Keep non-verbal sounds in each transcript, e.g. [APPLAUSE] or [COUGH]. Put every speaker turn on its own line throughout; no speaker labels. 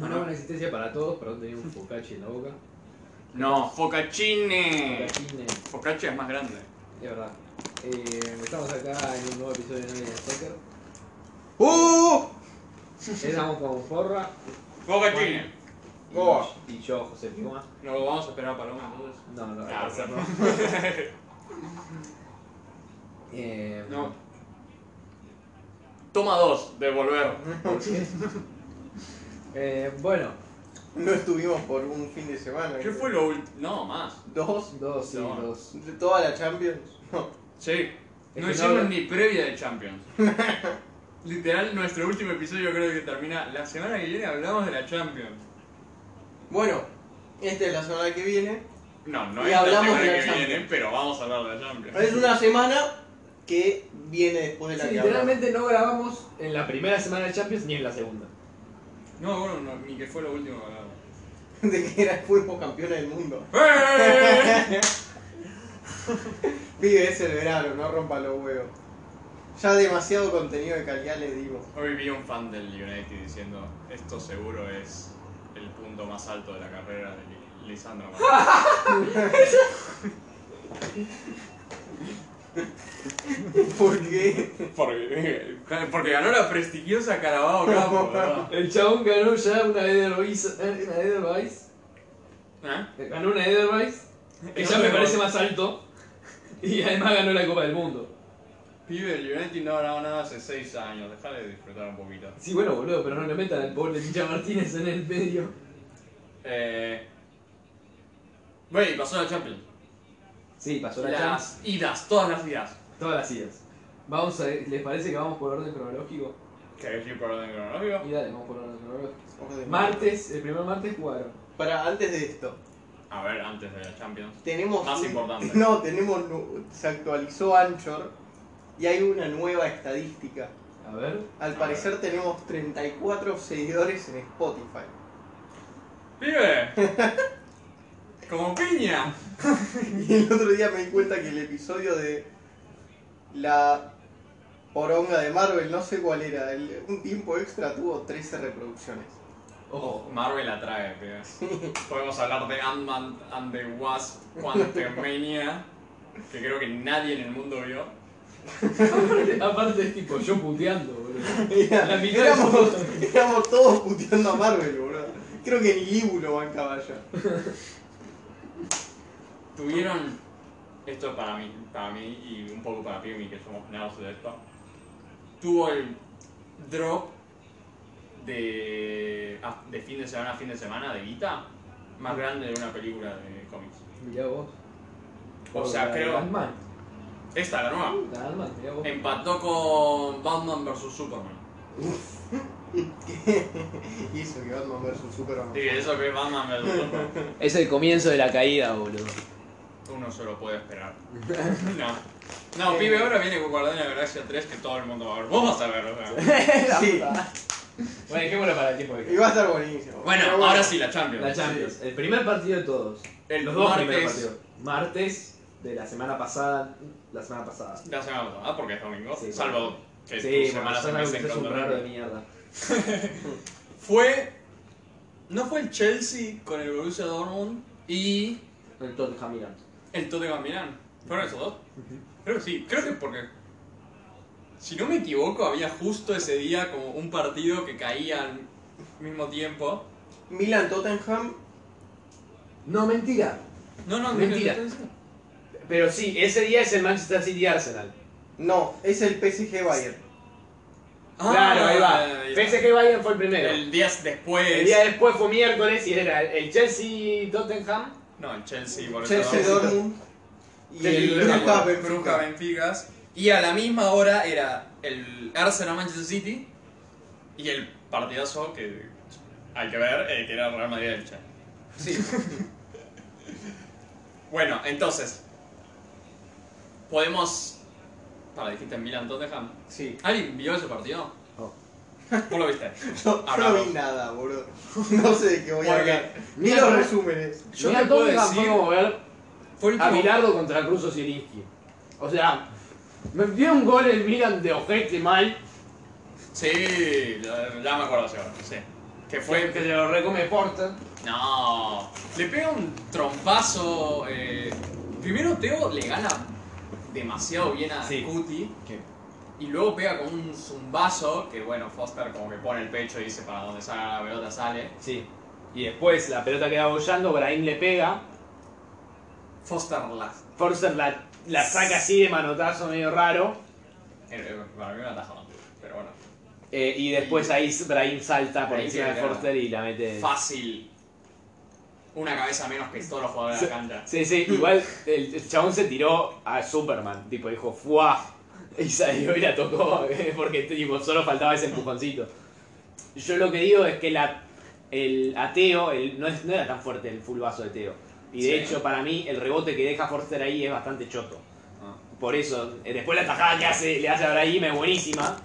Una buena existencia para todos, perdón, tenía un focachi en la boca.
No, Focacine.
Focacine,
Focaccia es más grande.
de verdad. Eh, estamos acá en un nuevo episodio de Nadie en Soccer.
¡Uh!
Estamos con Forra
Focacine.
y,
Boa.
y yo, José Pigoma.
No lo vamos a esperar a Paloma entonces.
No, no,
Ah,
al parecer no. [LAUGHS] Eh,
No. Toma dos, devolver.
¿por qué? [LAUGHS] Eh, bueno,
No estuvimos por un fin de semana.
¿Qué fue lo último? No, más.
Dos.
dos y
No.
dos.
De toda la Champions. No.
Sí.
Es
No
que
hicimos
no-
ni previa de [LAUGHS] Champions. Literal, nuestro último episodio creo que termina. La semana que viene hablamos de la Champions.
Bueno, esta es la semana que viene.
No, no
Y
es la
hablamos
semana
de la
que
Champions.
viene, pero vamos a hablar de la Champions.
Es una semana que viene después de la
Sí,
que hablamos.
literalmente no grabamos en la primera semana de Champions ni en la segunda.
No, bueno, no, ni que fue lo último que hablamos.
[LAUGHS] De que era, fuimos campeones del mundo.
[LAUGHS] ¡Eh!
Pibe, es el verano, no rompa los huevos. Ya demasiado contenido de calidad le dimos. [LAUGHS]
Hoy vi un fan del United diciendo, esto seguro es el punto más alto de la carrera de Li- Lisandro
[LAUGHS]
Martínez".
¿Por qué?
porque, eh, porque ganó la prestigiosa Carabao Cup, [LAUGHS] boludo.
El chabón ganó ya una Edelweiss. eh, Una Edelweiss.
¿Eh?
eh, Ganó una Edelweiss. Que ya me parece más alto. Y además ganó la Copa del Mundo.
Pibe, el United no ha ganado nada hace 6 años, déjale de disfrutar un poquito.
Sí, bueno, boludo, pero no le metan al pobre Chicha Martínez en el medio.
Eh... Wey, pasó la Champions.
Sí, pasó la Champions.
Las idas, todas las idas.
Todas las idas. Vamos a ¿les parece que vamos por orden cronológico?
¿Querés ir por orden cronológico?
Y dale, vamos por orden cronológico.
Ojo de
Martes, el primer martes jugaron.
Para, antes de esto,
A ver, antes de la Champions.
tenemos.
Más
un-
importante.
[LAUGHS] No, tenemos. nu- Se actualizó Anchor y hay una nueva estadística.
A ver.
Al parecer tenemos 34 seguidores en Spotify. [LAUGHS]
[LAUGHS]
¡Pibe! ¡Como piña!
Y el otro día me di cuenta que el episodio de la poronga de Marvel, no sé cuál era, el- un tiempo extra tuvo 13 reproducciones.
Ojo.
Marvel atrae, pibes. Podemos hablar de Ant-Man and the Wasp Quantumania, que creo que nadie en el mundo vio.
Aparte, [LAUGHS] aparte es tipo yo puteando, boludo. La mitad de
éramos,
todo.
[LAUGHS] éramos todos puteando a Marvel, boludo. Creo que ni Ibu lo bancaba ya.
Tuvieron. Esto es para mí, para mí y un poco para Pimi, que somos nerds de esto. Tuvo el drop de, a- de fin de semana a fin de semana de Vita más grande de una película de cómics.
Mirá vos.
O sea,
La-
creo. Em-
Batman.
Esta, la nueva.
La Batman, mirá vos.
Empató con Batman vs Superman.
y eso que Batman vs Superman.
Sí, eso que Batman vs Superman.
[LAUGHS] Es el comienzo de la caída, boludo.
Uno solo
[LAUGHS]
puede esperar. No. No, pibe, ahora viene con Guardián de la Galaxia 3 que todo el mundo va a ver. Vos vas a ver,
[LAUGHS]
o sea.
[LAUGHS] Sí,
Bueno, dejémoslo para el tiempo que
y va a estar buenísimo.
Bueno,
Pero
ahora sí, la Champions.
La Champions, el primer partido de todos.
El
Los dos primeros
martes.
partidos. Martes de la semana pasada. La semana pasada.
La semana pasada, ¿ah? porque es domingo.
Sí,
salvo que
Sí,
tu
bueno,
semana se
Sandra,
me
usted es un raro de
encontró.
mierda.
Fue. ¿No fue el Chelsea con el Borussia Dortmund y
El Tottenham Milan.
el Tottenham Milan? ¿Fueron esos dos? Creo que sí, creo que porque. Si no me equivoco, había justo ese día como un partido que caía al mismo tiempo.
Milan Tottenham.
No, mentira.
No, no,
Mentira.
no, no, no, no.
Pero sí, ese día es el Manchester City Arsenal.
No, es el PSG Bayern.
Ah,
claro, ahí va.
ahí está.
PSG Bayern fue el primero. El,
El día después.
día después fue miércoles y era el Chelsea Tottenham.
No, el Chelsea, por
Chelsea
eso.
Dortmund. Y
Chelsea,
el
Dortmund.
Brujas
Benfica. Bruja
Benfica.
Benfica. Y a la misma hora era el Arsenal Manchester City y el partidazo que hay que ver, eh, que era Real Madrid Elche.
Sí.
Bueno, entonces. Podemos. Para, dijiste Milan Tottenham.
Sí.
¿Alguien vio ese partido?
No.
[LAUGHS] ¿Vos lo viste?
Yo, yo no vi nada, boludo. [LAUGHS] No sé de qué voy a
Porque-
hablar. Ni los resúmenes.
Yo
Mirá,
te puedo
Tottenham
decir-
fue como ver
Fue el
a
Ah,
último-
Bilardo contra Cruz Sirinski. O sea, me dio un gol el Milan de ojete mal.
Sí, ya ya me acuerdo, sí, ahora, sí. Que
Fue que
fue.
se lo recome Porta.
No. Le pega un trompazo. eh, Primero Teo le gana demasiado bien a
Sí.
Cuti.
¿Qué?
Y luego pega con un zumbazo. Que bueno, Foster como que pone el pecho y dice para donde salga la pelota sale.
Sí. Y después la pelota queda bollando, Brahim le pega,
Foster la.
Forster la, la saca así de manotazo medio raro.
eh, Para mí un atajado. Pero bueno.
eh, y después ahí Brahim salta por
Brahim
encima
se
de
la
Forster y la mete.
Fácil. Una cabeza menos que todos los jugadores de la cancha.
Sí,
[LAUGHS]
sí, igual el, el chabón se tiró a Superman, tipo dijo, ¡fuah! Y salió y la tocó, [LAUGHS] porque tipo, solo faltaba ese empujoncito. Yo lo que digo es que la, el ateo, el, no, es, no era tan fuerte el full vaso de Teo. Y de
Sí.
hecho, para mí, el rebote que deja Forster ahí es bastante choto.
Ah.
Por eso, eh, después la tajada que hace, le hace a Brahim es buenísima.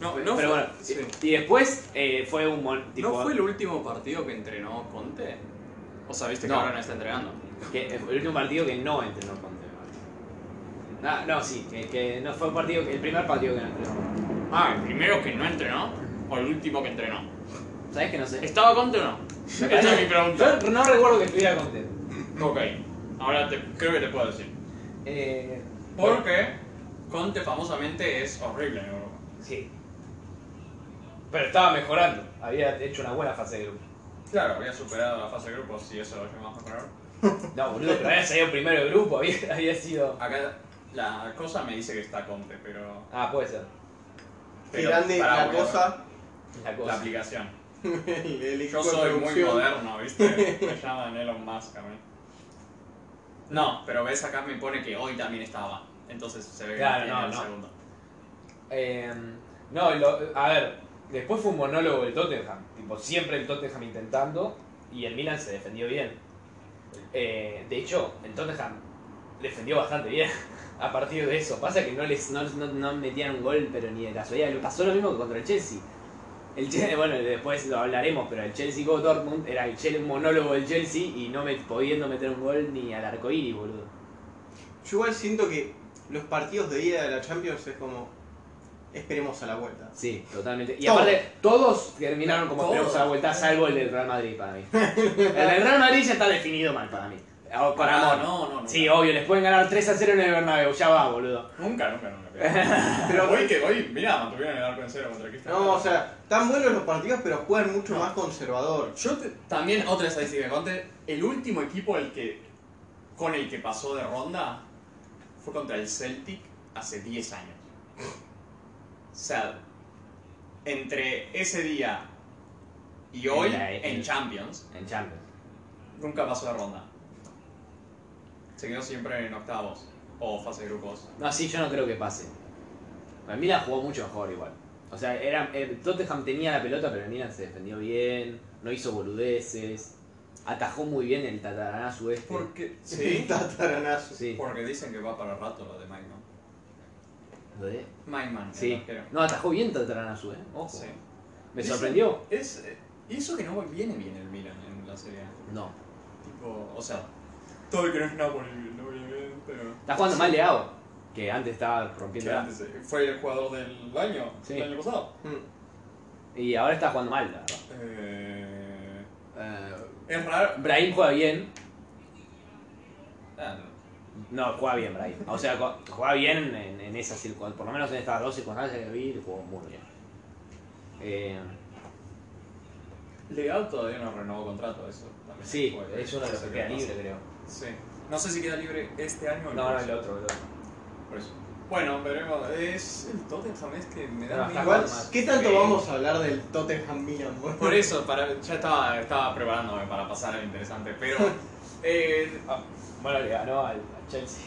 No, no
pero
fue-
bueno,
sí.
y, y después eh, fue un mon- tipo,
¿No fue el último partido que entrenó Conte? ¿O sabiste que
No.
ahora no está entrenando?
Que el último partido que no entrenó Conte. me parece. No, no, sí, que, que no fue un partido, el primer partido que no entrenó.
Ah, el primero que no entrenó o el último que entrenó.
¿Sabes que no sé?
¿Estaba Conte o no?
Me
[LAUGHS] Esa
parece-
es mi pregunta.
Yo no recuerdo que estuviera Conte.
Ok, ahora te, creo que te puedo decir.
Eh,
Porque Conte famosamente es horrible en Europa.
sí. Pero estaba mejorando. Había hecho una buena fase de grupo.
Claro, había superado la fase de grupos y eso lo llevamos a mejorar.
No, boludo, pero había salido primero de grupo, había, había sido.
Acá la cosa me dice que está Conte, pero.
Ah, puede ser.
Qué
pero
grande
pará,
la
voy a ver
cosa. [LAUGHS]
La
La
cosa.
aplicación.
el- el
Yo
equipo de
soy muy
producción.
[LAUGHS]
moderno, ¿viste? Me llaman Elon Musk a mí. No, pero ves acá me pone que hoy también estaba. Entonces se ve que
Claro,
tiene
no,
el
no.
segundo.
Eh, no, lo- a ver, después fue un monólogo del Tottenham. Tipo, siempre el Tottenham intentando y el Milan se defendió bien. Eh, de hecho, el Tottenham defendió bastante bien [LAUGHS] a partir de eso. Pasa que no les no, no, no metían un gol, pero ni de casualidad. Le pasó lo mismo que contra el Chelsea. El Chelsea, [LAUGHS] bueno, después lo hablaremos, pero el Chelsea con Dortmund era el Chel- monólogo del Chelsea y no me, pudiendo meter un gol ni al arco iris, boludo.
Yo igual siento que los partidos de ida de la Champions es como. Esperemos a la vuelta.
Sí, totalmente. Y
Todos.
aparte, todos terminaron como
Todos.
esperemos a la vuelta, salvo el del Real Madrid para mí. El del Real Madrid ya está definido mal para mí. O Para
Ah,
amor.
no, no, no.
Sí, obvio, les pueden ganar 3 a 0 en el Bernabéu, ya va, boludo.
Nunca,
[LAUGHS]
nunca, nunca. Pero hoy que hoy, mira, mantuvieron el arco en cero contra Cristian.
No, o sea, tan buenos los partidos, pero juegan mucho más conservador.
Yo te- también otra estadística que conté, el último equipo el que con el que pasó de ronda fue contra el Celtic hace 10 años. O sea, entre ese día y hoy
En la- en-
en Champions
En Champions.
nunca pasó de ronda. Se quedó siempre en octavos o fase de grupos.
No, sí, yo no creo que pase. El Milan jugó mucho mejor igual. O sea, era, eh, Tottenham tenía la pelota, pero el Milan se defendió bien, no hizo boludeces, atajó muy bien el tataranazo este.
Porque
[LAUGHS] El Tataranazo.
Sí.
porque dicen que va para rato lo de Maikman.
¿Lo de?
Maikman,
Sí. No, atajó bien tataranazo, eh. Ojo.
Sí.
Me
Dicen-
sorprendió.
Es, y eso que no viene bien el Milan en la Serie A.
No.
Tipo, o sea, todo el que no es Napoli no viene bien, pero...
Está jugando mal Leao, que antes estaba rompiendo.
Que antes eh, fue el jugador del año,
Sí.
del año pasado.
Mm.
Y ahora está jugando mal, la verdad.
Eh,
Eh,
es raro...
Brahim juega bien.
Ah, no.
No, juega bien Brahim. O sea, co- juega bien en, en esas circunstancias. Por lo menos en estas dos circunstancias que vi, jugó muy bien. Eh,
Leao todavía no renovó contrato, eso. también
sí,
fue-
es uno de los que
eso
queda
pasa.
libre, creo.
Sí. No sé si queda libre este año o el
No, no, el
próximo.
otro, el otro.
Por eso. Bueno, veremos. Es el Tottenham, es que me da
No,
miedo.
Igual,
más.
¿qué tanto
Eh,
vamos a hablar del Tottenham Milan? boludo?
Por eso, para, ya estaba, estaba preparándome para pasar algo interesante, [LAUGHS] pero... eh,
Ah, bueno, le ganó al, al Chelsea.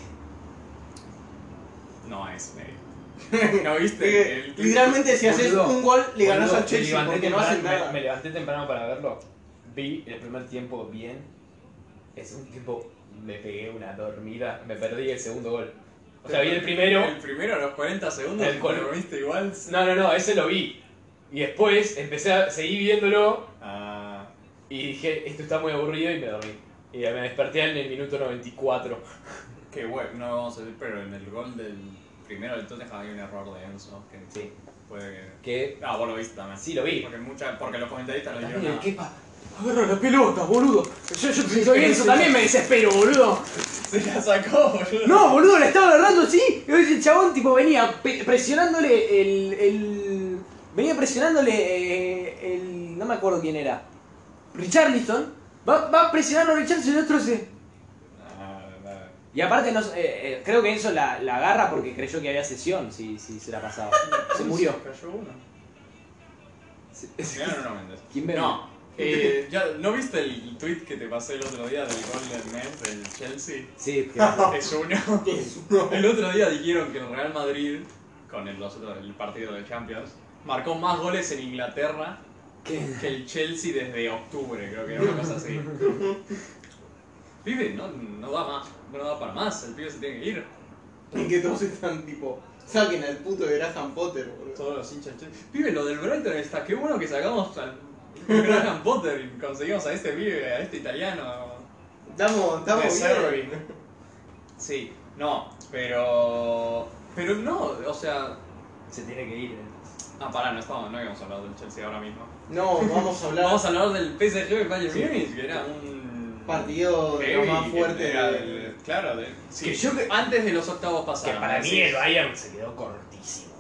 no es medio. [LAUGHS] ¿No viste?
Porque
El-
Literalmente, si haces
Boludo,
un gol, le ganas
Boludo,
al
me
Chelsea
levanté
porque no
temprano-
hacen nada.
Me, me levanté temprano para verlo. Vi el primer tiempo bien. Es un tiempo. Me pegué una dormida. Me perdí el segundo gol. O sea, vi el primero.
El primero a los 40 segundos,
El gol.
lo viste igual.
No, no, no, ese lo vi. Y después empecé a seguir viéndolo
Ah,
y dije, esto está muy aburrido y me dormí. Y me desperté en el minuto 94.
qué bueno, no vamos a decir, pero en el gol del primero del Tottenham hay un error de Enzo que
Sí.
puede que.
Que
Ah, vos lo viste también.
sí lo vi.
Porque, mucha, porque los comentaristas lo dijeron.
Daniel,
"Ah,
¿qué pa? Agarra la pelota, boludo. Yo, yo si soy eso también me desespero, boludo.
"Ah, Se la sacó, boludo.
No, boludo, la estaba agarrando así. Y El chabón tipo venía pe- presionándole el, el- Venía presionándole eh, el. No me acuerdo quién era. Richarlison. Va, va a presionarlo a Richarlison y el otro se.
Ah, verdad.
Y aparte no, eh, eh, creo que Enzo la, la agarra porque creyó que había sesión si, si se la pasaba. Se murió.
Se cayó uno.
Se-
Mira, no, no, Mendes.
¿Quién ve?
No. [LAUGHS] Eh, ya, ¿No viste el tweet que te pasé el otro día del gol del mes del Chelsea? [LAUGHS]
Sí,
[LAUGHS]
que-
Es uno. [LAUGHS] El otro día dijeron que el Real Madrid, con el, los otros- el partido de Champions, marcó más goles en Inglaterra
que-
que el Chelsea desde octubre, creo que era una cosa [LAUGHS] así. Pibe, no, no da más, no da para más, el pibe se tiene que ir.
En [LAUGHS] que todos están tipo, saquen al puto de Graham Potter, boludo.
Todos los hinchas del Chelsea. Pibe, lo del Brighton está, qué bueno que sacamos al [LAUGHS] Graham Potter y conseguimos a este pibe, a este italiano.
Estamos, estamos
De
bien.
Servi. [LAUGHS] Sí, no, pero. Pero no, o sea.
Se tiene que ir. eh.
Ah, pará, no, estamos, no habíamos hablado del Chelsea ahora mismo.
No, vamos a hablar.
Vamos a hablar del PSG y Bayern Múnich, que era un
Partido de lo
heavy,
más fuerte
que era
de-
del- claro, de- sí,
Que yo que-
antes de los octavos pasados.
Que
Ah,
para mí
sí.
el Bayern se quedó cortísimo.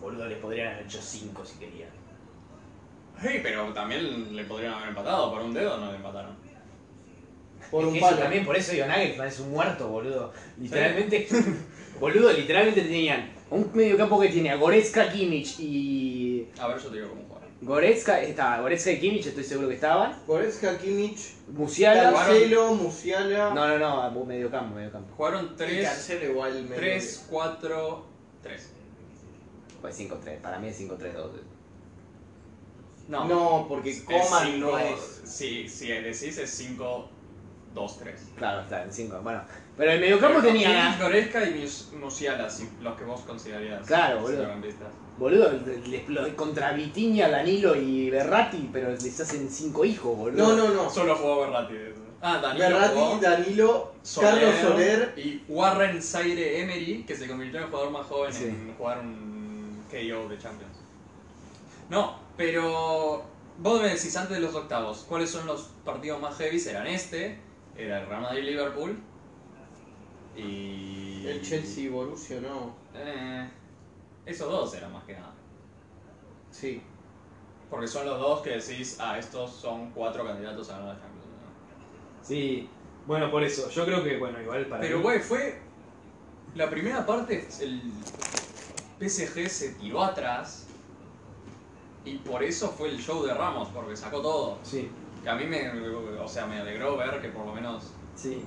Boludo, les podrían haber hecho 5 si querían.
Sí, pero también le podrían haber empatado por un dedo, no le empataron.
por
Es
un
que eso
palo.
también, por eso digo, Nagelsmann es un muerto, boludo. Literalmente,
[LAUGHS]
boludo, literalmente tenían
Un medio campo que tiene a Goretzka, Kimmich y.
A ver, yo te digo cómo jugaron.
Goretzka, estaba, Goretzka y Kimmich estoy seguro que estaban.
Goretzka, Kimmich,
Musiala.
Cancelo, Musiala.
No, no, no, medio campo, medio campo.
Jugaron
Y
3,
Cancelo igual. me-
3, 4, 3.
Pues 5-3, para mí es 5-3-2.
No,
No, porque Coman
cinco-
no es.
Si, si decís es 5, 2, 3.
Claro, está en 5. Bueno, pero el mediocampo tenía.
Goretzka y Mus- Musiala, si- los que vos considerarías.
Claro, boludo.
centrocampistas.
Boludo, les- lo- contra Vitiña, Danilo y Berratti, pero les hacen 5 hijos, boludo.
No, no, no.
Solo jugó Berratti. de eso. Ah, Danilo jugó,
Berratti, Danilo,
Soler,
Carlos Soler.
y Warren Zaire Emery, que se convirtió en el jugador más joven
Sí.
en jugar un KO de Champions. No, pero vos me decís antes de los octavos, ¿cuáles son los partidos más heavy? Eran este, era el Real Madrid-Liverpool y...
El Chelsea Borussia, no.
Eh, esos dos eran más que nada.
Sí.
Porque son los dos que decís, ah, estos son cuatro candidatos a ganar la Champions. ¿no?
Sí, bueno, por eso. Yo creo que, bueno, igual para.
Pero,
mí-
güey, fue. La primera parte, el PSG se tiró atrás. Y por eso fue el show de Ramos, porque sacó todo.
Sí,
Que a mí me. O sea, me alegró ver que por lo menos
sí.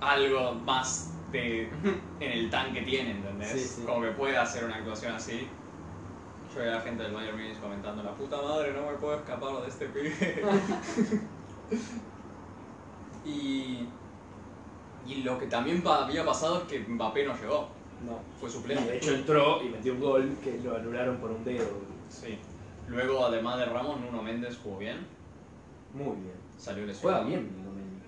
algo más de, [LAUGHS] en el tanque tiene, ¿entendés?
Sí, sí.
Como que pueda hacer una actuación así. Yo veía a la gente del Bayern Munich comentando, la puta madre, no me puedo escapar de este pibe.
[LAUGHS]
y, y lo que también pa- había pasado es que Mbappé no llegó,
No.
fue
De
suplente.
hecho entró y metió un gol que lo anularon por un dedo. boludo.
Sí. Luego, además de Ramos, Nuno Méndez jugó bien,
Muy bien.
salió lesionado.
Juega bien, Nuno Mendes.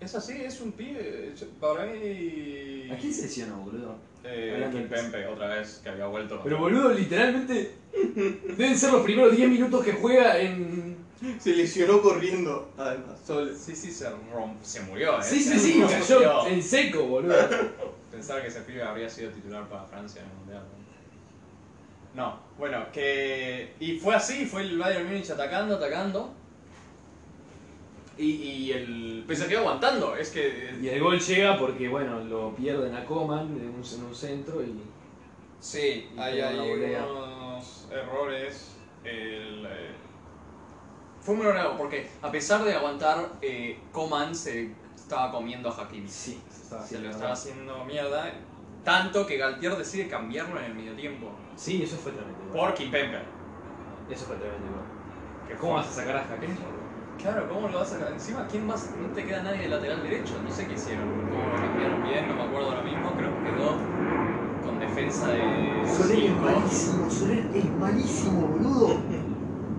Es así, es un pibe, yo- para mí...
¿A quién se lesionó, boludo?
Eh,
Hablando del-
Kimpembe, otra vez, que había vuelto.
Pero boludo, literalmente deben ser los primeros 10 minutos que juega en.
Se lesionó corriendo, además. Soler.
Sí, sí, se, romp- se murió, ¿eh?
Sí, sí,
Se
sí,
rompió.
cayó en seco, boludo.
Pensar que ese pibe habría sido titular para Francia en el Mundial. ¿no? No, bueno, que... Y fue así, fue el Bayern Múnich atacando, atacando. Y, y el PSG aguantando, es
Y
que...
el gol llega porque, bueno, lo pierden a Coman en un, en un centro y.
Sí,
Y
hay,
tuvo una
hay
volea.
unos eh, errores. El, eh, fue muy raro, porque a pesar de aguantar, eh, Coman se estaba comiendo a Hakimi.
Sí, se estaba
Se
haciendo
lo
mal.
estaba haciendo mierda. Tanto que Galtier decide cambiarlo en el medio tiempo.
Sí, eso fue tremendo. igual.
Por Kimpembe.
Eso fue tremendo. igual.
Que
¿Cómo
¿Cómo
vas a sacar a Jaquín?
Claro, ¿cómo lo vas a sacar? Encima, ¿quién más? No te queda nadie de lateral derecho. No sé qué hicieron. ¿Cómo lo cambiaron bien? No me acuerdo ahora mismo. Creo que quedó con defensa de.
Soler es
cinco.
malísimo, Soler es malísimo, boludo.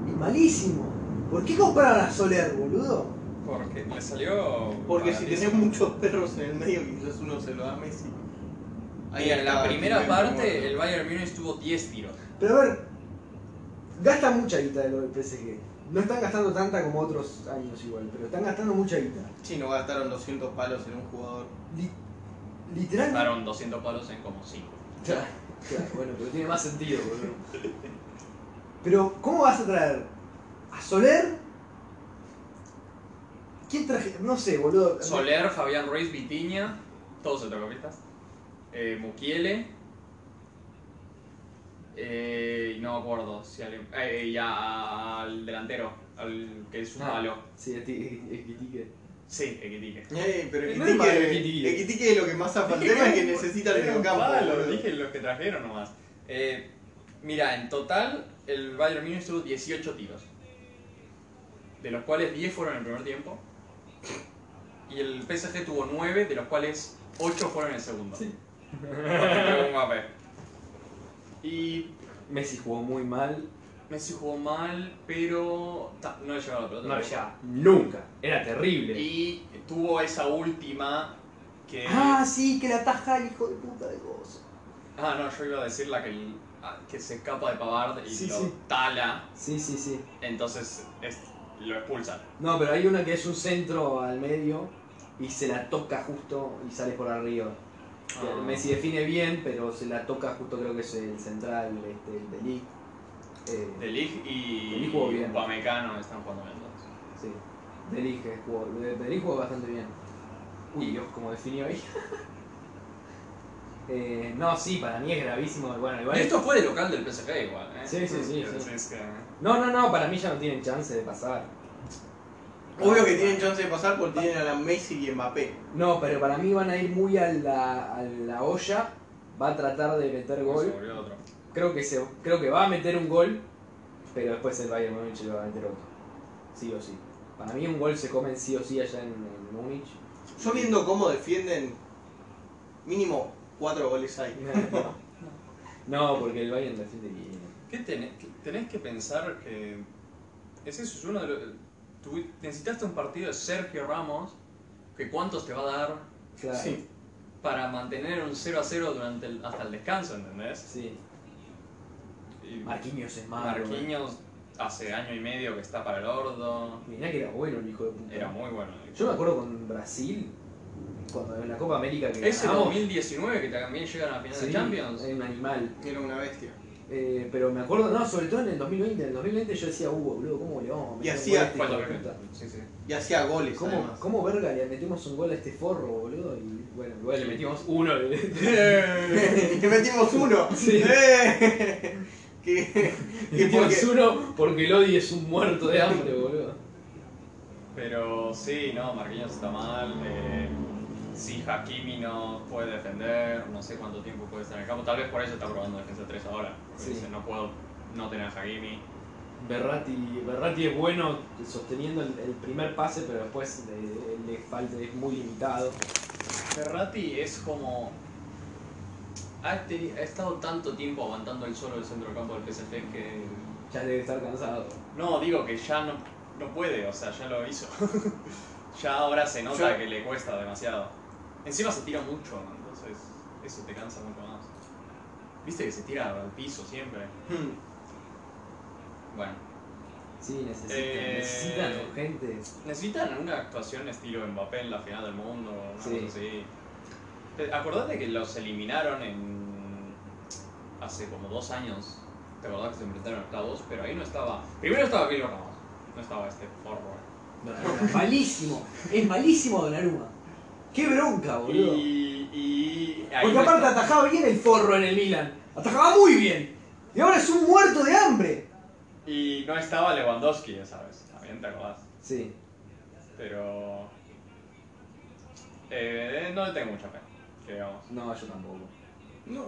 Es malísimo. ¿Por qué compraron a Soler, boludo?
Porque le salió.
Porque si
baratísimo.
tenés muchos perros en el medio, quizás uno se lo da a Messi. Ahí
Mira, en la
está,
primera
Mbappé
parte, el
muerto.
Bayern Múnich tuvo 10 tiros.
Pero a ver, gasta mucha guita de lo del PSG. No están gastando tanta como otros años igual, pero están gastando mucha guita.
Sí, no gastaron 200 palos en un jugador.
Li- literalmente.
Daron 200 palos en como 5.
Claro.
[LAUGHS] Claro, bueno, pero tiene más sentido, boludo.
Pero, ¿cómo vas a traer a Soler? ¿Quién traje? No sé, boludo.
Soler, Fabián Ruiz, Vitiña, todos centrocampistas. Eh, Mukiele. Eh, y no me acuerdo si alguien. Eh, y a- al delantero, al que es un malo.
Sí, a ti, es que tique.
Sí, Equitique.
Ey, pero
No es que
Equitique
Ekitike.
Ekitike es lo que más zafa. El tema es que necesita el mediocampo.
Lo
boludo.
dije los que trajeron nomás. Eh, mira, en total, el Bayern Múnich tuvo 18 tiros. De los cuales 10 fueron en el primer tiempo. Y el PSG tuvo 9, de los cuales 8 fueron en el segundo. Sí. Y
Messi jugó muy mal.
Messi jugó mal, pero ta- no le llegó a la pelota.
No le llegaba nunca. Era terrible.
Y tuvo esa última que...
Ah, sí, que la ataja el hijo de puta de gozo.
Ah, no, yo iba a decir la que, ah, que se escapa de Pavard y
Sí,
lo
sí.
tala,
Sí, sí, sí.
entonces es- lo expulsan.
No, pero hay una que es un centro al medio y se la toca justo y sale por arriba. Que
Ah.
Messi define bien, pero se la toca justo creo que es el central, este, el de Lee. Eh,
De Lig
De Ligt
y
jugó bien.
Upamecano están jugando bien todos.
Sí, de Ligt que jugó, de, de Ligt jugó bastante bien. Uy, Dios, como definió ahí. [LAUGHS] Eh, no, sí, para mí es gravísimo. Bueno, igual...
Esto fue de local del PSG igual, ¿eh?
Sí, sí, sí,
Pero
sí.
es que-
No, no, no, para mí ya no tienen chance de pasar.
Obvio que tienen chance de pasar porque tienen a la Messi y Mbappé.
No, pero para mí van a ir muy a la, a la olla. Va a tratar de meter
Se
gol.
volvió otro.
Creo que, se, creo que va a meter un gol, pero después el Bayern Múnich le va a meter otro. Sí o sí. Para mí un gol se comen sí o sí allá en, en Múnich.
Yo viendo cómo defienden, mínimo 4 goles hay.
No, porque el Bayern defiende bien.
¿Qué tenés, que- tenés que pensar que ese es uno de los... tu- necesitaste un partido de Sergio Ramos, que cuántos te va a dar
Claro. Sí.
para mantener un 0 a 0 durante el- hasta el descanso, ¿entendés? Y
Marquinhos es malo.
Marquinhos hace año y medio que está para el ordo.
eh. Mirá que era bueno el hijo de puta.
Era muy bueno.
Yo me acuerdo con Brasil, cuando en la Copa América que
Ese
ganamos.
2019 que también llegan a la final
Sí, Eh,
de Champions.
Era un animal.
Era una bestia.
Eh, pero me acuerdo, no, sobre todo en el 2020. En el 2020 yo decía, uh, boludo, ¿cómo le vamos a meter
Y
un
hacía
gol a este
Cuatro
hijo de
campeones.
puta?
Sí, sí.
Y hacía goles
¿Cómo,
además.
¿Cómo verga le metemos un gol a este forro, boludo? Y bueno, igual le metimos uno.
[LAUGHS]
[LAUGHS]
y te metimos uno.
Sí.
Eh. [LAUGHS] que,
Le
que
metimos
porque,
uno porque el Odi es un muerto de hambre, boludo.
[LAUGHS] Pero sí, no, Marquinhos está mal. eh, sí, Hakimi no puede defender. No sé cuánto tiempo puede estar en el campo. Tal vez por eso está probando defensa 3 ahora. Porque
Sí.
dice, no puedo no tener a Hakimi.
Berrati, Berrati es bueno sosteniendo el, el primer pase, pero después le, le falta, es muy limitado.
Ferrati es como. Ha, teni- ha estado tanto tiempo aguantando el solo del centro del campo del PSG que.
Ya debe estar cansado.
No, digo que ya no, no puede, o sea, ya lo hizo. [LAUGHS] ya ahora se nota
Yo-
que le cuesta demasiado. Encima se tira mucho, ¿no? entonces eso te cansa mucho más. Viste que se tira al piso siempre.
Hmm.
Bueno,
Sí, necesitan,
Eh.
necesitan urgente.
necesitan una actuación estilo Mbappé en la final del mundo, una
Sí.
cosa así. Te- Acordate que los eliminaron en. hace como dos años. Te acordás que se enfrentaron a octavos, pero ahí no estaba. Primero estaba Kilo Ramos, no estaba este forward.
Donnarumma.
Malísimo. Es malísimo Donnarumma. Qué bronca,
Y.
boludo.
y ahí
Porque
no
aparte
está-
atajaba bien el forro en el Milan. Atajaba muy bien. Y ahora es un muerto de hambre.
Y no estaba Lewandowski, ya sabes, también te acordás.
Sí.
Pero. Eh, no le tengo mucha fe, que digamos.
No, yo tampoco. [LAUGHS]
No.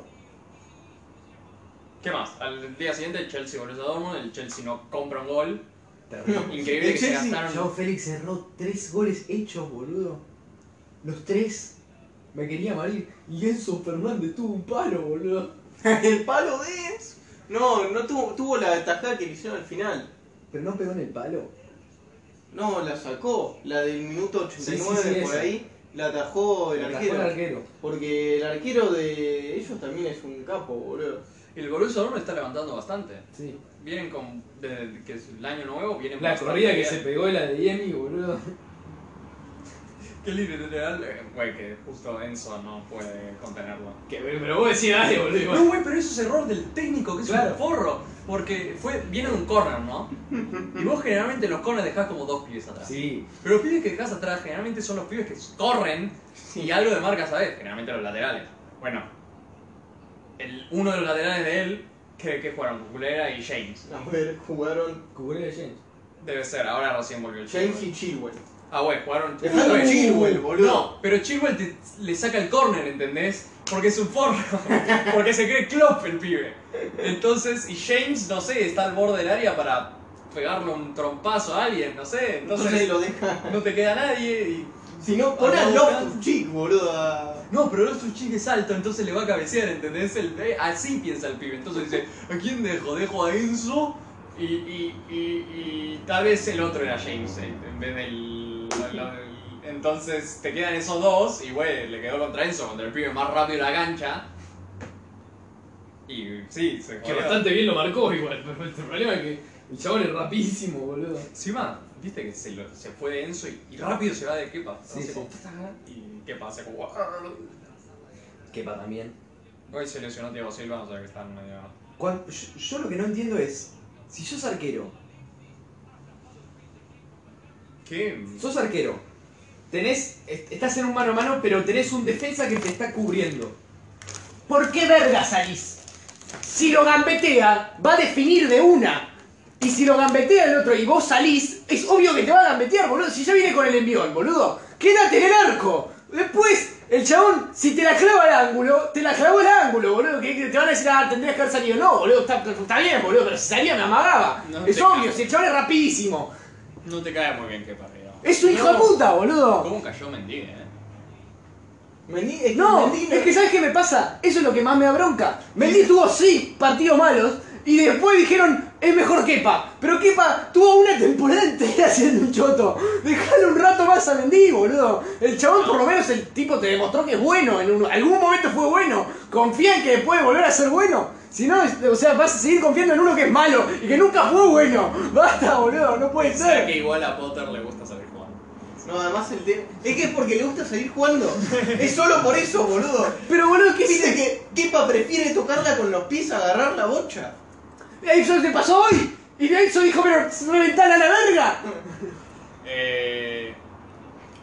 ¿Qué más? Al día siguiente el Chelsea volvió a Dortmund, el Chelsea no compra un gol.
Terrible.
Increíble
El
que se
Chelsea,
gastaron.
Joao Félix erró tres goles hechos, boludo. Los tres.
Me quería morir. Y Enzo Fernández tuvo un palo, boludo.
[LAUGHS] el palo de Enzo. No, no tuvo, tuvo la tajada que le hicieron al final.
Pero no pegó en el palo.
No, la sacó. La del minuto 89
Sí, sí, sí,
por
esa.
ahí. La atajó el
Atajó
arquero.
el arquero.
Porque el arquero de ellos también es un capo, boludo.
Y el Borussia Dortmund está levantando bastante.
Sí.
Vienen con. Desde que es el año nuevo, vienen
La
bastante
corrida que
bien.
se
Pegó la de Yemi, boludo.
Qué libre literal. eh, Güey, que justo Enzo no puede contenerlo.
Que, pero vos decís dale, boludo.
No,
igual.
güey, pero eso es error del técnico, que es
Claro.
un forro. Porque fue, viene de un corner, ¿no? Y vos generalmente los corners dejás como dos pibes atrás.
Sí.
Pero los pibes que dejás atrás generalmente son los pibes que corren y algo de marca sabes, generalmente los laterales. Bueno, el, uno de los laterales de él, que, que fueron Cuculera y James.
A ver, jugaron
Cucurella James.
Debe ser, ahora recién volvió el
James
chico.
y Chilwell.
Ah, güey, jugaron.
Dejando
Güey,
a Chilwell,
No,
boludo.
pero Chilwell te- le saca el corner, ¿entendés? Porque es un forro. [LAUGHS] Porque se cree Klopp el pibe. Entonces, y James, no sé, está al borde del área para pegarle un trompazo a alguien, no sé. Entonces,
Entonces, lo deja.
no te queda nadie y...
[LAUGHS] Si no, pon a
Ah, no,
Loftus Chick, boludo. a-
No, pero es un chique es alto, entonces le va a cabecear, ¿entendés? El, eh, así piensa el pibe. Entonces dice, ¿a quién dejo? Dejo a Enzo y, y, y, y tal vez el otro era James eh, en vez del... lo- el- entonces te quedan esos dos y, güey, le quedó contra Enzo, contra el pibe más rápido de la cancha. Y sí, se
Que
jodió.
bastante bien lo marcó igual, pero el problema es que el chabón es rapidísimo, boludo.
Encima, viste que se, lo- se fue de Enzo y, y rápido se va de Kepa.
Sí,
Hace
sí.
como, Y Kepa hace como...
Kepa también.
Hoy se lesionó Thiago Silva, o sea que están medio...
Cuan- yo, yo lo que no entiendo es, si sos arquero,
¿Qué?
sos arquero, tenés, est- estás en un mano a mano, pero tenés un defensa que te está cubriendo.
¿Por qué verga salís? Si lo gambetea, va a definir de una. Y si lo gambetea el otro y vos salís, es obvio que te va a gambetear, boludo. Si ya viene con el envión, boludo. Quédate en el arco. Después, el chabón, si te la clava al ángulo, te la clavó al ángulo, boludo. Que que te van a decir, ah, tendrías que haber salido. No, boludo, está, está bien, boludo, pero si salía me amagaba.
No
es
te
obvio,
cago.
si el chabón es rapidísimo.
No te cae muy bien Kepa Río.
Es un hijo de puta, boludo.
¿Cómo cayó Mendigue, eh?
Mendy- es que
No,
Mendy
es que ¿sabes qué me pasa? Eso es lo que más me da bronca. Mendy tuvo sí partidos malos y después dijeron es mejor Kepa. Pero Kepa tuvo una temporada entera siendo un choto. Dejalo un rato más a Mendy, boludo. El chabón por lo menos el tipo te demostró que es bueno. En un- algún momento fue bueno. Confía en que puede volver a ser bueno. Si no, es- o sea, vas a seguir confiando en uno que es malo y que nunca fue bueno. [LAUGHS] Basta, boludo, no puede
Sé
ser.
que igual a Potter le gusta salir jugando.
No, además el tema. Es que es porque le gusta salir [LAUGHS] jugando. es solo por eso, boludo.
Pero boludo, ¿qué
Dice
hiciste?
que Kepa prefiere tocarla con los pies a agarrar la bocha.
Eso te pasó hoy. Y Nelson dijo, pero reventala a la verga.
Eh...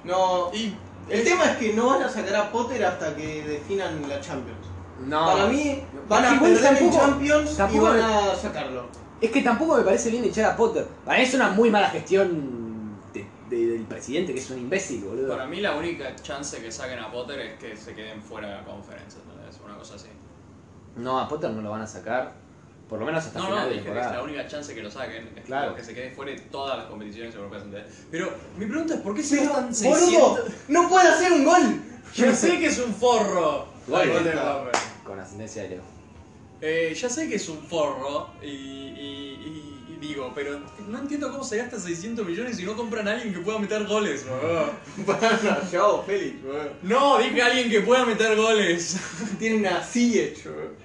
No.
Y...
El tema es que no van a sacar a Potter hasta que definan la Champions.
No.
Para mí, van
Es
a
que igual
perder
tampoco-
en Champions y
tampoco-
van a sacarlo.
Es que tampoco me parece bien echar a Potter. Para mí es una muy mala gestión de- de- del presidente, que es un imbécil, boludo.
Para mí la única chance que saquen a Potter es que se queden fuera de la conferencia, ¿entendés? Una cosa así.
No, a Potter no lo van a sacar. Por lo menos hasta
No,
final
no,
de
dije que es la
temporada.
única chance que lo saquen es
Claro.
que se queden fuera de todas las competiciones europeas, ¿entendés? Pero mi pregunta es, ¿por qué se
Pero,
gastan
boludo,
600...
no puede hacer
[LAUGHS]
un gol.
Yo sé que es un forro.
Gol.
Gol de Robert.
Con ascendencia de Leo.
Eh, ya sé que es un forro y, y- y- y digo, pero no entiendo cómo se gasta 600 millones si no compran a alguien que pueda meter goles, boludo.
Para Joao Félix, [LAUGHS] boludo.
No, dije a alguien que pueda meter goles.
Tienen a Ziyech, boludo.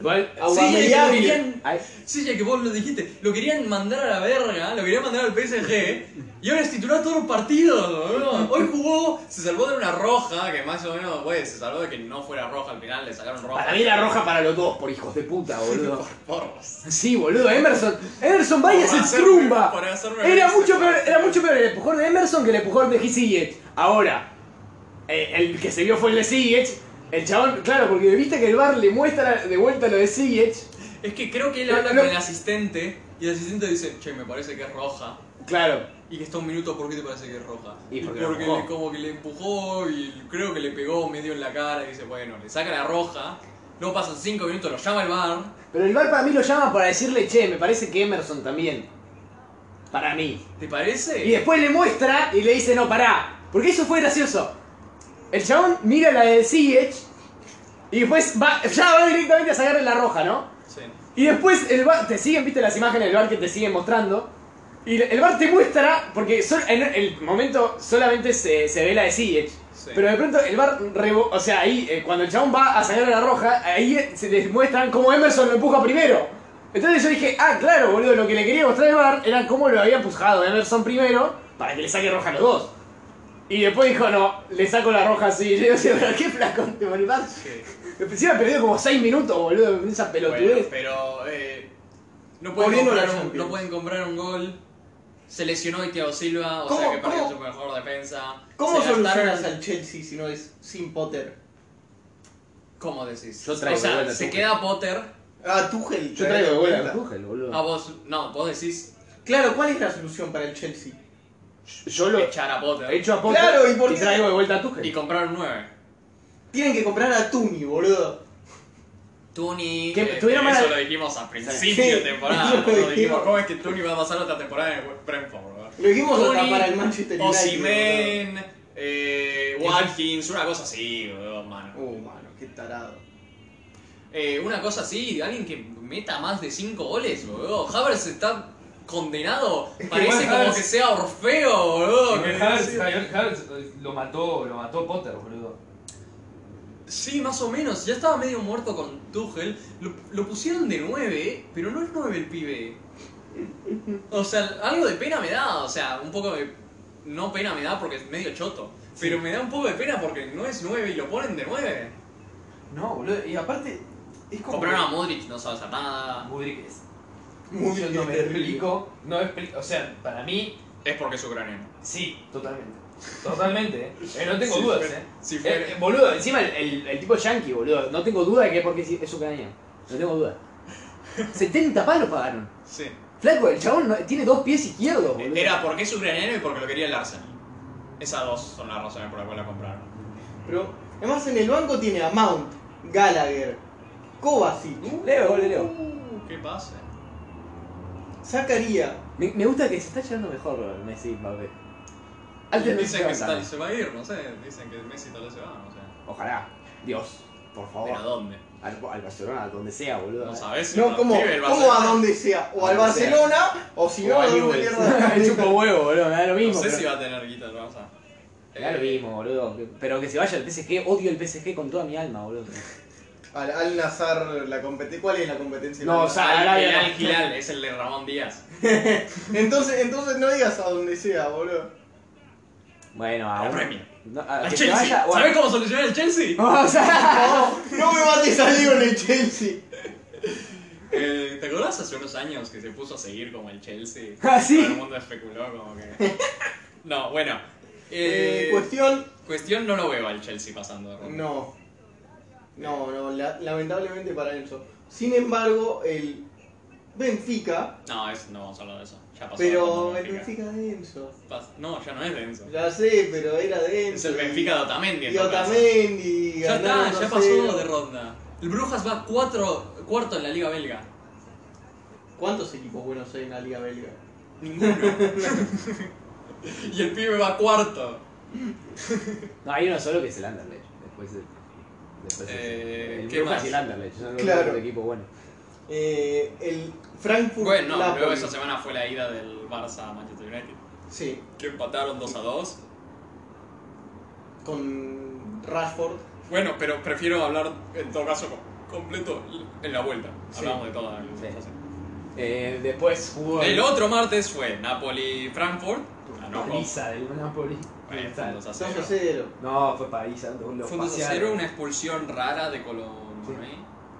Igual.
Aubameyang.
Sí, querían-
Ay,
sí, ya que vos lo dijiste, lo querían mandar a la verga, lo querían mandar al PSG y ahora es titular todos los partidos, boludo. Hoy jugó, se salvó de una roja, que más o menos, güey, se salvó de que no fuera roja al final, le sacaron roja.
para mí la roja para los dos, por hijos de puta, [LAUGHS] boludo.
Porros.
Sí, boludo, Emerson. Emerson Valle
Por
se
hacerme-
trumba.
por hacerme
Era
ver
mucho,
ese
peor,
partido.
era mucho peor el empujón de Emerson que el empujón de Hisiget. Ahora, eh, el que se vio fue el de Siget. El chabón, claro, porque viste que el bar le muestra de vuelta lo de Siget.
Es que creo que él
Pero
habla
no-
con el asistente y el asistente dice, che, me parece que es roja.
Claro.
Y que está un minuto, ¿por qué te parece que es roja?
Y porque lo
porque
empujó.
le- como que le empujó y creo que le pegó medio en la cara y dice, bueno, le saca la roja. No pasan cinco minutos, lo llama el bar.
Pero el bar para mí lo llama para decirle, che, me parece que Emerson también. Para mí.
¿Te parece?
Y después le muestra y le dice, no, pará. Porque eso fue gracioso. El chabón mira la de Siget y después va, ya va directamente a sacarle la roja, ¿no?
Sí.
Y después el bar, te siguen, viste las imágenes del bar que te siguen mostrando. Y el bar te muestra, porque sol- en el momento solamente se, se ve la de Siege.
Sí.
Pero de pronto el bar, revo- o sea, ahí eh, cuando el chabón va a sangrar a la roja, ahí eh, se les muestran cómo Emerson lo empuja primero. Entonces yo dije, ah, claro, boludo, lo que le quería mostrar el bar era cómo lo había empujado Emerson primero para que le saque roja a los dos. Y después dijo, no, le saco la roja así. [LAUGHS] Yo decía, pero qué flaco, el bar.
Sí.
Se había perdido como 6 minutos, boludo, en esa pelotudez.
Bueno, pero eh, no, pueden
Volviendo a la
comprar un,
Champions.
no pueden comprar un gol. Se lesionó Thiago Silva, o
¿Cómo-
sea que perdió
cómo-
su mejor defensa.
¿Cómo
se
solucionas
gastaron-
al Chelsea si no es sin Potter?
¿Cómo decís?
Yo traigo
o sea,
de vuelta a
se
Tuchel.
queda Potter,
Ah, Tuchel.
Yo traigo de vuelta.
a vos, no, vos decís
Claro, ¿cuál es la solución para el Chelsea?
Yo lo he
echar a Potter
hecho a poco
Claro, ¿y por qué?
traigo de vuelta a Tuchel.
y comprar un 9.
Tienen que comprar a Tuni, boludo.
Tuni,
Que
eh,
tuvieron
eso
mala-
lo dijimos a principio de temporada.
eso lo
nosotros dijimos,
dijimos.
¿cómo es que Tuni va a pasar otra temporada en el Brentford? boludo?
Lo dijimos hasta
Toni,
para el Manchester United.
Osimhen, eh, Watkins, una cosa así, boludo, mano.
boludo. Oh, mano, qué tarado.
Eh, una cosa así, alguien que meta más de 5 goles, boludo. Havertz está condenado.
que
Parece
igual
como
Havertz-
que sea Orfeo, boludo. que-
Havertz, Kai Havertz, eh, lo mató, lo mató Potter, boludo.
Sí, más o menos. Ya estaba medio muerto con Tuchel. Lo, lo pusieron de 9, pero no es 9 el pibe. O sea, algo de pena me da. O sea, un poco de... No pena me da porque es medio choto. Pero me da un poco de pena porque no es 9 y lo ponen de 9.
No, boludo, y aparte, es como.
Compraron a Modric, no sabes hacer nada.
Mudrik es.
Muy
Yo no me
terrible.
explico, no me explico. O sea, para mí,
Es porque es ucraniano.
sí, totalmente. Totalmente, eh. Eh, no tengo dudas, eh.
Si fuera-
Eh, eh, boludo, encima el, el- el tipo yankee, boludo. No tengo duda de que es porque es ucraniano. No tengo duda. 70 palos pagaron.
Sí.
Flaco, el chabón no- tiene dos pies izquierdos, boludo.
Era porque es ucraniano y porque lo quería el Arsenal. Esas dos son las razones por las cuales la compraron.
Pero, además en el banco tiene a Mount, Gallagher, Kovacic,
Leo, gol de Leo.
Uh, ¿Qué pasa?
Zacaría.
Me, me gusta que se está llevando mejor Messi y Mbappé. Antes Messi
Dicen que
estaba
tal
tan-
se va a ir, no sé. Dicen que Messi tal vez se va, no sé.
Ojalá. Dios, por favor.
¿Pero a dónde?
Al, al Barcelona, donde sea, boludo.
No sabes.
No, como, como a donde sea, o al
Donde sea.
Barcelona, o si no,
O a
a donde
Newell's.
[LAUGHS]
mierda.
[LAUGHS] Me chupo huevo, boludo. Me da lo
No
mismo.
sé
pero-
si va a tener guita, Eh, vamos a.
Me da lo mismo, boludo. Pero que se vaya el PSG. Odio el PSG con toda mi alma, boludo.
Al, al Nazar, la competi- ¿cuál es la competencia?
No,
La-
o sea,
Al
Arabia
Hilal
no.
Hilal, es el de Ramón Díaz.
entonces, entonces no digas a donde sea, boludo.
Bueno, a
La
un-
Premier.
No, a-
Al
que se
Chelsea.
vaya- o a-
¿Sabes cómo solucionar el
[LAUGHS]
Chelsea?
O sea,
No me mates a Leo en el Chelsea.
Eh, ¿Te acordás hace unos años que se puso a seguir como el Chelsea?
Ah, sí.
Todo el mundo especuló como que. [LAUGHS] No, bueno.
Eh,
Eh,
cuestión,
cuestión no lo veo al Chelsea pasando de ronda.
no. No, no, la- lamentablemente para Enzo. Sin embargo, el Benfica,
No, es- no vamos a hablar de eso. Ya pasó.
pero
el
el Benfica de Enzo.
No, ya no es de Enzo.
Ya sé, pero era de
Es
Enzo.
el Benfica de Otamendi. en
Y
todo caso.
Otamendi.
Ya está,
ganaron
ya
2-0.
pasó de ronda. El Brujas va cuatro, cuarto en la Liga Belga.
¿Cuántos equipos buenos hay en la Liga Belga?
Ninguno. y el pibe va cuarto.
No, hay uno solo que es el Anderlecht. Después el. Después
Eh,
el, el
¿qué
Brujas
más?
y el Anderlecht. Son los
Claro.
dos equipos buenos.
Eh, el Frankfurt.
Bueno, no,
Napoli.
luego esa semana fue la ida del Barça a Manchester United.
Sí,
Que empataron 2 a 2.
con Rashford.
Bueno, pero prefiero hablar en todo caso com- completo en la vuelta.
Sí.
Hablamos de toda
Sí.
la
Eh, después jugó.
El otro martes fue Napoli-Frankfurt. Ganó con-
Paliza del Napoli.
Bueno, fue un 2 a
2
0.
a 0.
No, fue paliza. Los los
Fue un 2 a
pasearon.
0, una expulsión rara de Colón. ¿eh?
Sí.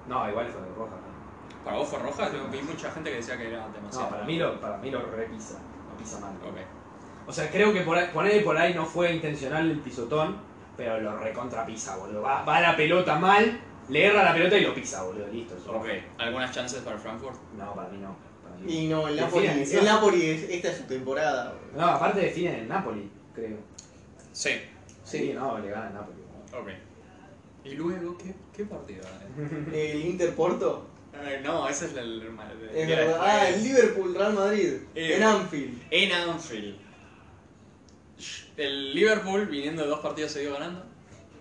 No, igual fue roja. ¿no?
¿Para vos fue roja? Yo vi mucha gente que decía que era
No,
demasiado.
para mí lo, para mí lo repisa. Lo pisa mal.
Ok.
O sea, creo que por ahí, poner por ahí no fue intencional el pisotón, pero lo recontrapisa, boludo. Va, va la pelota mal, le erra la pelota y lo pisa, boludo. Listo. es
Ok.
roja.
¿Algunas chances para Frankfurt?
No, para mí no. Para mí no.
Y no, el
Pero
Napoli.
fíjate,
El Napoli, es, esta es su temporada. bro.
No, aparte definen en Napoli, creo.
Sí.
Sí, no, le gana el Napoli.
Ok. ¿Y luego qué, qué [LAUGHS] partido?
El Inter Porto.
Eh, no, ese es el. el- el-
Es
día
verdad. Ah, el
después.
Liverpool, Real Madrid.
Eh.
En
[LAUGHS]
Anfield.
En Anfield. El Liverpool, viniendo de dos partidos, se dio ganando.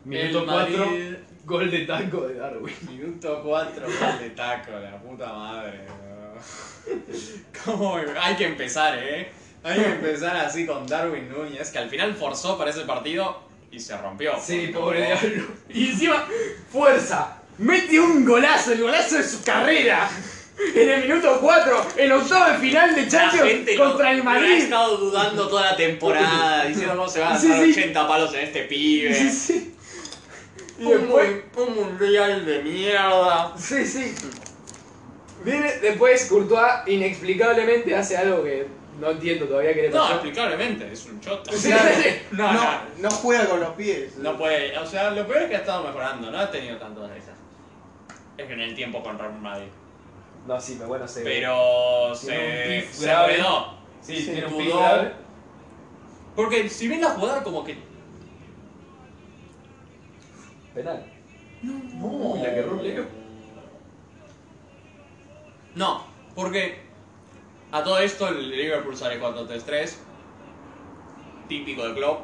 Minuto
El
4,
Madrid,
gol de taco de Darwin.
Minuto 4, gol de taco, la puta madre. bro. [LAUGHS] ¿Cómo? Hay que empezar, ¿eh? Hay que empezar así con Darwin Núñez, que al final forzó para ese partido y se rompió.
Sí,
Porque
pobre
no-
diablo.
Y encima, fuerza. Mete un golazo, el golazo de su carrera. En el minuto 4, el octavo de final de
La
Champions
gente lo-
contra el
lo ha
Madrid.
estado dudando toda la temporada, diciendo cómo se van a
Sí,
gastar
sí.
80 palos en este pibe.
Sí, sí. Y
Un,
después,
mun- un mundial de mierda.
sí, sí.
Viene después Courtois inexplicablemente hace algo que no entiendo todavía qué le
No,
pasó.
explicablemente, es un chota.
Sí, sí, sí.
No, no,
no juega con los pies.
no puede. O sea, lo peor es que ha estado mejorando, no ha tenido tantas risas. Es que en el tiempo contra un Madrid.
No, sí, pero bueno, se.
Pero
Tiene un
se,
pif
se
grave.
olvidó.
sí,
se
tiene un
dudó.
pick grave.
Porque si bien la jugada como que.
Penal.
No,
la que rompió.
No, porque a todo esto el Liverpool sale 4-3-3. Típico de Klopp.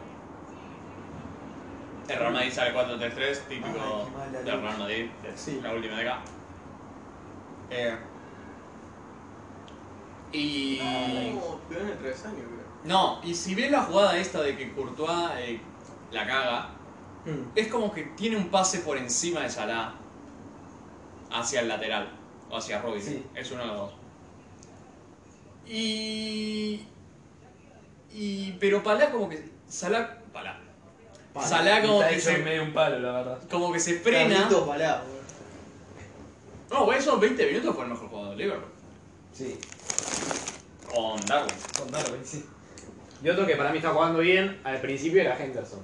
El Real Madrid sale 4-3-3,
Ay,
típico
qué mal la
del
luz.
Real Madrid, de
Sí.
la última década. Eh, y.
No, quedó en el travesaño, creo.
No, y si bien la jugada esta de que Courtois eh, la caga, es como que tiene un pase por encima de Salah hacia el lateral o hacia Robinson.
Sí.
Es uno de los dos. Y. y pero Palá como que. Salah. Palá.
Mm.
Salah Ah, como
Está
que,
hecho en
se,
medio un palo, la verdad.
como que se frena.
Carlitos Balá, boludo.
No, güey, esos 20 minutos fue el mejor jugador de Liverpool.
Sí,
Con Darwin.
con Darwin, sí. Y otro que para mí está jugando bien al principio era Henderson.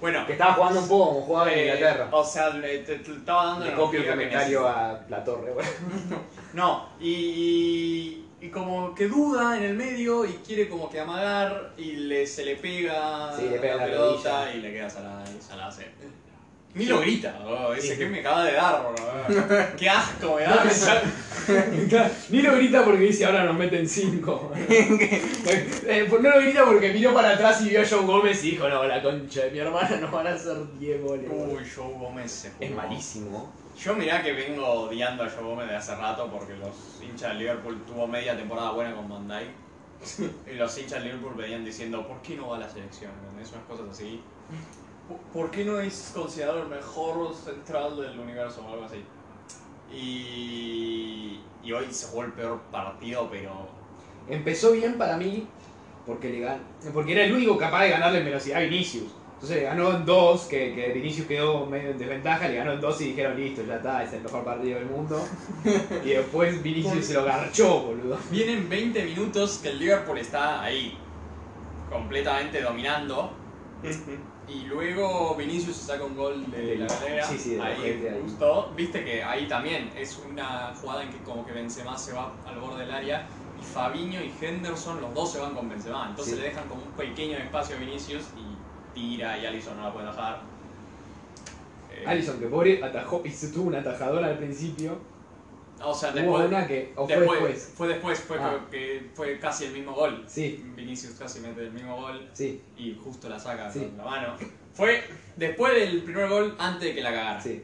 Bueno.
Que estaba jugando un poco como jugaba en
eh,
Inglaterra.
O sea, le- te, te estaba dando
Le
la
copio el
energía que
comentario a La Torre, güey. [LAUGHS]
No, y, y como que duda en el medio y quiere como que amagar y le, se le pega,
Sí, le pega
la
la
pelota
rodilla.
y le queda salada y salada se... Ni lo grita, oh, ese
Sí, sí.
que me acaba de dar,
[LAUGHS]
bro. qué asco me da.
Ni lo grita porque dice ahora nos meten
[LAUGHS]
5. no lo grita porque miró para atrás y vio a John Gómez y dijo, no, la concha de mi hermana nos van a hacer 10 goles. güey".
Uy, Joe Gómez se
Es
jugó.
malísimo.
Yo mirá que vengo odiando a Joe Gómez de hace rato porque los hinchas de Liverpool tuvo media temporada buena con Van Dijk. [LAUGHS] Y los hinchas de Liverpool venían diciendo, ¿por qué no va a la selección? ¿Entendés? Unas cosas así. "¿Por- ¿Por qué no es considerado el mejor central del universo o algo así? Y, y hoy se jugó el peor partido, pero...
Empezó bien para mí porque le gan- porque era el único capaz de ganarle en velocidad a Vinicius. Entonces le ganó en dos, que, que Vinicius quedó medio en desventaja, le ganó en dos y dijeron listo, ya está, es el mejor partido del
[LAUGHS]
mundo. y después Vinicius se lo garchó, boludo.
Vienen 20 minutos que el Liverpool está ahí, completamente dominando. Y luego Vinicius se saca un gol de
Del-
la galera.
sí, sí, de la
ahí
gente ahí.
justo. Viste que ahí también es una jugada en que como que Benzema se va al borde del área. Y Fabinho y Henderson, los dos se van con Benzema. Entonces
Sí.
le dejan como un pequeño espacio a Vinicius y tira y Alisson no la puede dejar. Eh,
Alison, que pobre, atajó, [LAUGHS] hizo, tuvo una atajadora al principio.
O sea,
hubo
después,
una que. O fue
después-
después.
fue después, fue
Ah.
creo que fue casi el mismo gol.
Sí,
Vinicius casi mete el mismo gol.
sí,
y justo la saca
Sí.
con la mano. Fue después del primer gol, antes de que la cagara.
sí.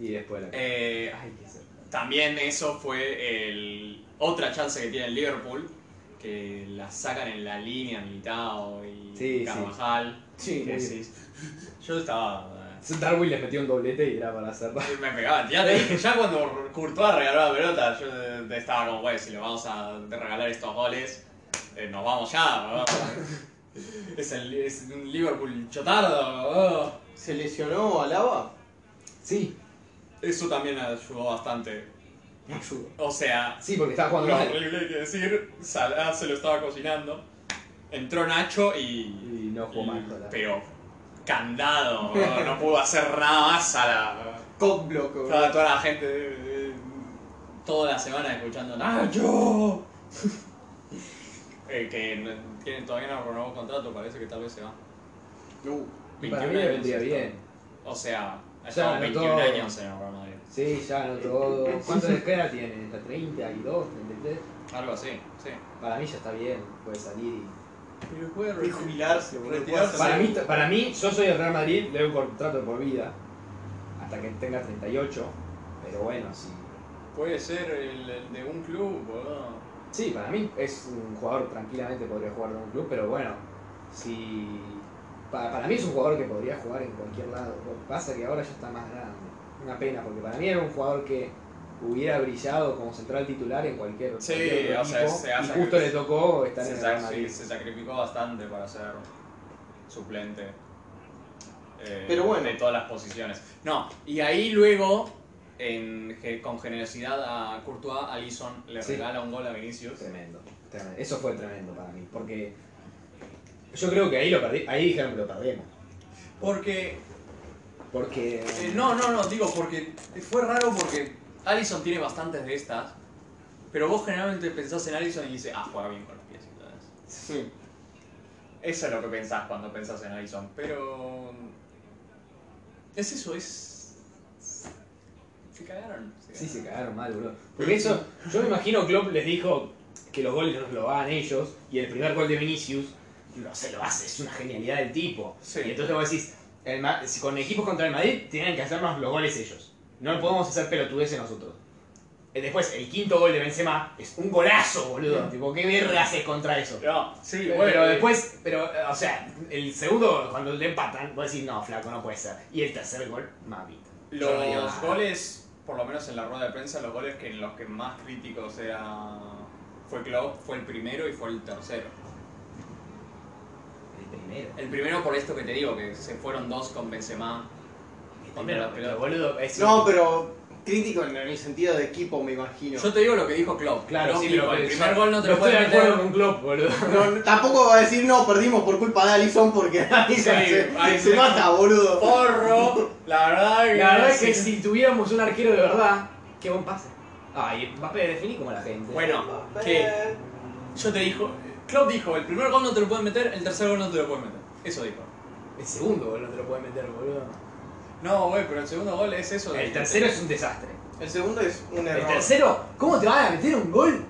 Y después la.
Eh,
Ay, qué cerca.
también eso fue el, otra chance que tiene el Liverpool, que la sacan en la línea Militao y
Sí, sí.
Carvajal.
Sí,
Que
muy
decís, Yo estaba...
Darwin les metió un doblete y era para hacer
eh, Me pegaba, ya te dije, ya cuando Courtois regaló la pelota, yo eh, estaba como, bueno, si le vamos a regalar estos goles, eh, nos vamos ya. ¿no? es, el, es un Liverpool chotardo. ¿no?
¿Se lesionó Alaba?
[LAUGHS] Sí,
Eso también ayudó bastante.
Ayuda.
O sea,
sí, porque estaba jugando
lo
mal.
horrible hay que decir, Salah se lo estaba cocinando. Entró Nacho y.
Y no jugó
y-
mal. joder.
pero candado, no, no pudo hacer nada más Salah.
Cock block, boludo.
Estaba toda la gente eh, toda la semana escuchando ¡Nacho! [LAUGHS] Eh, que no- tiene, todavía no renovó contrato, parece que tal vez se va.
Uh,
Y para
21
mí le
años
vendría
está.
bien.
O sea, ha
Ya,
estado
no
21
todo.
años en el Real Madrid.
Sí, ya no todo. ¿Cuánto de queda tiene? ¿Hasta 32, 33?
Algo así, sí.
Para mí ya está bien, puede salir y.
Pero puede
puede jubilarse, boludo.
Retirarse.
Puede
Para
hacer-
mí, para mí, yo soy el Real Madrid, le doy un contrato por vida, hasta que tenga 38, pero bueno, si
Puede ser el, el de un club, boludo.
Sí, para mí es un jugador tranquilamente podría jugar en un club, pero bueno, si. Para, para mí es un jugador que podría jugar en cualquier lado. Lo que pasa es que ahora ya está más grande. Una pena, porque para mí era un jugador que hubiera brillado como central titular en cualquier.
Sí,
cualquier otro
o sea,
equipo,
se hace
y justo
que-
le tocó estar
Se,
en el
sac-
Real
sí,
Madrid.
se sacrificó bastante para ser suplente. eh,
Pero bueno.
De todas las posiciones. No, y ahí luego, en, ge- con generosidad a Courtois, Alisson le
Sí.
regala un gol a Vinicius.
Tremendo, tremendo. Eso fue tremendo para mí, porque yo creo que ahí lo perdí, ahí dijeron que lo perdemos.
Porque
Porque
Eh, no, no, no, digo, porque fue raro porque Allison tiene bastantes de estas, pero vos generalmente pensás en Allison y dices, ah, juega bien con los pies. ¿entendés?
Sí.
Eso es lo que pensás cuando pensás en Allison, pero... mm, Es eso, es... Se cagaron.
sí se cagaron mal, boludo. Porque eso, yo me imagino Klopp les dijo que los goles nos lo hagan ellos y el primer gol de Vinicius no se lo hace, es una genialidad del tipo.
Sí.
Y entonces vos decís, el Ma- si con equipos contra el Madrid tienen que hacernos los goles ellos. No podemos hacer pelotudeces nosotros. Eh, Después, el quinto gol de Benzema es un golazo, boludo. Tipo, ¿qué verga haces contra eso?
No, sí,
Pero,
bueno,
pero
eh,
después, pero, eh, o sea, el segundo, cuando le empatan, vos decís, no, flaco, no puede ser. Y el tercer gol, mamita.
Los
Yo no digo ah. nada.
goles, por lo menos en la rueda de prensa, los goles que en los que más críticos era... Fue Klopp, fue el primero y fue el tercero.
El primero.
El primero por esto que te digo, que se fueron dos con Benzema.
El
Contra
primero,
la
pero
pelota.
boludo, es
No, pero crítico en el sentido de equipo, me imagino.
Yo te digo lo que dijo Klopp.
Claro,
Klopp
sí,
dijo,
pero
el
yo
primer gol no te
no
lo
estoy
puedes
de acuerdo
meter.
con Klopp, boludo.
[LAUGHS] No, no, tampoco va a decir, no, perdimos por culpa de Allison porque [LAUGHS] Allison
Sí,
se,
ay,
se
sí.
mata, boludo.
Porro, la verdad que...
La verdad es que si tuviéramos un arquero de verdad, qué buen pase. Ay, va a definir como la gente.
Bueno, que yo te dijo... Klopp dijo, el primer gol no te lo pueden meter, el tercer gol no te lo pueden meter. Eso dijo.
el segundo, boludo, te lo pueden meter, boludo.
No, güey, pero el segundo gol es eso. de-
El tercero es un desastre.
El segundo es un
El
error.
tercero, ¿cómo te van a meter un gol?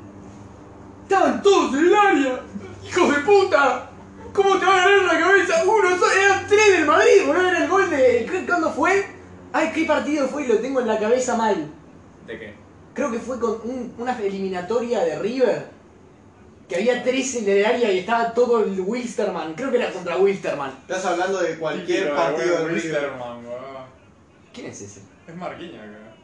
Estaban todos en el área, hijos de puta. ¿Cómo te va a ganar la cabeza? Uno, solo, eran tres del Madrid, boludo, era el gol de. ¿qué- ¿Cuándo fue? Ay, qué partido fue y lo tengo en la cabeza mal.
¿De qué?
Creo que fue con un- una eliminatoria de River. Que había tres en el área y estaba todo el Wilsterman. Creo que era contra Wilsterman.
Estás hablando de cualquier partido de River.
¿Quién es ese?
Es Marquinhos, acá.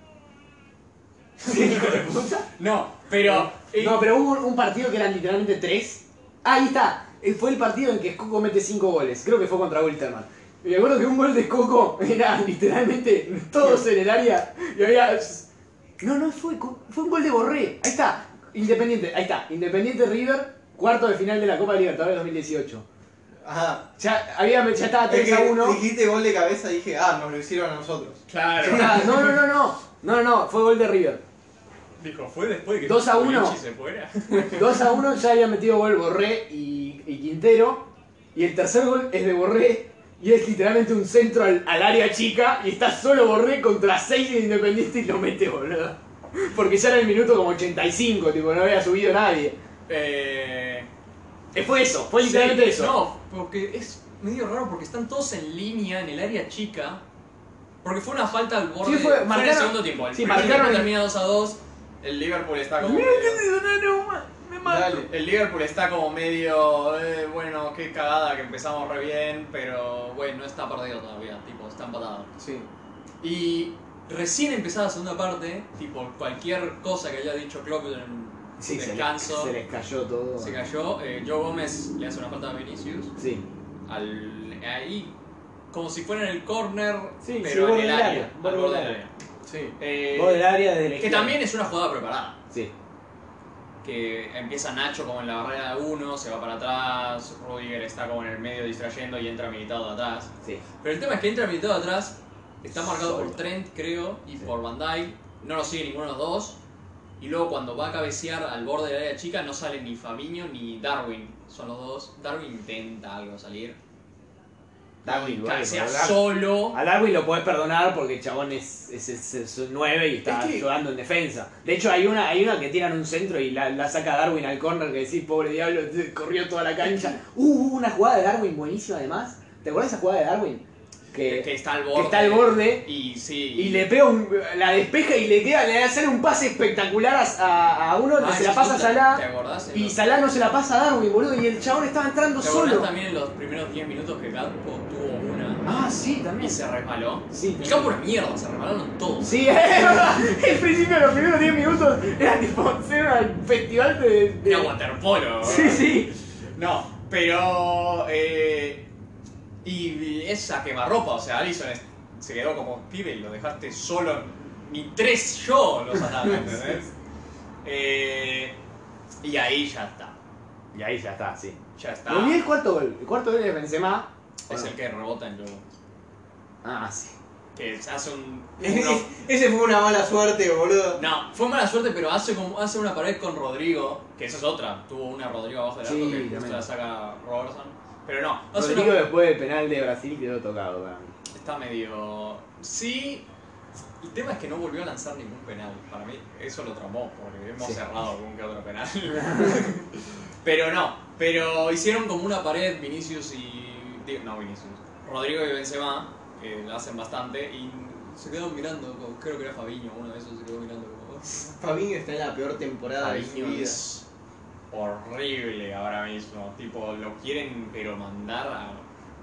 ¿Sí, hijo de puta?
No, pero... eh,
No, pero hubo un partido que eran literalmente tres. Ah, ahí está. Eh, Fue el partido en que Coco mete cinco goles. Creo que fue contra Wilterman. Y me acuerdo que un gol de Coco era [LAUGHS] literalmente todos en el área. Y había. No, no fue. Co- Fue un gol de Borré. Ahí está. Independiente, ahí está. Independiente River, cuarto de final de la Copa Libertadores 2018.
Ajá.
Ya, había, ya estaba
Es
3 a
que
1.
dijiste gol de cabeza y dije, ah, nos lo hicieron a nosotros.
Claro.
Ah, No, no, no, no. No, no, no. Fue gol de River.
Dijo, fue después de que...
Dos a uno.
Pulichi se fuera.
2 a 1 ya había metido gol Borré y, y Quintero. Y el tercer gol es de Borré. Y es literalmente un centro al, al área chica. Y está solo Borré contra 6 de Independiente y lo mete, boludo. Porque ya era el minuto como 85, tipo, no había subido nadie.
[LAUGHS] Eh...
Eh, Fue eso, fue literalmente
Sí,
eso.
No, porque es medio raro porque están todos en línea en el área chica. Porque fue una falta al borde.
Sí, fue-
en el
marcaron-
segundo tiempo. El
sí,
primer tiempo
marcaron el-
termina 2 a 2. El Liverpool está como.
Mirá
medio-
que te donaron, ma- me mato.
Dale.
el Liverpool está como medio. eh, bueno, qué cagada que empezamos re bien, pero bueno, está perdido todavía. Tipo, está empatado.
Sí.
Y recién empezada la segunda parte, tipo, cualquier cosa que haya dicho Klopp en
Sí, se, les,
descanso.
se les cayó todo.
Se cayó, eh, Joe Gómez le hace una falta a Vinicius.
Sí.
al, ahí, como si fuera en el corner,
Sí, sí,
pero
borde
en el
del área,
área.
borde
al
del
borde del
área.
área.
Sí.
Eh,
Gol del área desde la
que
izquierda.
también es una jugada preparada.
Sí.
Que empieza Nacho como en la barrera de uno, se va para atrás, Rudiger está como en el medio distrayendo y entra militado de atrás.
Sí.
Pero el tema es que entra militado de atrás, está marcado
Solo.
por Trent, creo, y
Sí.
por Van Dijk, no lo sigue ninguno de los dos. Y luego cuando va a cabecear al borde del área chica no sale ni Fabinho ni Darwin. Son los dos. Darwin intenta algo salir.
Darwin, igual,
cabecea
¿verdad?
solo.
A Darwin lo podés perdonar porque el chabón es, es, es- es un 9 y está
Es que-
ayudando en defensa. De hecho, hay una, hay una que tiran un centro y la, la saca Darwin al corner que decís, pobre diablo, corrió toda la cancha.
Uh, hubo una jugada de Darwin buenísima además. ¿Te acuerdas de esa jugada de Darwin?
que,
que
que
está al borde.
está al borde
Y sí.
y le pega un- la despeja y le queda, le hace un pase espectacular a, a- a uno
Ah,
que se la
esa
pasa a
es otra. ¿Te
Salah
acordás? En
y
los-
Salah no se la pasa a Darwin, boludo, y el chabón estaba entrando
¿Te acordás
solo.
también en los primeros 10 minutos que Campo tuvo una
Ah, sí,
y
también.
se resbaló?
Sí.
El campo era mierda, se resbalaron todos.
[LAUGHS]
Sí, es verdad. El principio de los primeros 10 minutos era tipo era el festival de. de-
Era waterpolo.
Eh, Sí, sí.
No, pero. Eh, y esa quemarropa, o sea, Alison es- se quedó como pibe y lo dejaste solo. Ni tres yo los
[LAUGHS]
ataba, ¿entendés? Eh, y ahí ya está.
Y ahí ya está, sí.
Ya está.
Lo vi el cuarto gol. El cuarto gol de Benzema.
Es el que rebota en Yogo.
Ah, sí.
Que hace un. uno-
[LAUGHS] Ese fue una mala suerte, boludo.
No, fue mala suerte, pero hace como hace una pared con Rodrigo, que esa es otra. Tuvo una Rodrigo abajo del arco
Sí,
que justo
tremendo.
la saca Robertson. Pero no, hace
Rodrigo
una-
después del penal de Brasil quedó tocado para mí.
está medio. Sí. El tema es que no volvió a lanzar ningún penal. Para mí, eso lo tramó, porque hemos cerrado algún que otro penal. pero no, pero hicieron como una pared Vinicius y. digo, No, Vinicius. Rodrigo y Benzema, que la hacen bastante, y se quedaron mirando. como- Creo que era Fabiño, uno de esos se quedó mirando. como,
Fabinho está en la peor temporada de su
Fabinho
vida.
es horrible ahora mismo. Tipo, lo quieren pero mandar a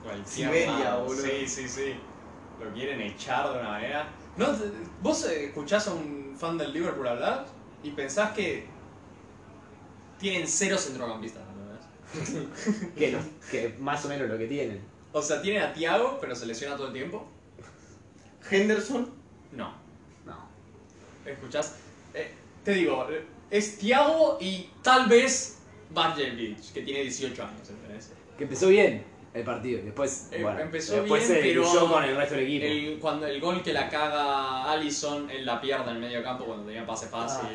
cualquier
Siberia,
lado.
boludo.
Sí, sí, sí. Lo quieren echar de una manera. No, te- vos eh, escuchás a un fan del Liverpool hablar y pensás que tienen cero centrocampistas, ¿no?
Que, no- que es más o menos lo que tienen.
O sea, tienen a Thiago, pero se lesiona todo el tiempo.
Henderson,
No.
No.
¿Escuchás? Eh, te digo, eh, es Thiago y tal vez Beach, que tiene 18 años, ¿entendés?
Que empezó bien el partido. Después,
Eh,
bueno,
empezó
después
bien,
se
pero-
diluyó con el resto del equipo.
El, cuando, el gol que la caga Allison, él la pierde en el medio campo cuando tenía pase fácil.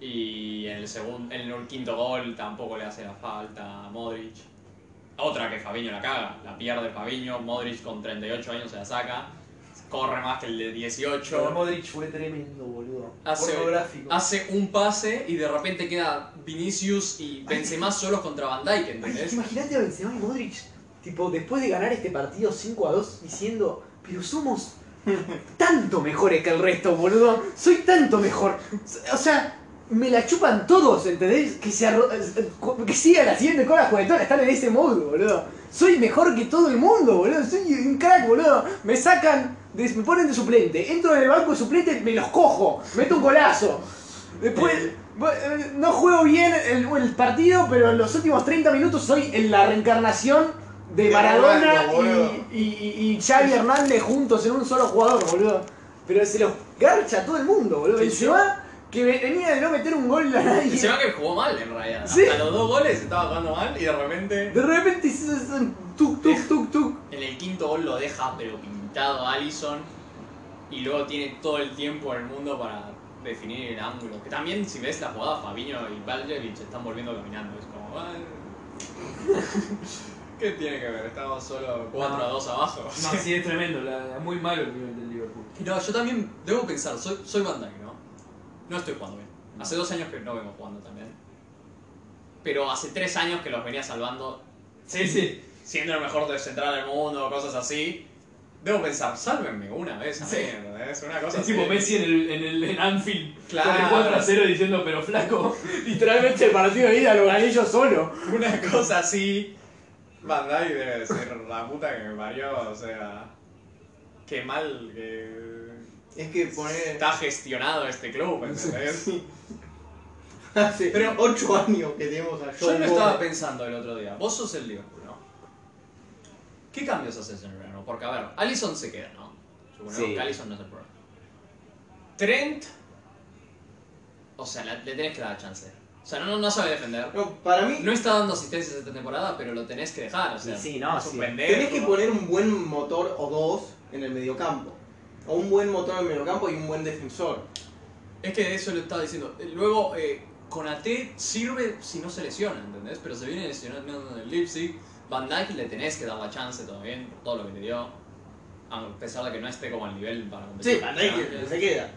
Y en el, segundo, en el quinto gol tampoco le hace la falta a Modric. Otra que Fabiño la caga, la pierde Fabiño, Modric con 38 años se la saca, corre más que el de 18.
Modric fue tremendo, boludo.
Hace-
Pornográfico.
Hace un pase y de repente queda Vinicius y Benzema solos contra Van Dijk,
Ay,
¿entendés?
Imagínate a Benzema y Modric, tipo, después de ganar este partido 5 a 2, diciendo, pero somos
Tanto mejores que el resto, boludo. Soy tanto mejor. O sea, me la chupan todos, ¿entendés? Que, se arro- que siga la siguiente con la juguetona, están en ese mood, boludo. Soy mejor que todo el mundo, boludo. Soy un crack, boludo. Me sacan, de- me ponen de suplente. Entro en el banco de suplente, me los cojo. Meto un golazo. Después, bu- eh, no juego bien el, el partido, pero en los últimos 30 minutos soy en la reencarnación de
De
Maradona
Ronaldo,
y-
boludo.
y, y, y Xavi Hernández juntos en un solo jugador, boludo. Pero se los garcha a todo el mundo, boludo.
Sí,
Benzema, que venía de no meter un gol a nadie.
Benzema que jugó mal en realidad.
Sí.
Hasta los dos goles estaba jugando mal y de repente...
De repente se hace un tuk, tuk, tuk, tuk.
En el quinto gol lo deja pero pintado a Allison y luego tiene todo el tiempo del mundo para definir el ángulo. Que también si ves la jugada, Fabinho y Baljevic están volviendo caminando. Es como... [LAUGHS] "Ay". ¿Qué tiene que ver? Estamos solo 4 a 2 abajo.
No, sí, es tremendo, la- muy malo el nivel del Liverpool.
No, yo también debo pensar, soy, soy Van Dijk, ¿no? No estoy jugando bien. Hace dos años que no vengo jugando también. Pero hace tres años que los venía salvando
Sí, sí.
siendo el mejor de central del mundo, cosas así. Debo pensar, sálvenme una vez, a mí, ¿entendés? Una cosa
Es
así.
tipo Messi en el, en el en Anfield con el
Claro.
4 a 0 diciendo, pero flaco. [LAUGHS]
Literalmente el partido de ida lo gané yo solo.
Una cosa así. Van Dijk debe decir, la puta que me parió, o sea. Qué mal que.
es que poner.
Está gestionado este club, ¿entendés?
Hace
Pero-
8 años que tenemos a
Yo
John
lo estaba
Gómez.
pensando el otro día. Vos sos el Liverpool, ¿no? ¿Qué cambios haces en el verano? Porque, a ver, Allison se queda, ¿no? Suponemos
Sí.
que Allison no es el problema. Trent. O sea, la- le tenés que dar chance. O sea, no, no sabe defender.
No, para mí,
No está dando asistencias esta temporada, pero lo tenés que dejar. O sea,
Sí, no,
es un
sí.
pendejo.
tenés que poner un buen motor o dos en el mediocampo. O un buen motor en el mediocampo y un buen defensor.
Es que eso lo estaba diciendo. Eh, Luego, eh, Conate sirve si no se lesiona, ¿entendés? Pero se viene lesionando en el Leipzig. Van Dijk le tenés que dar la chance también, por todo lo que te dio. A pesar de que no esté como al nivel para competir.
Sí, Van Dijk
Pero
que se [LAUGHS] queda.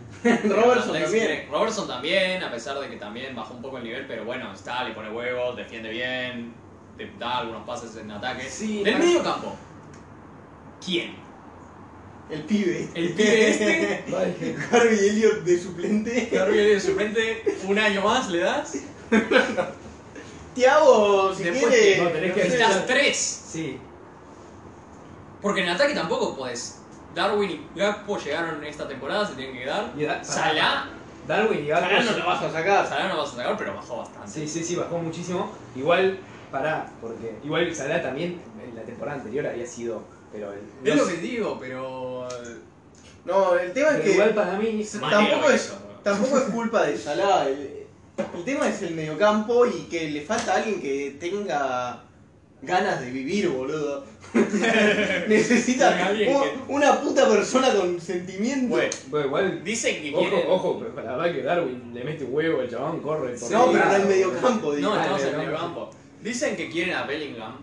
Robertson
Van Dijk
también.
tiene- Robertson también, a pesar de que también bajó un poco el nivel, pero bueno, está, le pone huevos, defiende bien, te da algunos pases en ataque.
Sí,
Del
para-
medio campo. ¿Quién?
El pibe.
El pibe
[LAUGHS]
este,
Vale.
Harvey Elliot de suplente.
Gabriel de suplente, un año más le das.
Tiago, si
Después
quiere.
no, tenés que-
Necesitas tres.
Sí.
Porque en ataque tampoco podés. Darwin y Gakpo llegaron esta temporada, se tienen que quedar.
Y da-
Salah,
Darwin y Gakpo-
no lo vas a sacar.
Salah no vas a sacar, pero bajó bastante.
Sí, sí, sí, bajó muchísimo. Igual, pará, porque igual Salah también en la temporada anterior había sido. Pero el-
Es
no
lo
sé.
que digo,
[LAUGHS]
pero.
No, el tema es
Pero
que
igual para mí.
Manejo
tampoco es,
eso, ¿no?
tampoco es culpa de Salah. El, el tema es el mediocampo y que le falta alguien que tenga ganas de vivir, boludo. [LAUGHS]
Tenga
Necesita
alguien
un-
que-
una puta persona con sentimiento.
Bueno,
Bueno, igual.
dicen que
Ojo,
quieren.
ojo, pero la verdad que Darwin le mete huevo, el chabón corre. por
no,
todos
pero no
lados.
el mediocampo, digo.
No, estamos en
Dale,
el
vamos.
campo. Dicen que quieren a Bellingham,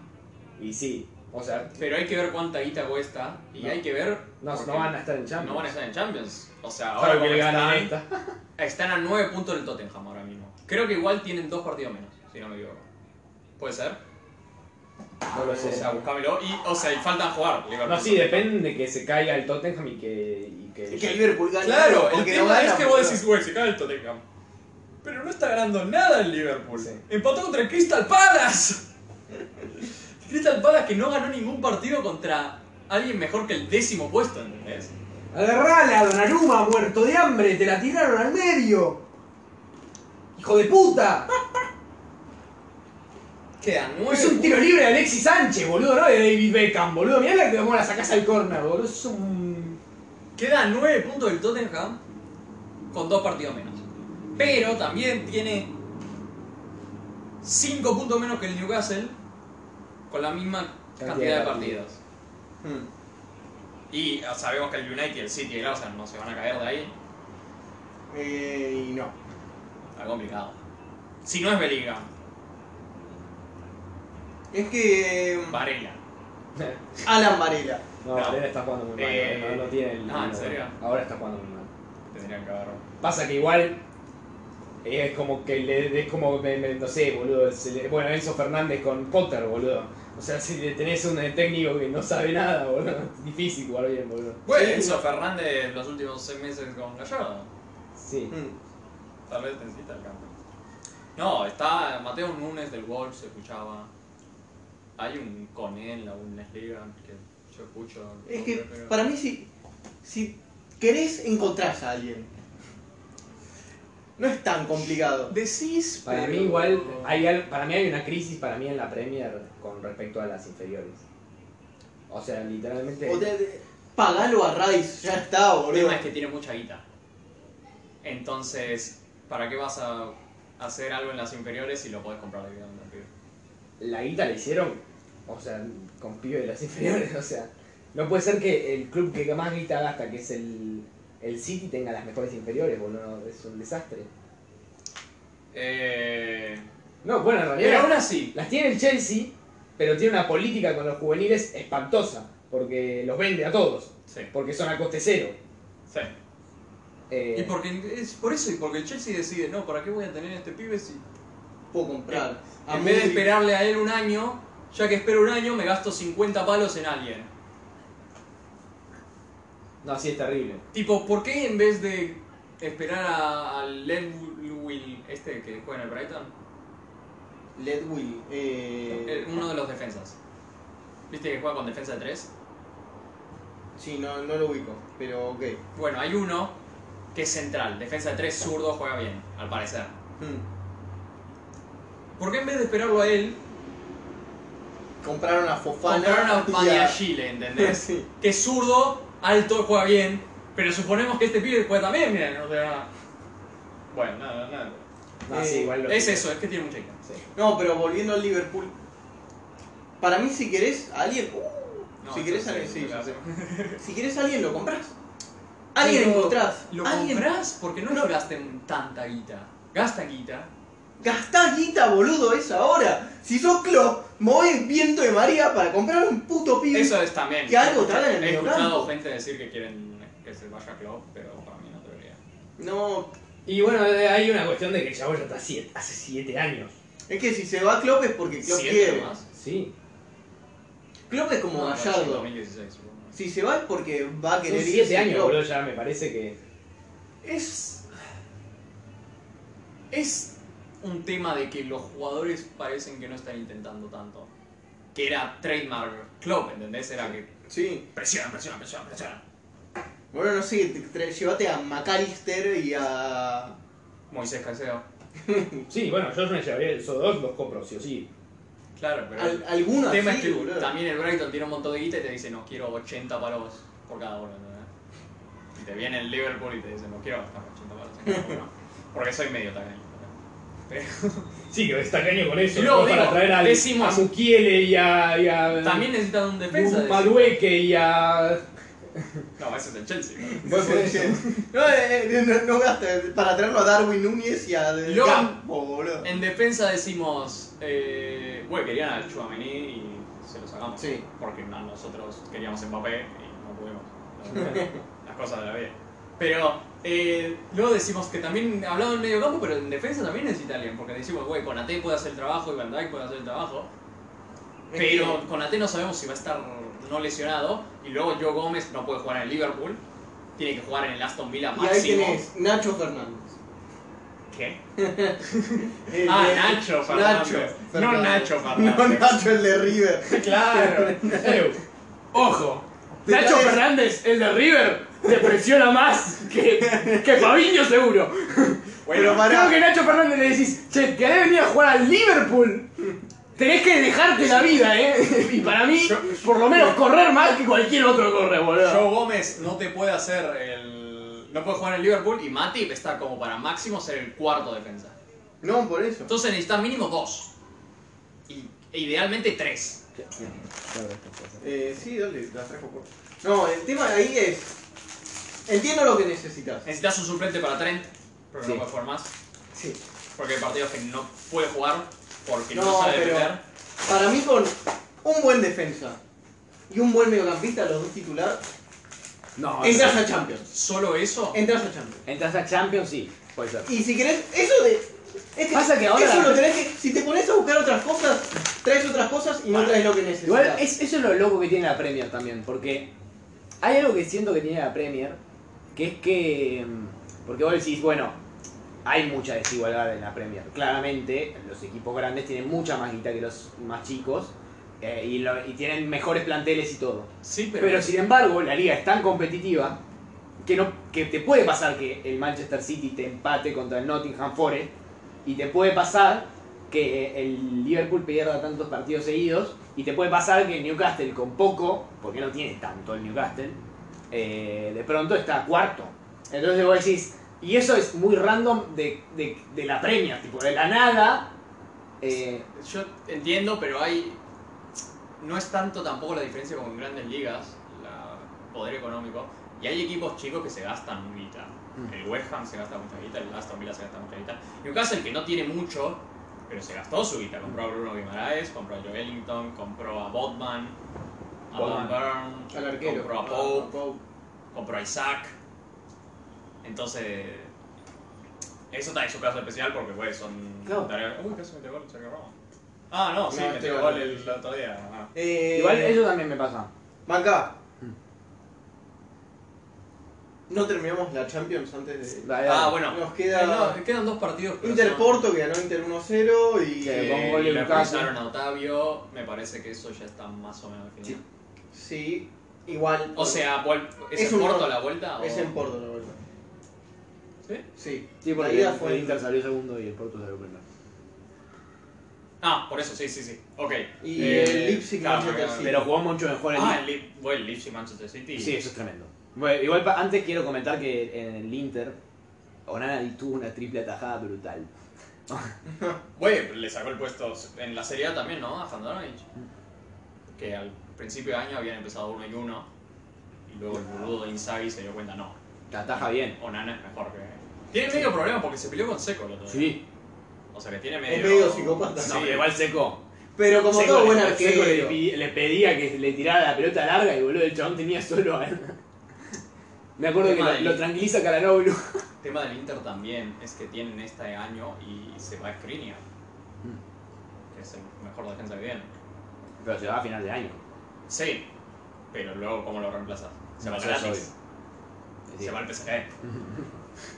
Y sí, o sea,
pero hay que ver cuánta guita cuesta y
No.
hay que ver.
no,
porque
no van a estar en Champions.
no van a estar en Champions. O sea,
Claro
ahora
que
como
le ganan
están,
esta.
están a 9 puntos del Tottenham ahora mismo. Creo que igual tienen dos partidos menos, si no me equivoco. ¿Puede ser?
No lo
O
sé.
sea, buscámelo. Y, o sea, y faltan jugar. Liverpool.
No, sí, depende de que se caiga el Tottenham y que. Y que,
Que Liverpool gane.
Claro, el
porque
tema
no gana,
es que
boludo.
vos decís, güey, se cae el Tottenham. Pero no está ganando nada el Liverpool.
Sí.
Empató contra el Crystal Palace. [LAUGHS] Crystal Palace que no ganó ningún partido contra alguien mejor que el décimo puesto, ¿entendés?
Agarrala, Donnarumma, muerto de hambre, te la tiraron al medio. ¡Hijo de puta!
Quedan nueve.
Es un tiro libre de Alexis Sánchez, boludo, no de David Beckham, boludo. Mirá la que cómo la sacás al córner, boludo. Es un.
Quedan nueve puntos del Tottenham con dos partidos menos. Pero también tiene cinco puntos menos que el Newcastle con la misma cantidad, de partidos.
Hmm.
Y ah, sabemos que el United, el City y el Arsenal no se van a caer de ahí.
Eh, y no.
Está complicado. Si no es Bellingham,
Es que. eh,
Varela.
Alan Varela.
No,
No.
Varela está jugando muy mal.
Eh,
no, no tiene el.
ah, ¿en serio?
Ahora está jugando muy mal.
Tendrían que agarrar.
Pasa que igual eh, es como que le es como me- me- no sé, boludo, se le- bueno, Enzo Fernández con Potter, boludo. O sea, si le tenés un eh, técnico que no sabe nada, boludo, [LAUGHS] es difícil jugar bien, boludo.
Bueno, Enzo Fernández los últimos seis meses con Gallardo.
Sí.
Mm.
Hmm.
Tal vez necesita el cambio. No, está Mateo Núñez del Wolf, se escuchaba. Hay un Coné en la Bundesliga que yo escucho.
Es que
Pero-
para mí, si, si querés, encontrás a alguien. No es tan complicado.
Decís,
Para
pero-
mí igual hay al- para mí hay una crisis para mí en la Premier con respecto a las inferiores. O sea, literalmente
O te- te- pagalo a Rice, ya está,
El
boludo.
tema es que tiene mucha guita. Entonces, ¿para qué vas a hacer algo en las inferiores si lo podés comprar de en
la guita la hicieron, o sea, con pibes de las [LAUGHS] inferiores, o sea, no puede ser que el club que más guita gasta, que es el, el City, tenga las mejores inferiores, boludo, es un desastre.
Eh,
No, bueno, en
pero
realidad
aún así,
las tiene el Chelsea, pero tiene una política con los juveniles espantosa, porque los vende a todos,
sí,
porque son a coste cero.
sí.
Eh,
Y porque es por eso, y porque el Chelsea decide, no, ¿para qué voy a tener a este pibe si
Puedo comprar. A
en vez de
Moody.
esperarle a él un año, ya que espero un año, me gasto 50 palos en alguien?
No, sí, es terrible.
Tipo, ¿por qué en vez de esperar a, a Ledwill, este que juega en el Brighton?
Ledwill.
Eh,
Eh,
Uno de los defensas. ¿Viste que juega con defensa de 3?
sí, no, no lo ubico, pero ok.
Bueno, hay uno que es central, defensa de 3 zurdo, juega bien, al parecer.
Hmm.
¿Por qué en vez de esperarlo a él,
Compraron a Fofana.
compraron a
y
Paniachile,
[LAUGHS]
¿entendés?
Sí.
que es zurdo, alto, juega bien, pero suponemos que este pibe juega también, miren, o sea... Bueno, nada, nada.
No,
Eh,
sí, igual lo-
Es eso, es que tiene mucha idea.
Sí.
No, pero volviendo al Liverpool. Para mí, si querés a alguien. uh,
No,
si querés
eso
a alguien,
sí,
sí,
claro.
yo sé. Si querés a alguien, lo compras. Alguien
Pero,
encontrás.
Lo
alguien.
comprás porque no, lo gasten tanta guita. Gastan guita.
Gastá guita, boludo, es ahora. Si sos Klopp, mueve viento de María para comprar un puto pibe.
Eso es también.
Que algo te hagan en el
He escuchado
mediocampo.
gente decir que quieren que se vaya Klopp, pero para mí no debería.
No,
Y bueno, eh, hay una cuestión de que el chabón ya está siete- hace 7 años.
es que si se va Klopp es porque Klopp
Siete
quiere.
más.
Sí.
Klopp es como
No, no, sí,
Gallardo.
2016, supongo.
Si se va es porque va a
Son
querer irse.
7 años,
no.
boludo, ya me parece que.
Es. Es un tema de que los jugadores parecen que no están intentando tanto. Que era trademark club, ¿entendés? Era que
Sí.
presiona, presiona, presiona, presiona.
Bueno, no sé, te- te- llévate a McAllister y a.
Moisés Caicedo.
Sí, bueno, yo me llevaría esos dos, los compro, sí o sí.
Claro, pero
al- alguno
el tema
así,
es que
boludo. [LAUGHS]
también el Brighton tiene un montón de guita y te dice, no quiero 80 palos por cada uno, ¿entendés? Y te viene el Liverpool y te dice, no quiero gastar 80 palos en cada
[LAUGHS]
uno. Porque soy medio tacaño.
Sí, que está caño con eso.
Y luego
¿no? para
digo,
traer al,
decimos-
a Mukiele y a. Y a
También necesitan un defensa. decís.
Palueque y a.
No, ese es el Chelsea. ¿no?
Bueno, por eso.
No, eh, eh, no, no gasta. Para traerlo a Darwin Núñez y a Del
Yo-
Campo, boludo.
En defensa decimos, eh, bueno, querían al Chouameni y se lo sacamos.
Sí.
Porque a nosotros queríamos Mbappé y no pudimos. La
[LAUGHS]
verdad, Las cosas de la vida. Pero eh, luego decimos que también, hablando en medio campo, pero en defensa también necesita alguien. Porque decimos, güey, Conate puede hacer el trabajo y Van Dijk puede hacer el trabajo.
Es
Pero Conate no sabemos si va a estar no lesionado. Y luego Joe Gómez no puede jugar en el Liverpool. Tiene que jugar en el Aston Villa
Y ahí
máximo.
tenés Nacho Fernández.
¿Qué?
El
Ah,
de-
Nacho Fernández. No
Fernández.
Nacho Fernández.
[LAUGHS] No Nacho, el de River.
[LAUGHS] Claro. Eh,
Ojo,
Te
Nacho
traes-
Fernández, el de River, te presiona más que, que Fabinho seguro.
Pero
Creo
pará.
que Nacho Fernández le decís, che, querés venir a jugar al Liverpool. Tenés que dejarte la vida,
[LAUGHS]
eh. Y para mí, por lo menos correr más que cualquier otro corre, boludo.
Joe Gómez no te puede hacer el. No puede jugar en Liverpool y Matip está como para máximo ser el cuarto defensa.
No, por eso.
Entonces necesitas mínimo dos. Y e idealmente tres.
Eh, sí, dale, la trajo por. No, el tema ahí es. Entiendo lo que necesitas.
Necesitas un suplente para Trent, pero no puede jugar más.
Sí.
Porque hay partidos que no puede jugar porque no,
No,
sabe
pero-
defender.
Para mí, con un buen defensa y un buen mediocampista, los dos titular,
No,
entras a Champions.
Solo eso.
Entras a Champions.
entras a Champions, sí, puede ser.
Y si querés, eso de. es que
Pasa que ahora
Eso
la-
lo tenés que. Si te pones a buscar otras cosas, traes otras cosas y no traes lo que necesitas.
Igual, es- eso es lo loco que tiene la Premier también, porque hay algo que siento que tiene la Premier, que es que. mm, Porque vos decís, bueno, hay mucha desigualdad en la Premier. Claramente, los equipos grandes tienen mucha más guita que los más chicos eh, y, lo- y tienen mejores planteles y todo.
Sí, pero.
Pero sin embargo, la liga es tan competitiva que, no, que te puede pasar que el Manchester City te empate contra el Nottingham Forest y te puede pasar que el Liverpool pierda tantos partidos seguidos y te puede pasar que el Newcastle con poco, porque no tiene tanto el Newcastle, eh, de pronto está cuarto. Entonces vos decís, y eso es muy random de, de- de la premia, tipo de la nada. eh,
Yo entiendo, pero hay. No es tanto tampoco la diferencia como en grandes ligas, el poder económico. Y hay equipos chicos que se gastan guita.
Mm.
El West Ham se gasta mucha guita, el Aston Villa se gasta mucha guita. Newcastle que no tiene mucho, pero se gastó su guita. Compró a Bruno Guimaraes, compró a Joe Ellington, compró a Botman, a Van
Botman.
Burn,
Al arquero.
compró a
Ah,
Pope,
Pope.
compró a Isaac. Entonces. Eso está en su caso especial porque, güey, son.
Claro.
tareas- Uy, casi metió gol, se acabó. Ah, no, sí,
No,
metió
este
gol
gol.
el otro día. ajá.
Eh,
igual Mm. eso también me pasa.
Maca. No terminamos la Champions antes de.
Dale, dale.
Ah, bueno.
Nos queda-
Eh, no, quedan dos partidos. pero
Inter
son-
Porto que ganó Inter 1-0 y.
Que
Eh,
con gol de
le
Lukaku.
expulsaron a Otavio. Me parece que eso ya está más o menos definido.
Sí, igual.
O sea, vuel- ¿es,
Es
en
un-
Porto la vuelta? o-
Es en Porto la vuelta.
¿Sí?
Sí.
Sí,
la
porque
ida
el,
fue
el Inter salió segundo y el Porto salió primero.
Ah, por eso, sí, sí, sí. Ok.
Y
Eh,
el Leipzig
claro,
Manchester
claro.
City.
Pero jugó mucho mejor el
Ah, el Leip- bueno, el Leipzig, Manchester City.
Sí, eso es tremendo. Bueno, igual pa- antes quiero comentar que en el Inter, Onana tuvo una triple atajada brutal.
Güey, le sacó el puesto en la Serie A también, ¿no? A Handanovic. Que al principio de año habían empezado uno y uno. Y luego el boludo de Inzaghi se dio cuenta, no,
La ataja bien.
Onana es mejor que... Tiene medio problema porque se peleó con Seco el otro día.
Sí.
O sea que tiene medio...
Es medio psicópata.
Sí,
No, pero igual seco.
Pero como
Seco
todo
le-
buen
Seco le,
arquero.
pi- le pedía que le tirara la pelota larga y boludo, el chabón tenía solo a Me acuerdo
Qué
que lo,
mal.
lo tranquiliza Caranoblu.
El tema del Inter también es que tienen este año y se va a Skriniar. Que es el mejor defensa que viene.
Pero se va a final de año.
Sí. pero luego ¿cómo lo reemplazas? Se va
Eso es
gratis. Se va al PSG. [LAUGHS]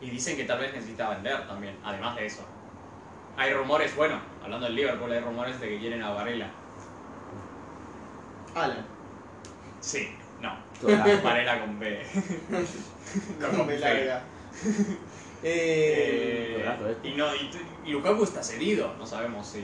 y dicen que tal vez necesita vender también, además de eso. Hay rumores, bueno, hablando del Liverpool, hay rumores de que quieren a Varela.
Alan.
Sí, no.
Toda la-
[LAUGHS] Varela con B. no
Con
con
B
B. [LAUGHS]
larga. eh,
Eh,
Golazo este.
y, no, y, y Lukaku está cedido, no sabemos si.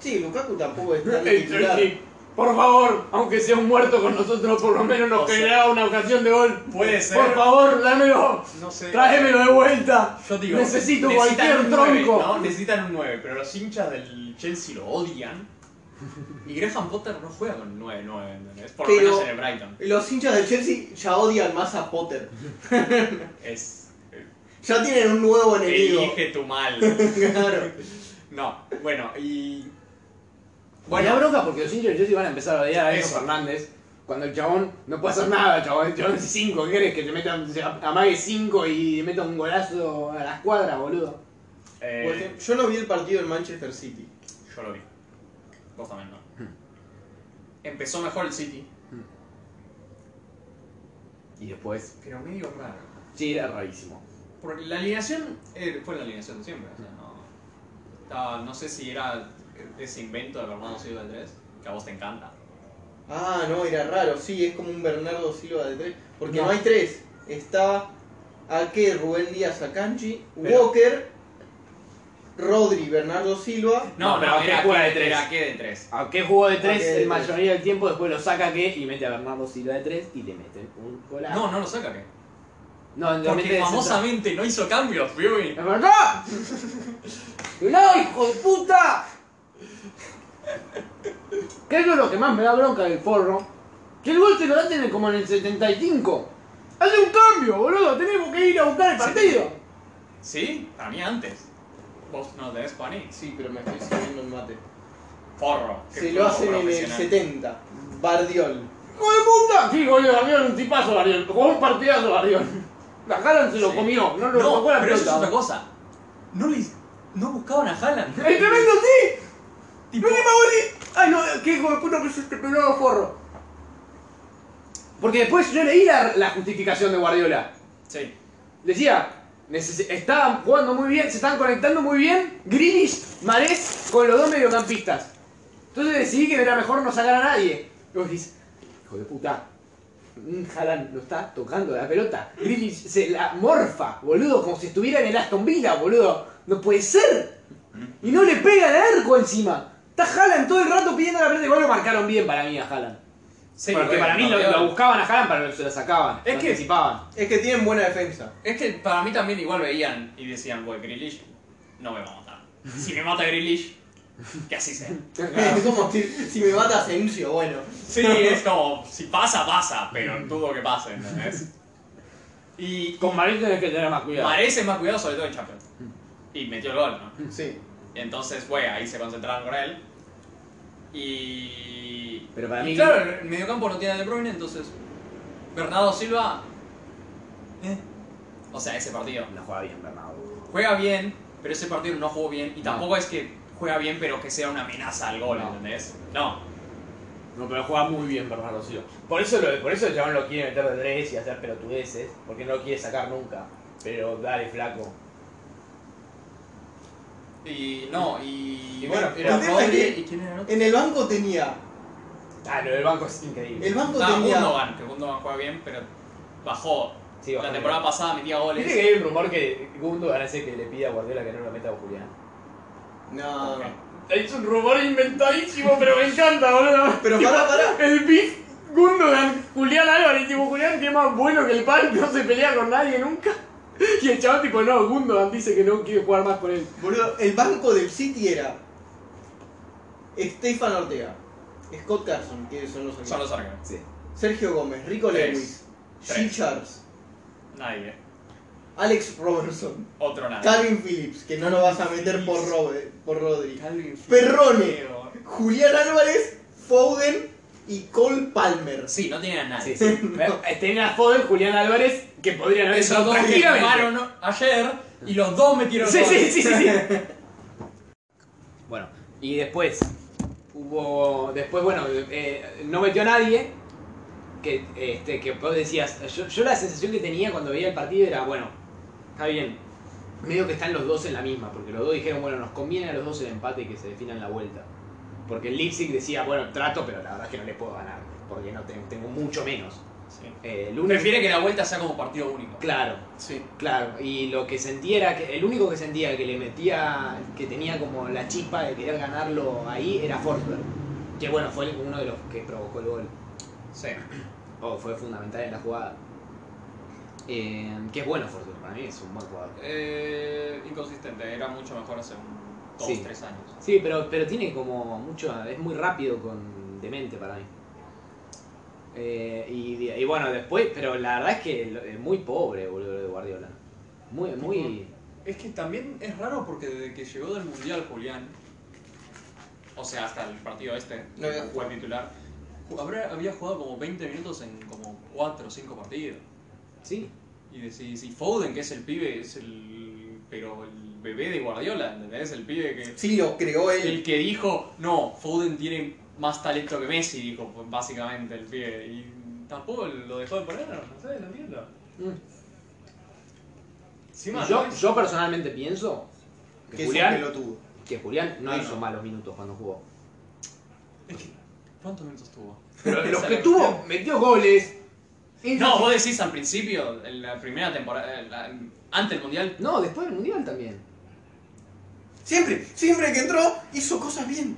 sí, Lukaku tampoco
[LAUGHS]
está de
El
titular.
Chucky, Por favor, aunque sea un muerto con nosotros, por lo menos
O
nos
sea,
genera una ocasión de gol.
Puede ser.
Por favor, dámelo.
No sé.
Tráemelo de vuelta.
Yo digo,
Necesito
necesitan
cualquier
un nueve,
tronco.
¿no? Necesitan un 9, pero los hinchas del Chelsea lo odian. Y Graham Potter no juega con 9-9, ¿entendés? Por lo
Pero-
menos en el Brighton.
Los hinchas del Chelsea ya odian más a Potter.
Es. eh,
Ya tienen un nuevo enemigo.
Elige tu mal.
[LAUGHS] Claro.
No, bueno, y.
Bueno,
Bueno,
bronca porque los hinchas del Chelsea van a empezar a odiar a Enzo
Eso.
Fernández cuando el chabón no puede hacer nada, chabón. El chabón es 5, ¿qué querés? Que te metan, se amague 5 y meta un golazo a la escuadra, boludo.
eh,
Pues,
Por ejemplo, yo no vi el partido del Manchester City.
yo lo vi. Vos también no. Empezó mejor el City,
Y después,
pero medio raro.
sí, era rarísimo.
Porque la alineación eh, fue la alineación de siempre. O sea, no, estaba- no sé si era ese invento de Bernardo Silva del 3, que a vos te encanta.
Ah, no, era raro. Sí, es como un Bernardo Silva de tres. Porque no,
No.
hay tres. Está Ake, Rubén Díaz, Akanji,
Pero-
Walker, Rodri, Bernardo Silva.
No,
No,
no,
pero
era,
¿qué juega
que-
de tres?
era que de 3.
¿A qué jugó de 3
qué de
el
tres?
mayoría del tiempo? Después lo saca que y mete a Bernardo Silva de 3 y le meten un golazo.
No, no lo saca que.
no, no
Porque famosamente no hizo cambios, Biubi.
¡Es verdad! ¡No, hijo de puta! ¿Qué es lo que más me da bronca del forro? Que el gol te lo dan como en el 75. ¡Hace un cambio, boludo! Tenemos que ir a buscar el partido.
Sí, para mí antes. Vos no tenés Juaní.
Sí, pero me estoy sirviendo el mate.
Forro. qué
Se
forro
lo hacen en el
profesional.
70. Bardiol.
¡Hijo de puta! Sí, gol de Barrión, un tipazo Barrión. Jugó un partidazo Barrión. La Haaland se lo
Sí.
comió, no lo
No,
tocó la
pero eso es otra
pelota.
cosa. No, le, no buscaban a Haaland.
[LAUGHS]
¡El tremendo sí!
Tipo,
¡No le pagó ni! ¡Ay, no! ¡Qué hijo de puta que es este pelado forro!
Porque después yo leí la, la justificación de Guardiola.
Sí.
Decía, "Neces- estaban jugando muy bien, se estaban conectando muy bien Grealish, Marés con los dos mediocampistas. Entonces decidí que era mejor no sacar a nadie. Y vos decís, hijo de puta, mm, Haaland lo está tocando la pelota. Grealish se la morfa, boludo, como si estuviera en el Aston Villa, boludo. No puede ser. Y no le pega al arco encima. Está Haaland todo el rato pidiendo la pelota. Igual lo marcaron bien para mí a Haaland.
sí
Porque
bueno,
para mí lo,
campeón.
lo buscaban a Haaland, para que se la sacaban.
Es
lo
que-
anticipaban. [LAUGHS]
Es que tienen buena defensa.
Es que para mí también igual veían y decían, güey, Grealish no me va a matar. Si me mata Grealish, que así sea. Ah.
Es [LAUGHS] como si, si me mata Asensio, bueno.
Sí, es como, si pasa, pasa, pero [LAUGHS] dudo que pase, ¿entendés? Y
Con Marés tenés que tener más cuidado.
parece más cuidado, sobre todo en Champions.
Mm.
Y metió el gol, ¿no?
Sí.
Entonces, güey, ahí se concentraron con él. Y.
Pero para
y
mí-
Claro, el mediocampo no tiene De Bruyne, entonces. Bernardo Silva. eh, O sea, ese partido.
No juega bien Bernardo.
juega bien, pero ese partido no jugó bien. Y
No.
tampoco es que juega bien, pero que sea una amenaza al gol,
No.
¿entendés? No.
No, pero juega muy bien Bernardo Silva. Por eso, lo, por eso el chabón lo quiere meter de tres y hacer pelotudeces, porque no lo quiere sacar nunca. Pero dale, flaco.
Y no, y.
Y bueno,
era
el tema es
Rodri,
que-
¿Y quién era el otro?
En el banco tenía.
Ah, lo del banco es increíble.
El banco
Ah,
tenía.
Gundogan, que Gundogan juega bien, pero bajó.
Sí,
la
eh,
bajó.
temporada pasada metía goles.
¿Viste que hay un rumor que Gundogan hace que le pida a Guardiola que no lo meta a Julián?
No,
Ok.
no.
Es un rumor inventadísimo, pero me encanta, boludo.
Pero
Tipo,
pará, pará.
El beef Gundogan, Julián Álvarez, tipo Julián que es más bueno que el pan, no se pelea con nadie nunca. Y el chaval tipo, no, Gundogan dice que no quiere jugar más con él.
Boludo, el banco del City era. Stefan Ortega, Scott Carson, que son los
Son
amigos.
los arqueros.
Sergio Gómez, Rico
Tres.
Lewis, G.
Tres.
Charles,
Nadie. eh.
Alex Robertson,
Otro nada.
Calvin Phillips, que no lo vas a meter por, Robe- por Rodri,
Calvin
Perrone.
Feo.
Julián Álvarez, Foden y Cole Palmer.
Sí, no tenían a nadie.
Sí, sí. Tenía a Foden, Julián Álvarez, que podrían haber
Esos
estado
dos que
tranquilamente.
jugaron ayer y los dos metieron
Sí,
goles.
sí, sí, sí, sí. Bueno, y después, hubo. Después, bueno, eh, no metió a nadie. Que, este, que vos decías. Yo, yo la sensación que tenía cuando veía el partido era, bueno, está bien. Medio que están los dos en la misma, porque los dos dijeron, bueno, nos conviene a los dos el empate y que se definan la vuelta. Porque el Leipzig decía, bueno, trato, pero la verdad es que no le puedo ganar, porque no te- tengo mucho menos.
Sí.
Eh, el único-
Prefiere que la vuelta sea como partido único.
Claro,
Sí.
Claro, y lo que sentía era que el único que sentía que le metía, que tenía como la chispa de querer ganarlo ahí era Forsberg. Que bueno, fue el- uno de los que provocó el gol.
Sí.
O fue fundamental en la jugada. Eh, que es bueno Forsberg, para mí es un buen jugador.
Eh, inconsistente, era mucho mejor hace un, dos,
Sí.
tres años.
Sí, pero, pero tiene como mucho, es muy rápido con demente para mí. Eh, y, y bueno, después, pero la verdad es que lo- es muy pobre, boludo, de Guardiola. Muy, muy...
Es que también es raro porque desde que llegó del Mundial Julián, o sea, hasta el partido este,
No había
fue titular, ju- habrá- había jugado como 20 minutos en como 4 o 5 partidos.
Sí,
Y decís, y Foden, que es el pibe, es el. pero el bebé de Guardiola, ¿entendés? El pibe que.
Sí, lo creó
El
él.
que dijo, no, Foden tiene más talento que Messi, dijo pues, básicamente el pibe. Y tampoco lo dejó de poner, no sé, no entiendo.
Mm.
Sí, man,
yo,
¿no?
yo personalmente pienso que,
Que es un
Julián,
pelotudo.
que Julián no
Bueno.
hizo malos minutos cuando jugó.
Es que, ¿Cuántos minutos tuvo?
Pero
[LAUGHS] Esa
los
es
que
la
tuvo,
cuestión.
metió goles. Es-
No, vos decís al principio, en la primera temporada, en la- en- antes del mundial.
No, después del Mundial también.
Siempre, siempre que entró, hizo cosas bien.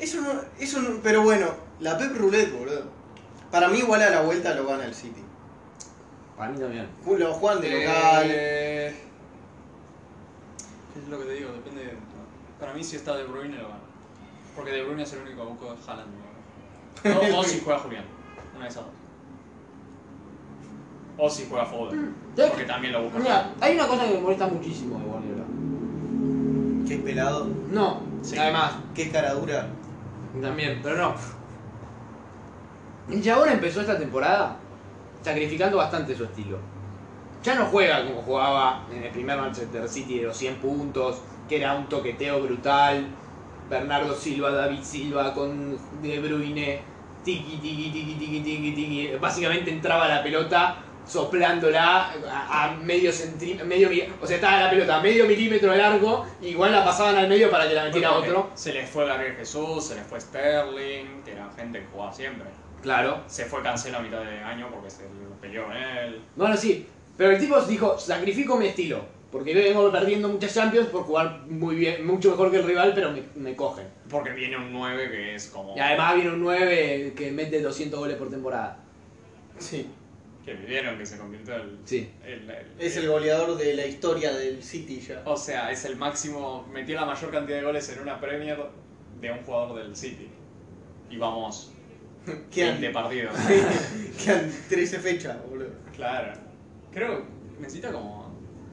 Eso no, eso no, pero bueno, la Pep Roulette, boludo. Para mí igual a la vuelta lo gana el City.
Para mí también.
Lo juegan de local.
Eh, Es lo que te digo, depende. de- Para mí, si está De Bruyne, lo gana. Porque De Bruyne es el único que busca a Haaland.
[LAUGHS]
¿no? No, o si juega Julián. Una de esas dos. O si juega Foden.
¿Sabes
Porque
qué?
también lo busca
Mira,
Haaland.
hay una cosa que me molesta muchísimo de Guardiola.
Qué pelado,
No,
Sí.
además,
qué cara dura.
también, pero no. Y ahora empezó esta temporada sacrificando bastante su estilo. Ya no juega como jugaba en el primer Manchester City de los 100 puntos, que era un toqueteo brutal. Bernardo Silva, David Silva con De Bruyne, tiki, tiki, tiki, tiki, tiki, tiki. Básicamente entraba la pelota soplándola a, a medio centímetro, medio, mi- o sea, estaba la pelota a medio milímetro de largo, igual la pasaban al medio para que la metiera
Porque
otro.
Se les fue Gabriel Jesús, se les fue Sterling, que era gente que jugaba siempre.
Claro.
Se fue Cancelo a mitad de año porque se peleó con él.
Bueno, sí, pero el tipo dijo, sacrifico mi estilo, porque yo vengo perdiendo muchas Champions por jugar muy bien, mucho mejor que el rival, pero me, me cogen.
Porque viene un 9 que es como.
Y además viene un 9 que mete 200 goles por temporada.
Sí,
Que vieron que se convirtió el.
Sí.
el- el-
es el goleador de la historia del City ya.
O sea, es el máximo. Metió la mayor cantidad de goles en una Premier de un jugador del City. Y vamos,
Quedan,
20 partidos.
quedan 13 fechas, boludo.
claro. Creo que necesita como.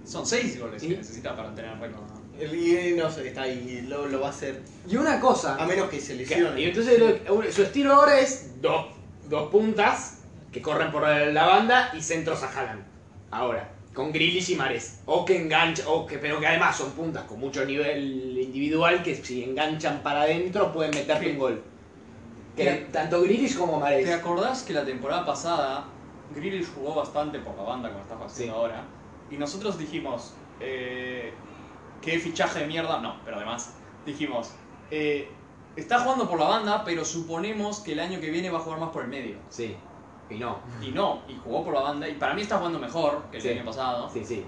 Son 6 goles
¿Y?
que necesita para tener récord. ¿no?
El IE no sé, está ahí, lo, lo va a hacer.
Y una
A
cosa,
menos que se
que- y
lesione.
entonces lo- su estilo ahora es dos, dos puntas que corren por la banda y centros a Haaland. Ahora, con Grealish y Mares. O que enganchan, o que, pero que además son puntas con mucho nivel individual que si enganchan para adentro pueden meterte un gol. Que
Mira.
tanto Grealish como Mares.
¿Te acordás que la temporada pasada Grealish jugó bastante por la banda como está haciendo
Sí.
ahora? Y nosotros dijimos, eh, qué fichaje de mierda, no, pero además dijimos, eh, está jugando por la banda, pero suponemos que el año que viene va a jugar más por el medio.
Sí, y no.
Y no, y jugó por la banda, y para mí está jugando mejor que el
Sí.
año pasado.
Sí, sí.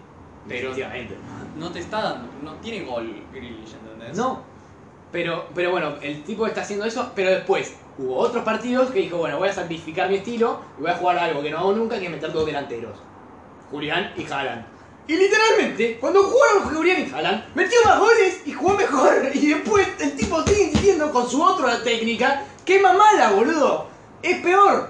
Pero-
Definitivamente.
No te está dando, no tiene gol Grealish, ¿entendés?
No. Pero, pero bueno, el tipo está haciendo eso, pero después hubo otros partidos que dijo, bueno, voy a sacrificar mi estilo y voy a jugar algo que no hago nunca, que es meter dos delanteros. Julián y Haaland. Y literalmente, cuando jugaron Julián y Haaland, metió más goles y jugó mejor. [LAUGHS] Y después el tipo sigue insistiendo con su otra técnica. ¡Qué mamada, boludo! ¡Es peor!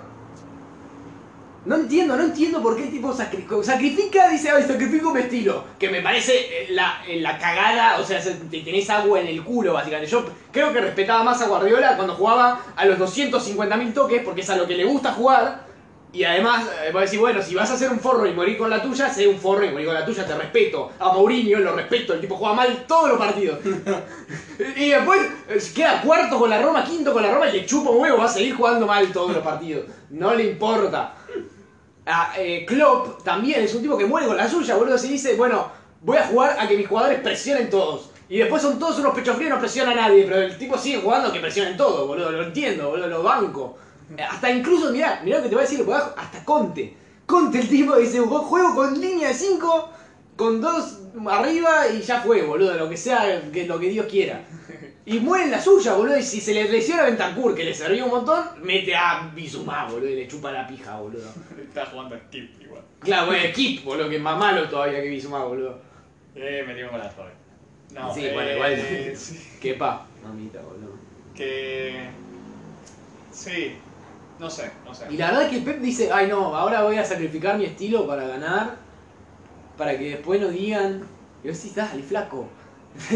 No entiendo, no entiendo por qué el tipo sacri- sacrifica, dice, ay, sacrifico mi estilo. Que me parece eh, la, eh, la cagada, o sea, se- te tenés agua en el culo, básicamente. Yo creo que respetaba más a Guardiola cuando jugaba a los 250.000 toques, porque es a lo que le gusta jugar. Y además, eh, vos decís, bueno, si vas a ser un forro y morir con la tuya, sé un forro y morir con la tuya, te respeto. A Mourinho lo respeto, el tipo juega mal todos los partidos. y después, eh, queda cuarto con la Roma, quinto con la Roma y le chupa un huevo, va a seguir jugando mal todos los partidos. No le importa. Ah, eh, Klopp también es un tipo que muere con la suya, boludo. Si dice, bueno, voy a jugar a que mis jugadores presionen todos. Y después son todos unos pechos fríos, no presiona a nadie, pero el tipo sigue jugando que presionen todo, boludo. Lo entiendo, boludo, lo banco. Eh, Hasta incluso, mirá, mirá lo que te voy a decir, por abajo, hasta Conte. Conte el tipo dice, "Yo juego con línea de 5, con dos arriba y ya fue, boludo, lo que sea, que, lo que Dios quiera. Y muere en la suya, boludo, y si se le lesiona a Bentancur, que le sirvió un montón, mete a Bizumá, boludo, y le chupa la pija, boludo.
[LAUGHS] Está jugando a Kip igual.
Claro, bueno, Kip, boludo, que es más malo todavía que Bizumá, boludo.
Eh, metimos con la joven. No,
Sí,
eh,
bueno, igual.
sí,
Que pa.
Mamita, boludo.
que. Sí, no sé, no sé.
Y la verdad es que Pep dice, ay no, ahora voy a sacrificar mi estilo para ganar, para que después nos digan. Y vos decís, dale, flaco. [LAUGHS]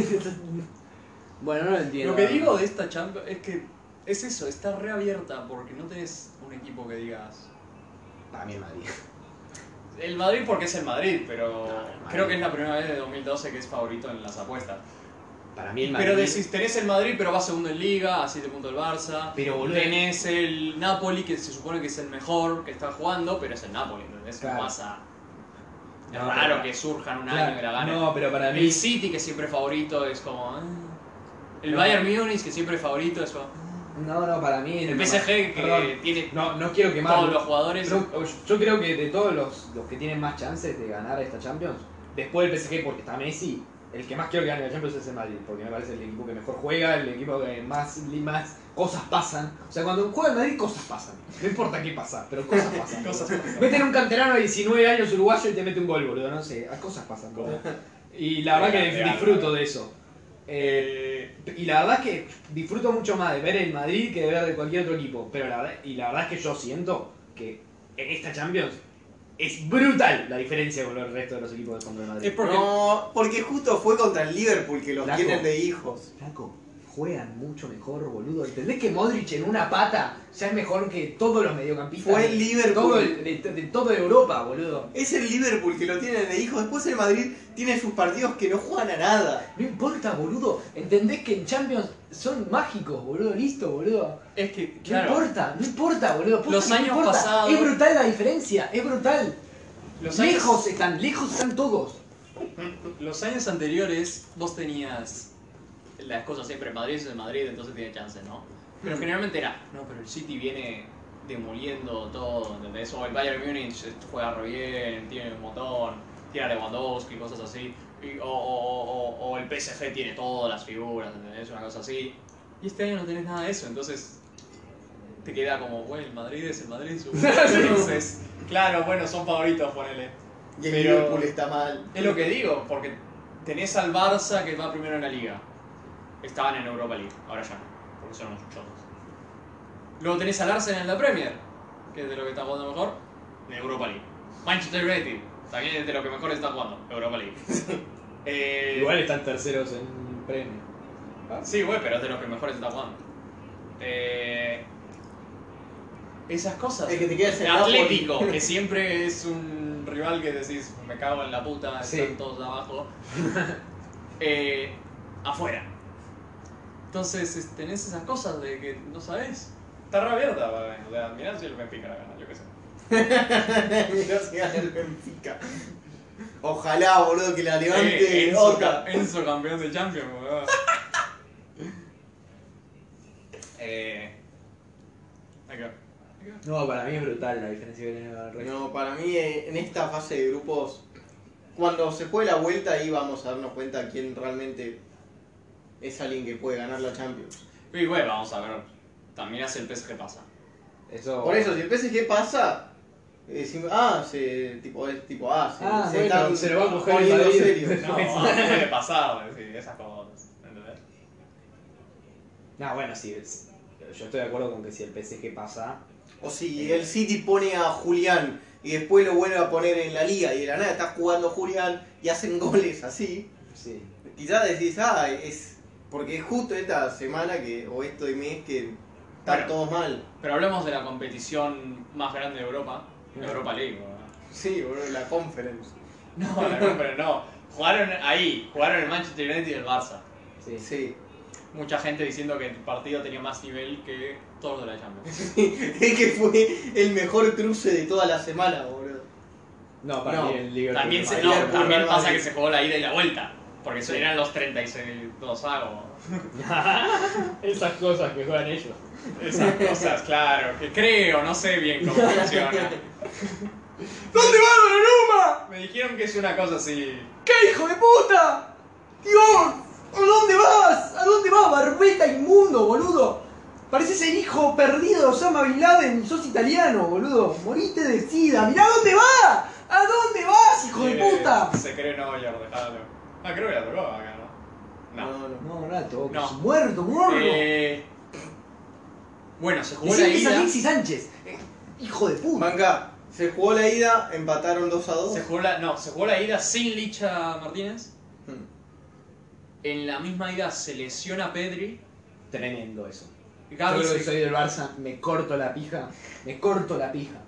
bueno, no lo entiendo.
Lo que digo de esta Champions es que es eso, está reabierta porque no tenés un equipo que digas.
Para mí el Madrid.
El Madrid porque es el Madrid, pero
No, el Madrid.
creo que es la primera vez de 2012 que es favorito en las apuestas.
Para mí el Madrid.
Pero decís, tenés el Madrid, pero va segundo en Liga, a 7 puntos el Barça.
Pero, boludo,
Tenés el Napoli, que se supone que es el mejor que está jugando, pero es el Napoli, ¿entendés?
Claro.
No pasa. Es
No,
raro
pero-
que surjan un año que la
Claro,
ganen.
No, pero para mí.
El City, que siempre es favorito, es como. ah. El
No.
Bayern Múnich, que siempre es favorito, es como.
No, no, para mí.
El
no,
PSG, que
Perdón.
tiene
No, no quiero quemar.
todos los jugadores.
Pero yo creo que de todos los, los que tienen más chances de ganar esta Champions, después del PSG porque está Messi, el que más quiero que gane la Champions es el Madrid, porque me parece el equipo que mejor juega, el equipo que más, más cosas pasan. O sea, cuando juega el Madrid cosas pasan. No importa qué pasa, pero [LAUGHS] cosas pasan.
Cosas
Meten un canterano de 19 años uruguayo y te mete un gol, boludo, no sé, cosas pasan. boludo. Y la verdad que disfruto de eso. Eh,
Eh,
y la verdad es que disfruto mucho más de ver el Madrid que de ver de cualquier otro equipo. Pero la verdad, y la verdad es que yo siento que en esta Champions es brutal la diferencia con el resto de los equipos de fondo de Madrid.
es porque.
No, porque justo fue contra el Liverpool que los
Flaco.
tienen de hijos.
Flaco, juegan mucho mejor, boludo. ¿Entendés que Modric en una pata ya es mejor que todos los mediocampistas?
Fue
de-
el Liverpool.
todo el- de, de toda Europa, boludo.
Es el Liverpool que lo tienen de hijos. Después el Madrid tiene sus partidos que no juegan a nada.
No importa, boludo. ¿Entendés que en Champions son mágicos, boludo? Listo, boludo.
Es que,
No
claro,
importa, no importa, boludo. Puta,
Los
no
años
importa.
pasados-
Es brutal la diferencia, es brutal.
los años,
Lejos están, lejos están todos.
los años anteriores vos tenías las cosas siempre en Madrid, es el Madrid, entonces tiene chance, ¿no? Pero generalmente era, no, pero el City viene demoliendo todo, ¿entendés? O el Bayern Múnich juega re bien, tiene un montón, tiene a Lewandowski, cosas así. Y- o, o- o- o- o el PSG tiene todas las figuras, ¿entendés? Una cosa así. Y este año no tenés nada de eso, entonces te queda como, bueno, el Madrid es el Madrid, supongo. Entonces, claro, bueno, son favoritos, ponele.
Y el
Pero-
Liverpool está mal.
Es lo que digo, porque tenés al Barça que va primero en la liga. Estaban en Europa League, ahora ya no, porque son unos chotos. Luego tenés al Arsenal en la Premier, que es de lo que está jugando mejor, en Europa League. Manchester United, también es de lo que mejor está jugando, Europa League. Eh,
están terceros en premio.
Sí, güey, pero es de los que mejor está jugando. Eh, esas cosas.
El que te queda [LAUGHS] es el
Atlético, que siempre es un rival que decís, me cago en la puta,
Sí.
están todos abajo. [LAUGHS] Eh, afuera. Entonces es- tenés esas cosas de que no sabés. Está re abierta, va, o sea, mirá si el Benfica la gana, yo qué sé.
no se gana el Benfica. Ojalá, boludo, que la
Eh,
levante.
Enzo,
otra.
ca- Enzo campeón de Champions, weón. [LAUGHS] Eh. Hay que ver.
No, para mí es brutal la diferencia que tiene el resto.
No, para mí eh, en esta fase de grupos, cuando se juegue la vuelta ahí vamos a darnos cuenta quién realmente es alguien que puede ganar la Champions.
Y bueno, vamos a ver. También hace el PSG pasa.
Eso.
Por eso, si el PSG pasa, eh, decimos, ah, se, tipo, es tipo, ah, se,
Ah,
se
bueno,
están
se lo va a coger el
poniendo
Madrid.
serios.
No, [LAUGHS] puede pasar, sí, esas cosas. ¿entendés?
No, bueno, sí. es- Yo estoy de acuerdo con que si el PSG pasa.
O
Eh.
si el City pone a Julián y después lo vuelve a poner en la liga y de la nada está jugando Julián y hacen [LAUGHS] goles así.
Sí.
Quizás decís, ah, es porque es justo esta semana que o esto de mes que están
Bueno.
todos mal.
Pero hablemos de la competición más grande de Europa.
Mm.
Europa League. ¿no?
Sí, boludo, la conference.
No, la Europa, pero no. Jugaron ahí, jugaron el Manchester United y el Barça.
Sí.
Sí. [LAUGHS]
mucha gente diciendo que el partido tenía más nivel que todos los de la Champions.
Es que fue el mejor cruce de toda la semana, boludo.
No, para
No,
mí el Liverpool.
También, se,
el
no,
Liverpool-
también
Real
pasa
Madrid.
que se jugó la ida y la vuelta, porque se eran los 36 dos algo.
[LAUGHS] Esas cosas que juegan ellos.
Esas cosas, claro, que creo, no sé bien cómo funciona. ¿Dónde va Donnarumma? Me dijeron que es una cosa así.
¡Qué hijo de puta! ¡Dios! ¿A dónde vas? ¿A dónde vas, barbeta inmundo, boludo? Pareces el hijo perdido de Osama Bin Laden, sos italiano, boludo. Moriste de sida. ¡Mirá dónde vas! ¿A dónde vas, hijo de
Eh,
puta?
Se cree Nueva York, dejalo. Ah, creo que la tocó acá, ¿no? No.
no.
No, Nato,
No.
muerto, muerto.
Eh, bueno, se jugó la
Dicen que es
ida.
Alexis Sánchez. Eh, Hijo de puta.
Manga, Uh, se jugó la ida, empataron 2 a 2.
Se jugó la, no, se jugó la ida sin Licha Martínez.
Hmm.
En la misma ida se lesiona Pedri.
Tremendo eso.
Gaby
Yo que
se,
soy del Barça, me corto la pija. Me corto la pija.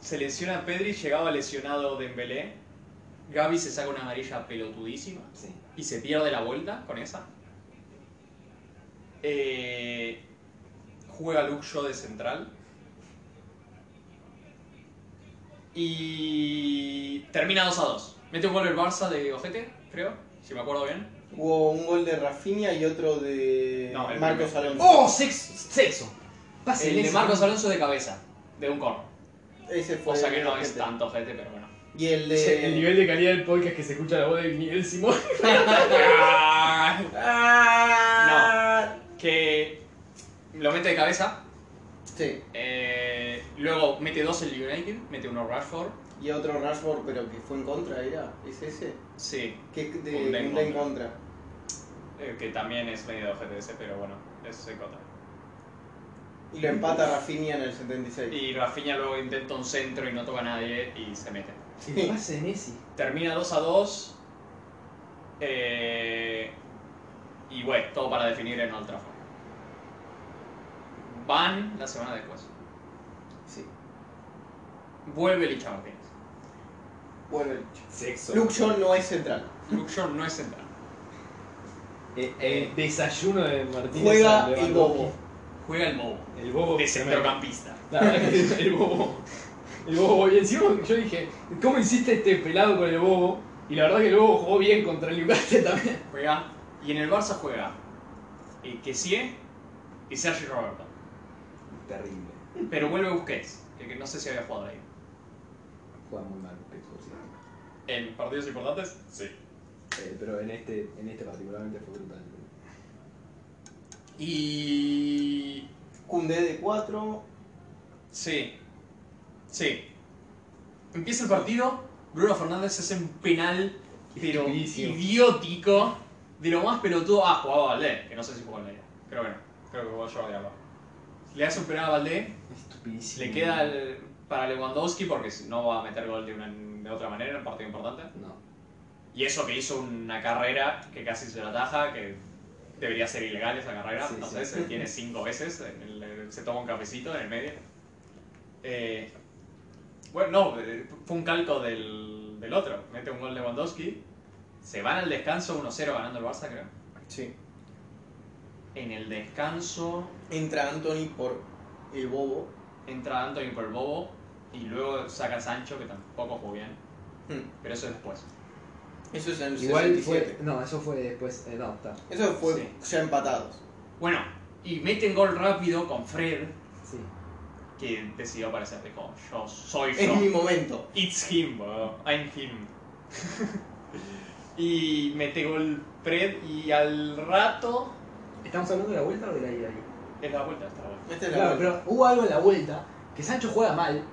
se lesiona Pedri, llegaba lesionado Dembélé. Gaby se saca una amarilla pelotudísima.
Sí.
y se pierde la vuelta con esa. Eh, juega Luke Shaw de central. Y termina 2 a 2. Mete un gol el Barça de Ojete, creo, si me acuerdo bien.
Hubo un gol de Rafinha y otro de
No, el
Marcos
primero.
Alonso.
¡Oh, sexo! sexo.
Ah,
Pase
El de
ese.
Marcos Alonso de cabeza, de un corno.
Ese fue
O sea que
el
no es
ojete.
tanto Ojete, pero bueno.
Y el de.
Che, El nivel de calidad del podcast que se escucha la voz de Miguel Simón.
No, que lo mete de cabeza.
Sí,
Eh, luego mete dos el United, mete uno Rashford.
y otro Rashford, pero que fue en contra, ¿era? ¿Es ese?
Sí,
Que es de
Koundé en
Koundé en contra.
Eh, que también es medio GTS, pero bueno, eso se cota.
Y lo empata Rafinha en el 76.
Y Rafinha luego intenta un centro y no toca a nadie y se mete.
El pase de Messi.
Termina 2 a 2. eh, y bueno, todo para definir en Old Trafford. Van la semana después.
Sí,
Vuelve Licha Martínez.
vuelve el
Sexo.
Luke Shaw no es central.
Luke Shaw no es central.
El Eh, desayuno de Martínez.
Juega
al
el
Lewandowski.
bobo.
Juega el Mobo.
El bobo.
De
Oh, tremendo.
centrocampista.
La verdad que el bobo. El bobo. Y encima yo dije, ¿cómo hiciste este pelado con el bobo? Y la verdad que el bobo jugó bien contra el Newcastle también.
Juega. Y en el Barça juega. Eh, Kessie y Sergi Roberto.
Terrible.
Pero vuelve Busquets, que, que no sé si había jugado ahí.
Juega muy mal Busquets, por cierto.
¿En partidos importantes? Sí.
Eh, pero en este, en este particularmente fue brutal.
Y.
Koundé de 4.
Sí. Sí. Empieza el partido. Bruno Fernández hace un penal, pero
Estupidísimo.
idiótico. De lo más pelotudo. Ah, jugaba Valdés, que no sé si jugó Valdés. Creo que no. Creo que jugó Jordi Alba. Mm. Le hace un penal a Valdés.
Estupidísimo.
Le queda el- para Lewandowski porque si no va a meter gol de, una, de otra manera en un partido importante.
No.
Y eso que hizo una carrera que casi se la ataja, que debería ser ilegal esa carrera,
Sí,
no
sí.
sé, se tiene cinco veces, en el- se toma un cafecito en el medio. Eh, bueno, no, eh, fue un calco del, del otro, mete un gol Lewandowski, se van al descanso 1-0 ganando el Barça, creo.
Sí.
En el descanso
Entra Anthony por el bobo.
entra Anthony por el bobo y luego saca Sancho, que tampoco jugó bien,
Hmm.
pero eso es después.
Eso es en el
Igual fue.
67.
No, eso fue después. eh, no, está.
Eso fue
Sí.
ya empatados.
Bueno, y meten gol rápido con Fred,
Sí.
que decidió aparecer, dijo, yo soy yo.
Es mi momento.
It's him, bro. I'm him. [LAUGHS] y mete gol Fred y al rato
¿Estamos hablando de la vuelta o de la ida ahí?
es la vuelta esta vuelta.
Esta Este es la
Claro,
vuelta.
pero hubo algo en la vuelta que Sancho juega mal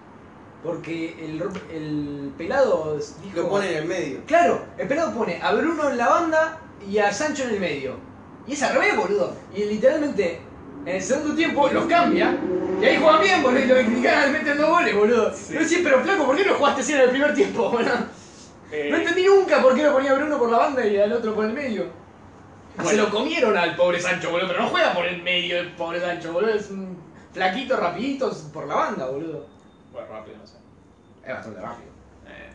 porque el, el pelado dijo.
Lo pone en el medio.
Claro, el pelado pone a Bruno en la banda y a Sancho en el medio. Y es al revés, boludo. Y literalmente, en el segundo tiempo los cambia. Y ahí juegan bien, boludo. Y lo critican, meten dos goles, boludo. Yo decía, pero flaco, ¿por qué no jugaste así en el primer tiempo, [LAUGHS] boludo?
Eh,
No entendí nunca por qué lo ponía a Bruno por la banda y al otro por el medio.
Bueno.
Se lo comieron al pobre Sancho, boludo. Pero no juega por el medio el pobre Sancho, boludo. Es un flaquito, rapidito por la banda, boludo.
bueno, rápido, no sé.
Es bastante rápido.
Eh,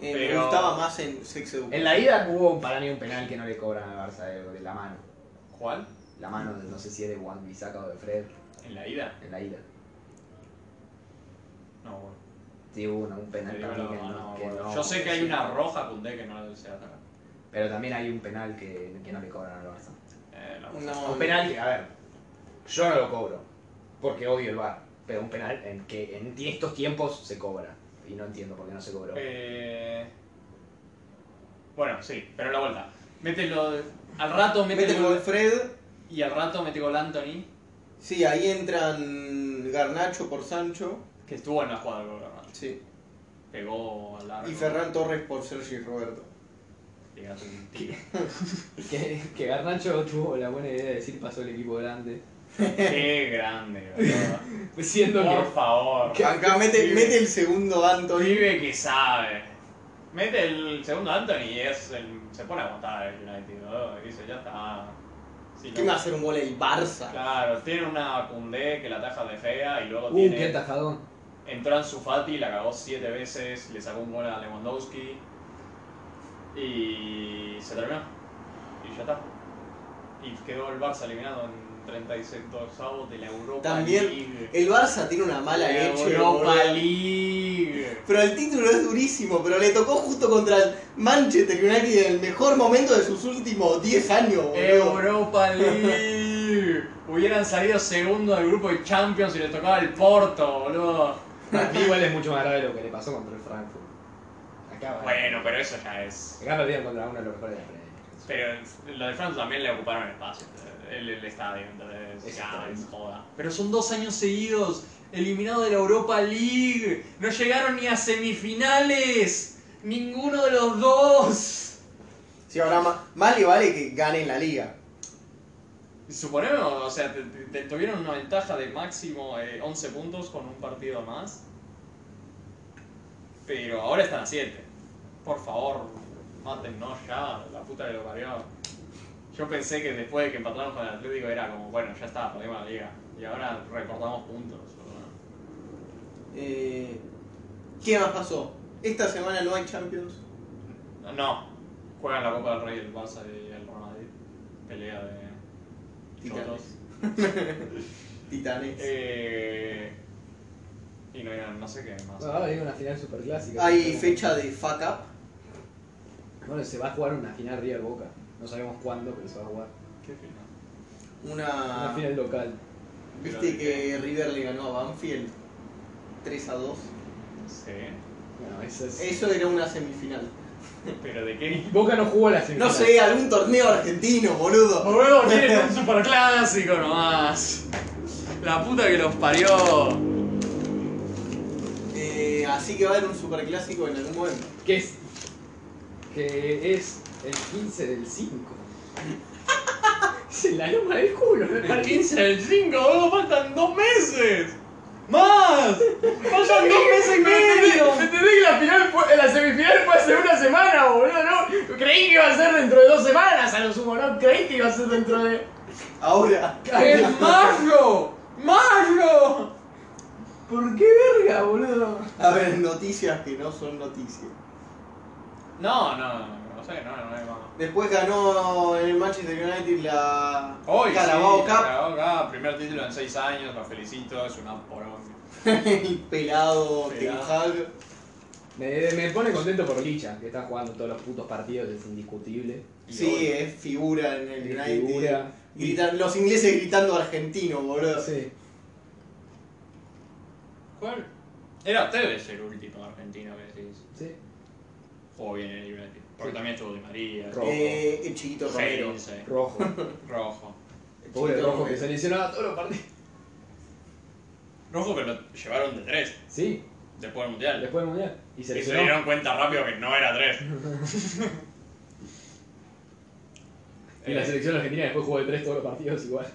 Eh,
Pero-
Me gustaba más en Sex Edu.
En la ida hubo para mí un penal que no le cobran al Barça de, de la mano.
¿Juan?
La mano, de, no sé si es de Juan Bisaca o de Fred,
¿En la ida?
en la ida.
No, bueno.
Sí, hubo una- un
Te
penal
digo
también que
la verdad,
no,
no,
que
bueno.
no-
Yo sé que hay una roja a Koundé que no la se ataca.
Pero también hay un penal que, que no le cobran al Barça.
Eh, la roja.
No,
Un penal que, a ver, yo no lo cobro, porque odio el VAR, pero un penal en que en estos tiempos se cobra. Y no entiendo por qué no se cobró.
Eh, Bueno, sí, pero la vuelta. Mételo. Al rato mete,
Mete
el
con
gol.
Fred.
Y al rato mete gol Anthony,
Sí, ahí entran Garnacho por Sancho.
que estuvo en la jugada del gol, ¿verdad?
Sí.
Pegó al largo.
Y Ferran Torres por Sergi Roberto.
Le gastó un tiro.
Que, que Garnacho tuvo la buena idea de decir pasó el equipo grande.
Qué
[LAUGHS]
grande, boludo.
Siendo
Por favor.
Acá mete,
vive-
mete el segundo Anthony.
Vive que sabe. Mete el segundo Anthony y es el, se pone a votar el United. ¿no? Y dice, ya está. Si
¿Qué
no-
me va a hacer un gol el Barça?
Claro, tiene una Cundé que la taja de fea y luego
Uh,
tiene.
qué atajadón.
Entró Ansu Fati, la cagó siete veces, le sacó un gol a Lewandowski y se terminó. Y ya está. Y quedó el Barça eliminado en 36 avos de la Europa
También
League.
El Barça tiene una mala
la
leche.
Europa
boludo.
League.
Pero el título es durísimo, pero le tocó justo contra el Manchester United en el mejor momento de sus últimos 10 años,
Eh,
boludo.
Europa League.
[LAUGHS]
Hubieran salido segundo del grupo de Champions y les tocaba el Porto, boludo.
Para mí igual es mucho más grave lo que le pasó contra el Frankfurt. Acá,
Bueno, pero eso ya es.
acá perdieron contra uno de los mejores de la Premier.
Pero lo de France también le ocuparon espacio, el, el estadio, entonces ya es joda. Pero son dos años seguidos, eliminado de la Europa League, no llegaron ni a semifinales, ninguno de los dos.
Sí, ahora más, más le vale que ganen la liga.
Suponemos, o sea, te- te- te tuvieron una ventaja de máximo eh, 11 puntos con un partido más, pero ahora están a 7. Por favor, mátennos ya, la puta que lo parió. Yo pensé que después de que empatamos con el Atlético era como, bueno, ya está, perdimos la liga. Y ahora recortamos puntos. ¿no?
Eh, ¿Qué más pasó? Esta semana no hay Champions.
No, juegan la Copa del Rey el Barça y el Real Madrid. Pelea de...
Titanes.
chotos.
[LAUGHS] Titanes.
Eh, y no, era- no sé qué más.
Ah.
Bueno, ahora hay una final superclásica.
hay fecha de fuck up.
Bueno, se va a jugar una final River Boca. No sabemos cuándo, pero se va a jugar.
¿Qué final?
Una
Una.
final local.
Viste que River le ganó a Banfield 3 a 2.
Sí.
Bueno, eso es.
Eh,
Eso era una semifinal.
¿Pero de qué? [LAUGHS]
Boca no jugó la semifinal.
No sé, algún torneo argentino, boludo.
Huevo, tiene un superclásico nomás. La puta que los parió.
Eh, así que va a haber un superclásico en algún momento.
Que es. Que es el 15
[LAUGHS]
del 5. es en la loma del culo, me
El
parece.
15 del 5, boludo, faltan dos meses. ¡Más! ¡Faltan dos
[LAUGHS]
meses y medio!
Entendí que la, final fue- la semifinal puede ser una semana, boludo, ¿no? Creí que iba a ser dentro de dos semanas a lo sumo, ¿no? Creí que iba a ser dentro de...
[LAUGHS] Ahora.
¡Es mayo! ¡Mayo!
¿Por qué verga, boludo?
A ver, noticias que no son noticias.
No, no, no sé, no, no, no.
Después ganó en el Manchester United la
Hoy
Carabao
sí,
Cup.
Carabao Cup, primer título en 6 años, lo felicito, es una poronga.
[LAUGHS] El pelado Ten
Pelado.
Hag.
Me, me pone contento por Licha, que está jugando todos los putos partidos, es indiscutible.
Y hoy-
Sí, es figura en el
Es
United.
figura.
Gritan- los ingleses gritando argentino, boludo.
Sí.
¿Cuál? Era Tevez el último argentino que decís.
Sí.
Jugó bien en el United. Porque también estuvo Di María.
Rojo.
Eh, el chiquito Romero.
[LAUGHS]
Rojo.
Rojo.
Rojo.
El
Pobre
chiquito
rojo que
Romero.
se lesionaba todos los partidos.
Rojo que lo llevaron de tres
Sí,
después del mundial.
después del mundial. Y se
Y se
lesionó.
dieron cuenta rápido que no era
[LAUGHS]
tres.
Y la
Eh,
selección argentina después jugó de tres todos los partidos igual. [LAUGHS]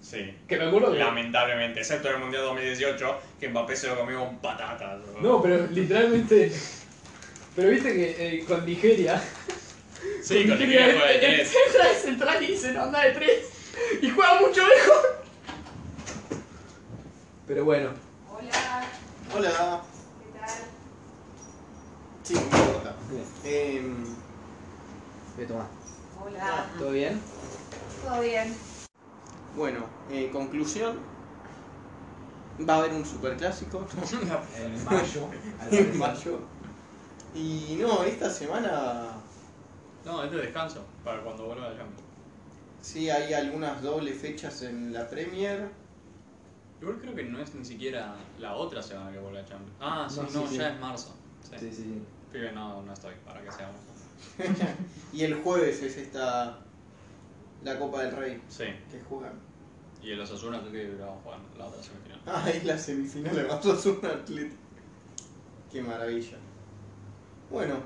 Sí.
Que me acuerdo que.
Lamentablemente, excepto en el mundial 2018, que Mbappé se lo comió con patatas.
No, pero literalmente. Pero viste que eh, con Nigeria.
Sí, con el equipo de tres.
Entra de central y dice, no, anda de tres. Y juega mucho mejor.
Pero bueno,
Hola,
Hola.
¿qué tal?
Sí, no importa.
Bien.
Em,
voy a tomar.
Hola.
¿Todo bien?
Todo bien.
Bueno, eh, conclusión. Va a haber un superclásico. [LAUGHS]
En mayo.
Ah. [LAUGHS]
[LAUGHS]
en mayo. Y no, esta semana
No, es de descanso, para cuando vuelva de Champions.
sí hay algunas dobles fechas en la Premier.
Yo creo que no es ni siquiera la otra semana que vuelve a Champions. Ah, sí,
No,
no,
sí, sí.
ya es marzo. Sí.
Sí, sí.
Pibe, no, no estoy, para que seamos.
Y el jueves es esta la Copa del Rey
Sí,
que juegan. [LAUGHS]
y el Osasuna creo que vamos a jugar la otra semifinal.
Ah, es la semifinal de Matos un atleta. Qué maravilla. Bueno,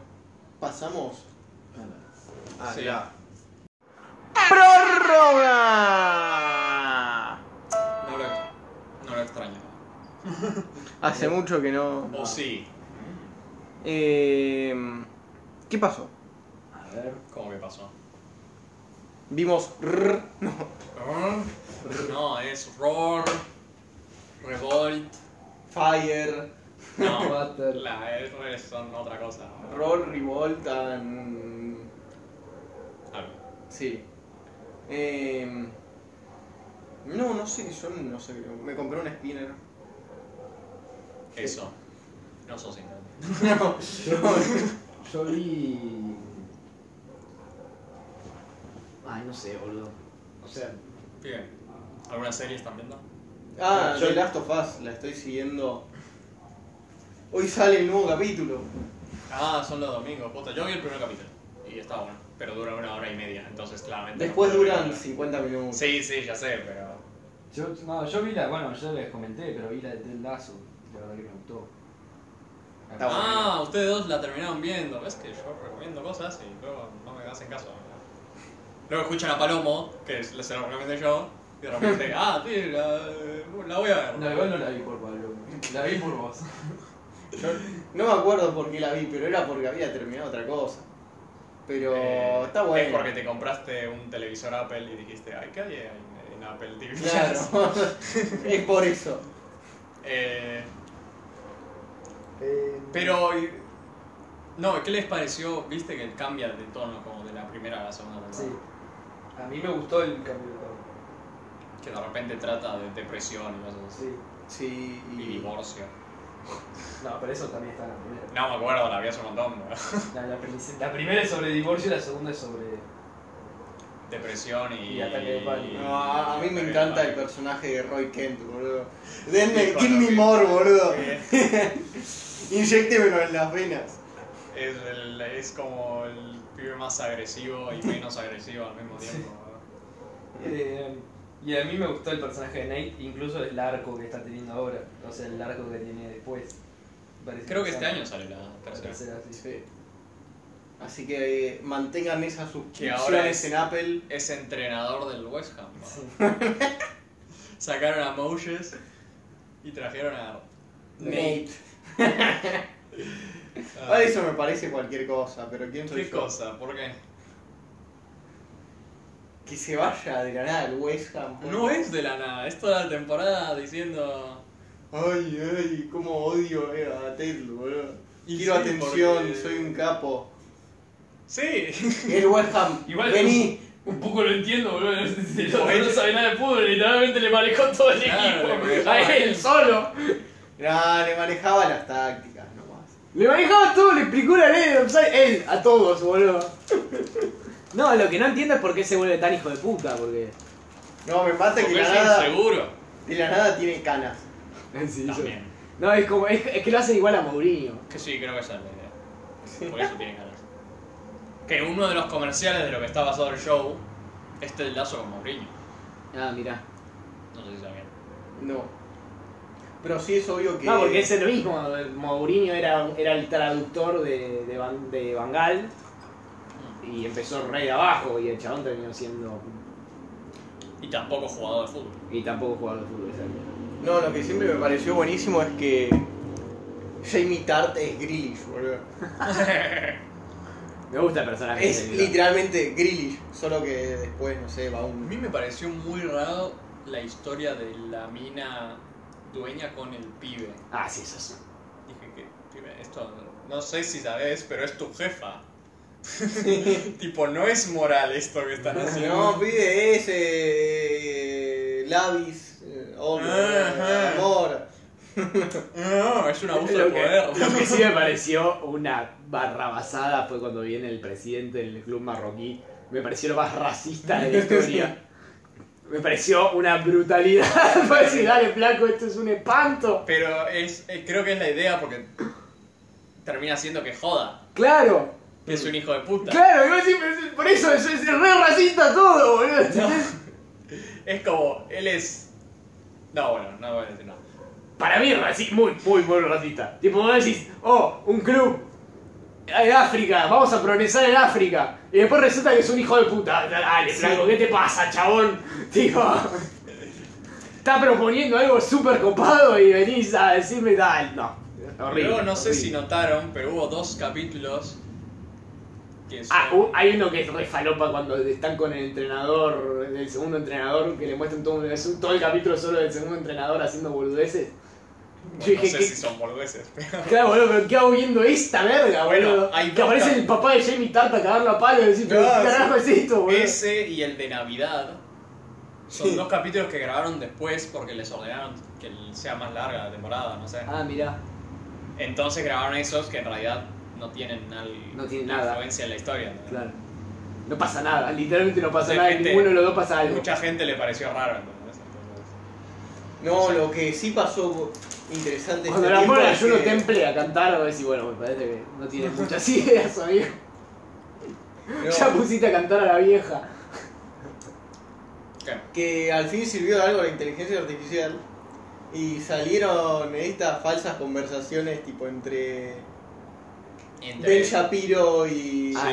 pasamos.
sí.
¡Prórroga!
No lo, ex- no lo extraño.
Hace mucho que no.
O sí,
Eh, ¿Qué pasó?
¿cómo que pasó?
Vimos. rrr, no,
Ah. No, es Roar, Revolt,
Fire,
[LAUGHS] no,
Butter.
la R son otra cosa.
Roll, Revolt, and-
Algo.
Sí. Eh, no, no sé, yo no sé. Me compré un spinner. [LAUGHS]
Eso. No sos internet.
No,
Yo, yo vi.
Ay, no sé, boludo. O sea,
Bien. ¿Alguna serie están viendo?
Ah,
Yo-
The Last of Us, la estoy siguiendo. Hoy sale el nuevo capítulo.
Ah, son los domingos. Posta, yo vi el primer capítulo. Y está bueno. Pero dura una hora y media, entonces claramente.
Después
no puedo
duran
verla.
50 minutos.
Sí, sí, ya sé, pero.
Yo, no, yo vi la, bueno, yo les comenté, pero vi la de Ted Lasso, la verdad que me gustó.
Está bueno.
ah, ustedes dos la terminaron viendo. Ves que yo recomiendo cosas y luego no me hacen caso. Luego escuchan a Palomo, que es- se lo recomendé yo, y de [LAUGHS] repente, ah, sí, la, la voy a ver.
Ah. No, igual no la vi por Pablo, la vi por vos.
Yo no me acuerdo por qué la vi, pero era porque había terminado otra cosa. Pero
Eh,
está bueno.
Es porque te compraste un televisor Apple y dijiste, ay, ¿qué hay en, en Apple TV?
Claro, es por eso.
[LAUGHS] Eh,
Eh,
Pero, y- no, ¿qué les pareció? Viste que cambia de tono como de la primera a la segunda
Sí.
temporada.
A mí me gustó el cambio de tono.
Que de repente trata de depresión y cosas así.
Sí.
Sí,
Y
y
divorcio.
No, pero eso también está en la primera.
No me acuerdo, la vi hace un montón. pero-
La, la prim- la primera es sobre divorcio y la segunda es sobre.
[LAUGHS] Depresión y.
Y ataque de pánico.
No, a, a mí me
ataque de
encanta el
pánico.
personaje de Roy Kent, boludo. Denme,
Hijo
give
de
me
mil. [LAUGHS]
more, boludo.
Sí,
Inyéctemelo en las venas.
Es, el- es como el pibe más agresivo y menos agresivo al mismo tiempo.
Eh, y a mí me gustó el personaje de Nate, incluso el arco que está teniendo ahora. O sea, el arco que tiene después. Parece
Creo que este
interesante.
año sale la
La
tercera.
tercera, sí.
Sí. Así que eh, mantengan esas
ahora
suscripciones
es-
en Apple.
Es entrenador del West Ham. ¿no?
Sí.
[LAUGHS] Sacaron a Moses y trajeron a.
Nate.
a-
Ahora Ah, eso me parece cualquier cosa, pero ¿quién soy
¿Qué
yo?
cosa? ¿Por qué?
Que se vaya de la nada el West Ham. boludo.
No es de la nada, es toda la temporada diciendo.
Ay, ay, cómo odio eh, a Ted, boludo.
Y
Quiero
sí,
atención,
porque-
soy un capo.
Sí,
[LAUGHS]
El West Ham,
Igual-
vení.
Un poco lo entiendo, boludo.
[LAUGHS]
No
Bueno.
sabe nada de fútbol, literalmente le manejó todo el
Claro, le manejó.
equipo a él solo.
No, le manejaba las tácticas nomás.
Le manejaba todo, le explicó la ley de offside, él, a todos, boludo. No, lo que no entiendo es por qué se vuelve tan hijo de puta, porque.
No, me mata que
porque
de
es
la, nada,
inseguro.
de la nada tiene canas.
[LAUGHS] Sí, eso-
También.
No, es como. Es, es que lo hacen igual a Mourinho.
Que sí, creo que esa es la idea. Por eso tiene ganas. Que uno de los comerciales de lo que está basado el show es el lazo con Mourinho.
Ah, mirá.
No sé si sabían.
No. Pero sí es obvio que.
No, porque es lo mismo. Mourinho era, era el traductor de, de, Van, de Van Gaal y empezó rey de abajo y el chabón terminó siendo.
Y tampoco jugador de fútbol.
Y tampoco jugaba al fútbol, exacto.
No, lo que siempre me pareció buenísimo es que. Jamie Tart es Grealish, boludo.
Me gusta el personaje.
Es
de Lila.
literalmente Grealish, solo que después, no sé, va
A
un.
mí me pareció muy raro la historia de la mina dueña con el pibe.
Ah, sí, eso es.
Dije que, pibe, esto no sé si sabes, pero es tu jefa. tipo, no es moral esto que están haciendo.
No, pide ese. Lavis. eh, Obvio.
Ajá.
Amor.
No, es un abuso de
Lo que,
poder.
lo que sí me pareció una barrabasada fue cuando viene el presidente del club marroquí. Me pareció lo más racista [LAUGHS] de la historia. Me pareció una brutalidad. [LAUGHS] Fue decir, dale, flaco, esto es un espanto.
Pero es, eh, creo que es la idea porque termina siendo que joda,
Claro,
que es un hijo de puta.
claro, yo decía, pero por eso es, es re racista todo, boludo. ¿entendés?
Es como, él es. No, bueno, no voy a decir no.
Para mí es raci- muy, muy, muy racista. Tipo, vos decís, oh, un club en África, vamos a progresar en África. Y después resulta que es un hijo de puta. Dale, flaco, ¿qué te pasa, chabón? Tipo, está proponiendo algo súper copado y venís a decirme, dale, no. Horrible,
Luego no sé
horrible.
si notaron, pero hubo dos capítulos que son.
Ah, hu- hay uno que es re falopa cuando están con el entrenador, el segundo entrenador, que le muestran todo, es un- todo el capítulo solo del segundo entrenador haciendo boludeces.
bueno,
yo
no
dije,
sé
¿qué-
si son boludeces, pero.
Claro, boludo, pero ¿qué hago viendo esta verga,
Bueno,
boludo?
hay
que
dos
aparece
cam-
el papá de Jamie Tart a cagarlo a palo y decir, pero
No,
¿qué carajo es esto, boludo?
Ese y el de Navidad son
Sí.
dos capítulos que grabaron después porque les ordenaron que sea más larga la temporada, no sé.
Ah, mirá.
Entonces grabaron esos que en realidad no tienen al-
No tienen nada.
influencia en la historia. ¿no?
Claro. No pasa nada, literalmente no pasa
De
nada,
repente,
ninguno de los dos pasa algo.
Mucha gente le pareció raro. ¿entendés? Entonces,
No, lo que sí pasó interesante.
Cuando
este
la
tiempo
ponen a
es
Juno
que-
Temple a cantar, vos decís, bueno, me parece que no tiene muchas ideas, amigo.
no,
Ya pusiste a cantar a la vieja.
¿qué?
que al fin sirvió de algo la inteligencia artificial y salieron estas falsas conversaciones tipo entre
Entre-
Ben Shapiro y
Sí,
Ah,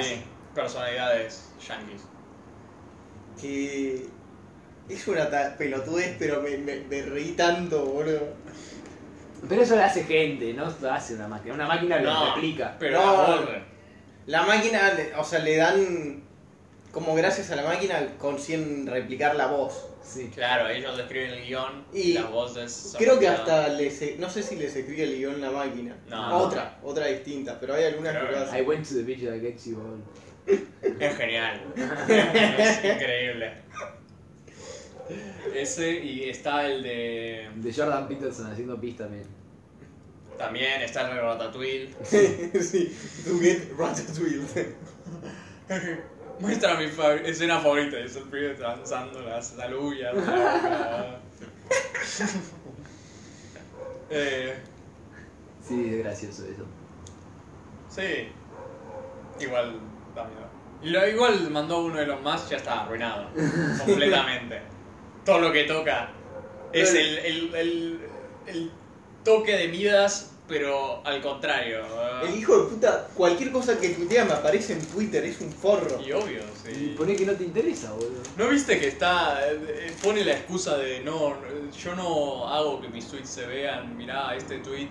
personalidades yankees.
que es una ta- pelotudez pero me, me, me reí tanto boludo
Pero eso lo hace gente, no lo hace una máquina. Una máquina lo
No,
replica.
pero
No.
la borra.
la máquina le- o sea le dan como gracias a la máquina consiguen replicar la voz
Sí.
Claro, ellos escriben el guión
Y
y las voces. son
creo que
copiadas.
hasta les no sé si les escribe el guión la máquina Ah,
No.
otra otra distinta pero hay algunas
Creo
que
que
lo
I
hacen
went to the beach I get you all.
Es genial. es increíble. Ese y está el de.
De Jordan Peterson haciendo pis también.
También está el de Ratatouille.
[LAUGHS] sí to get ratatouille
Muestra mi fav- escena favorita. Es el pibe danzando las alubias. la [LAUGHS] boca. eh,
Sí, es gracioso eso.
sí. Igual da miedo. Y lo- igual mandó uno de los más, ya está [LAUGHS] arruinado. completamente. Todo lo que toca es el, el, el, el toque de Midas, pero al contrario.
El hijo de puta, cualquier cosa que tuitea me aparece en Twitter, es un forro.
Y obvio, sí.
Poné que no te interesa, boludo.
¿No viste que está. eh, pone la excusa de no, no, yo no hago que mis tweets se vean? Mirá, este tweet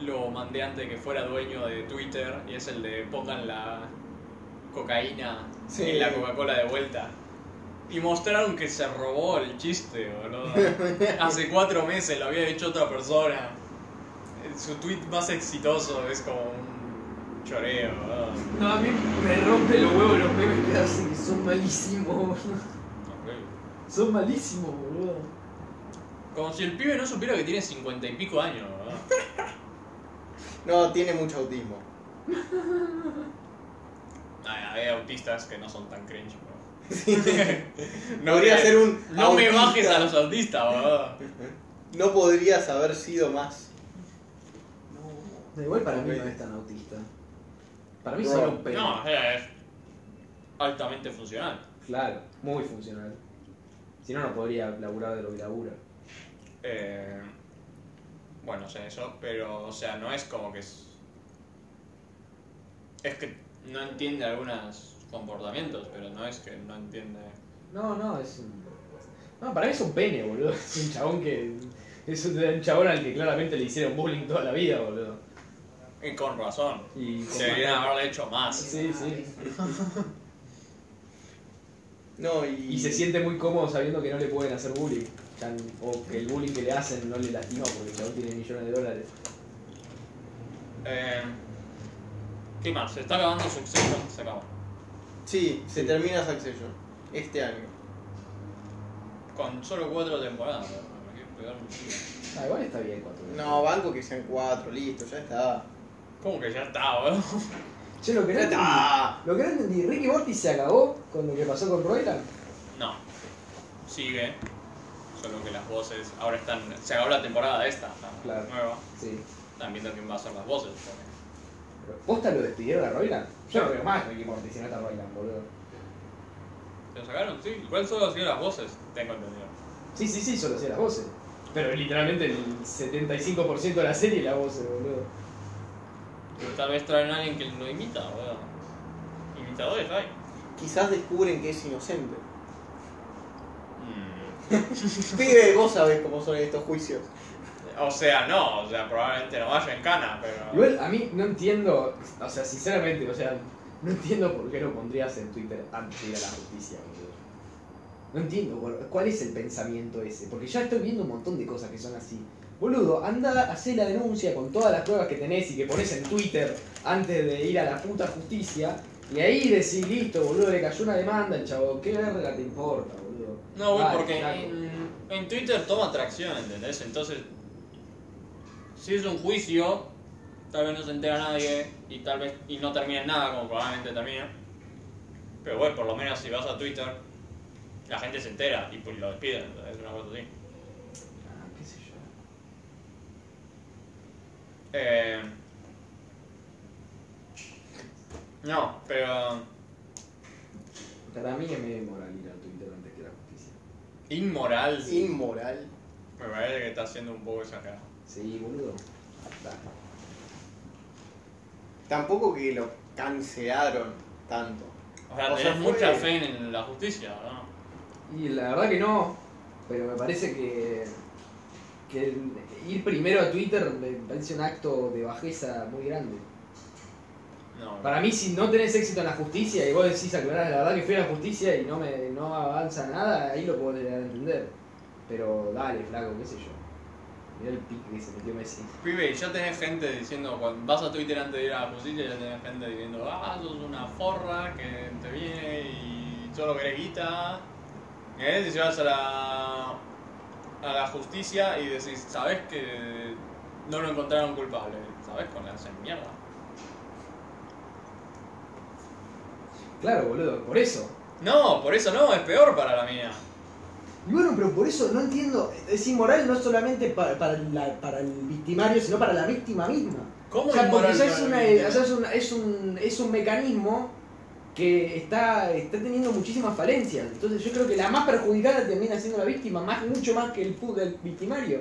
lo mandé antes de que fuera dueño de Twitter y es el de pongan la cocaína
Sí.
en la Coca-Cola de vuelta. Y mostraron que se robó el chiste, boludo. Hace cuatro meses lo había hecho otra persona. Eh, Su tweet más exitoso es como un choreo, boludo.
No, a mí me rompe los huevos los memes que hacen, que son malísimos, boludo. Son malísimos, boludo.
Como si el pibe no supiera que tiene cincuenta y pico años, boludo.
No, tiene mucho autismo.
Ah, Hay autistas que no son tan cringe, bro. [LAUGHS]
No podría
me-
ser un.
No me
autista.
bajes a los autistas, bro.
No podrías haber sido más.
No, igual para mí no es tan autista. Para mí
No.
solo un pelo.
No, o sea, es altamente funcional.
Claro, muy funcional. Si no, no podría laburar de lo que labura.
Eh, bueno, sé eso, pero, o sea, no es como que es... Es que no entiende algunos comportamientos, pero no es que no entiende...
No, no, es un. No, para mí es un pene, boludo. [LAUGHS] Es un chabón que. Es un un chabón al que claramente le hicieron bullying toda la vida, boludo.
Y con razón.
Y con
Deberían haberle hecho más.
Sí, sí.
No, y.
Y se siente muy cómodo sabiendo que no le pueden hacer bullying. Tan- O que el bullying que le hacen no le lastima porque el chabón tiene millones de dólares.
Eh, ¿Qué más? Se está acabando Succession, se acabó.
Sí, se termina Succession. Este año.
Con solo cuatro temporadas. pero me quiero pegar un tiro.
Ah, igual está bien cuatro veces.
No, banco que sean cuatro, listo, ya está.
¿Cómo que ya está, boludo? [LAUGHS]
Che, lo que no
Ya
entendí.
está.
Lo que no entendí, Ricky Morty se acabó con lo que pasó con Royland.
No. Sigue. Solo que las voces ahora están. Se acabó la temporada esta, la
Claro.
nueva.
Sí.
También también va a ser las voces. porque-
¿Posta lo despidieron a Royland? Yo no veo más Ricky Morty si no está Royland, boludo.
¿Lo sacaron? Sí. Igual solo sigue las voces, tengo entendido.
Sí, sí, sí, solo hacía las voces.
Pero literalmente el 75% de la serie la voz, boludo.
Pero tal vez traen a alguien que lo imita, boludo. Imitadores hay.
Quizás descubren que es inocente. [LAUGHS]
Mm.
Pibe, vos sabés cómo son estos juicios.
O sea, no, o sea, probablemente no vaya en cana, pero.
Igual a mí no entiendo, o sea, sinceramente, o sea, no entiendo por qué lo pondrías en Twitter antes de ir a la justicia, boludo.
No entiendo, boludo, ¿cuál es el pensamiento ese? Porque ya estoy viendo un montón de cosas que son así. Boludo, anda, hacé la denuncia con todas las pruebas que tenés y que pones en Twitter antes de ir a la puta justicia. Y ahí decís, listo, boludo, le cayó una demanda al chavo. ¿Qué verga te importa, boludo?
No, güey,
Dale,
porque
flaco.
en, en Twitter toma tracción, ¿entendés? Entonces, si es un juicio, tal vez no se entera nadie y tal vez y no termina en nada, como probablemente termina. Pero bueno, por lo menos si vas a Twitter, la gente se entera y pues lo despiden, ¿entendés? Una cosa así.
Ah, qué sé yo.
Eh, no, pero
Para mí es medio inmoral ir a Twitter antes que la justicia.
inmoral
Inmoral.
me parece que está siendo un poco exagerado.
Sí, boludo. Está.
Tampoco que lo cancelaron tanto.
O sea,
O sea,
tenés
fue-
mucha fe en la justicia, ¿no?
Y la verdad que no, pero me parece que, que el- ir primero a Twitter me parece un acto de bajeza muy grande.
No,
Para mí, si no tenés éxito en la justicia y vos decís aclarás la verdad que fui a la justicia y no me no avanza nada, ahí lo puedo llegar a entender. Pero dale, flaco, qué sé yo. Mirá el pique que se metió Messi.
Pibe, ya tenés gente diciendo, cuando vas a Twitter antes de ir a la justicia, ya tenés gente diciendo, ah, sos una forra que te viene y solo querés guita. ¿Eh? Y llevas a la, a la justicia y decís, sabés que no lo encontraron culpable. ¿Sabés con esa mierda?
Claro, boludo, por eso.
No, por eso no, es peor para la mía.
Y bueno, pero por eso no entiendo, es inmoral no solamente para, para, la- para el victimario, sino para la víctima misma.
¿Cómo
O sea,
es
porque
moral
ya
para
es,
la
una-
víctima?
o sea, es un, es, un, es un mecanismo que está, está teniendo muchísimas falencias. Entonces yo creo que la más perjudicada termina siendo la víctima, más, mucho más que el, pu- el victimario.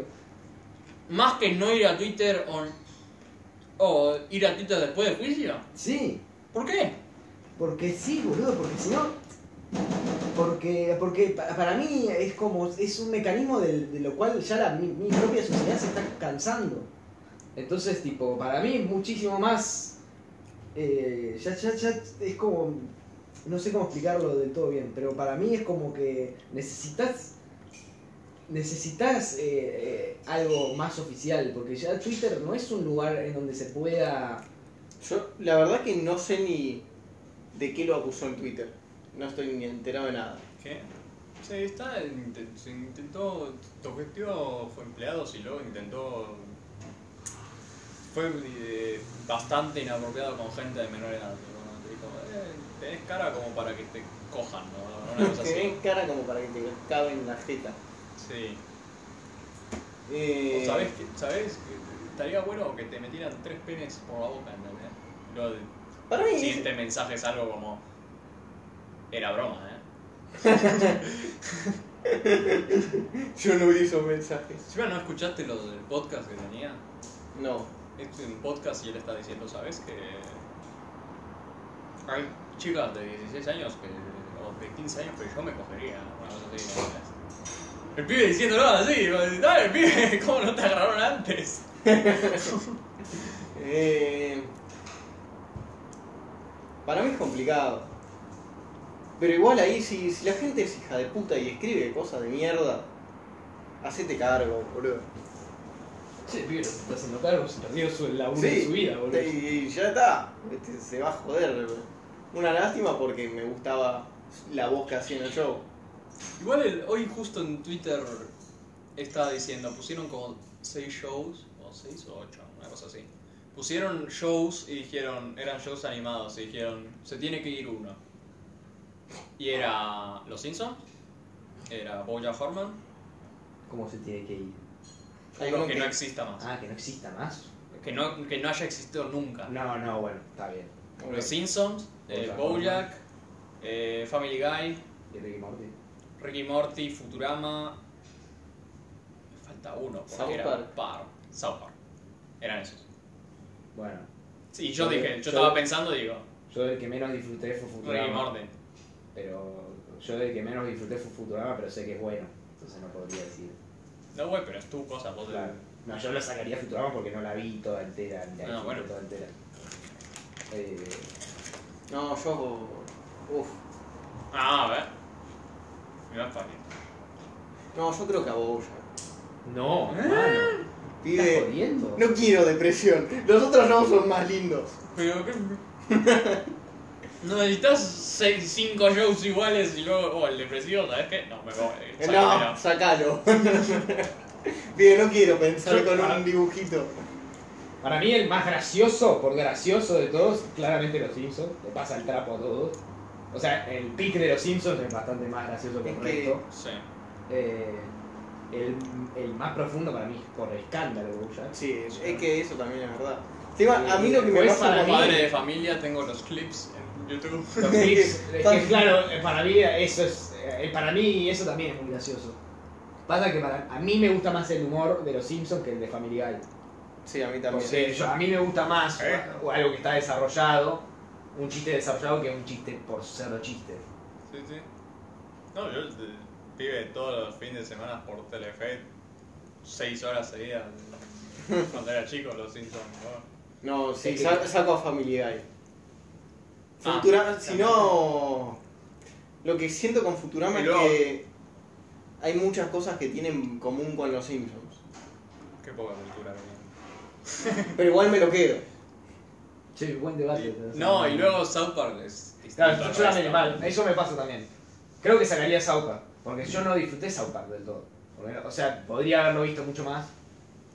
Más que no ir a Twitter o, o ir a Twitter después del juicio.
Sí,
¿Por qué?
porque sí, boludo, porque si no... Porque, porque pa- para mí es como, es un mecanismo del- de lo cual ya la, mi, mi propia sociedad se está cansando.
Entonces, tipo, para mí es muchísimo más...
Eh, ya, ya, ya es como, no sé cómo explicarlo del todo bien, pero para mí es como que necesitas
Necesitas eh, eh, algo más oficial, porque ya Twitter no es un lugar en donde se pueda...
Yo, la verdad que no sé ni de qué lo acusó en Twitter. No estoy ni enterado de nada.
¿Qué? Se, está, inte- se intentó. Togestio fue empleado, y luego intentó. Fue eh, bastante inapropiado con gente de menor edad. tipo, ¿no? Te dijo, "Eh, tenés cara como para que te cojan, ¿no? Una cosa
Te
así.
ven cara como para que te caben la jeta.
Sí.
Eh,
O sabés que, sabés que estaría bueno que te metieran tres penes por la boca, ¿entendés? Luego de-
Para mí,
el siguiente mensaje es algo como. Era broma, ¿eh?
yo no vi esos mensajes.
Encima, ¿no escuchaste lo del podcast que tenía?
No.
Este es un podcast y él está diciendo, ¿sabes? Que hay chicas de 16 años que, o de 15 años que yo me cogería. una cosa así, ¿no? El pibe diciendo nada así, dale, pibe, [LAUGHS] ¿cómo no te agarraron antes?
Eh, para mí es complicado. Pero igual ahí, si, si la gente es hija de puta y escribe cosas de mierda, hacete cargo, boludo.
Che, pibe, se está haciendo cargo, se perdió su el laburo de
Sí,
su vida, boludo.
y, y ya está. Este, se va a joder. Una lástima porque me gustaba la voz que hacía en el show.
Igual el- hoy justo en Twitter estaba diciendo, pusieron como 6 shows, o 6 o 8, una cosa así. Pusieron shows y dijeron, eran shows animados, y dijeron, se tiene que ir uno. Y era Los Simpsons, era Boya Horman,
¿Cómo se tiene que ir?
uno que no exista más,
Ah, que no exista más.
que no, que no haya existido nunca.
No, no, bueno, está bien.
Los Simpsons, eh,
Bojack
Bojack, eh, Family Guy,
¿Y Ricky Morty?
Ricky Morty, Futurama. Me falta uno, porque
South
era
Park.
par. South Park. Eran esos.
Bueno,
Sí, yo
Yo-
dije, yo,
yo-
estaba pensando, digo,
yo del que menos disfruté fue Futurama.
Ricky Morty.
Pero yo del que menos disfruté fue Futurama, pero sé que es bueno. Entonces no podría decir.
No, güey, pero es tu cosa, vos
Claro. No, yo la sacaría a Futurama porque no la vi toda entera. ni La
Ah,
disfruté
bueno.
toda entera. Eh,
No, yo. Uf.
Ah, a ver. Mirá, pa' aquí.
No, yo creo que a Bojack.
No.
Ah.
hermano, ¿Estás
Pide.
jodiendo?
No quiero depresión. Los otros no son más lindos.
Pero qué. [LAUGHS] No necesitas 5 shows iguales y luego, oh, el depresivo, ¿sabes qué? No, me voy.
Eh,
sácamelo.
No, sacalo. [LAUGHS] Pide, no quiero pensar
Yo-
con
ah.
un dibujito.
Para mí el más gracioso, por gracioso de todos, claramente los Simpsons. Le pasa el trapo a todos. O sea, el pic de los Simpsons es bastante más gracioso que
Es
el
que-
resto.
Sí.
Eh, el, el más profundo para mí es por escándalo, Bojack.
Sí, es que eso también es verdad. Encima, a mí lo que me
Pues
pasa
para
con
mí-
Padre de familia, tengo los clips en YouTube.
Los clips, es que, claro, eh, para mí eso es. eh, Para mí eso también es muy gracioso. Pasa que para, a mí me gusta más el humor de los Simpsons que el de Family Guy.
Pues Sí, a mí también.
Porque yo- a mí me gusta más
¿Eh?
o- o algo que está desarrollado, un chiste desarrollado que un chiste por ser chiste.
Sí, sí. No, yo eh, pibe todos los fines de semana por Telefe, seis horas seguidas. [LAUGHS] Cuando era chico, los Simpsons. ¿no?
No, sí,
Es que-
sa- saco a Family Guy.
Ah,
Futurama, si
también.
no. Lo que siento con
Y
Futurama es
luego-
que hay muchas cosas que tienen en común con los Simpsons.
Qué poca cultura. ¿no?
Pero igual me lo quedo.
Sí, buen debate.
Y- No, y luego South Park es distinto
Claro,
al
yo también,
resto.
mal, eso me pasa también. Creo que sacaría South Park, porque yo no disfruté South Park del todo. Porque, o sea, podría haberlo visto mucho más,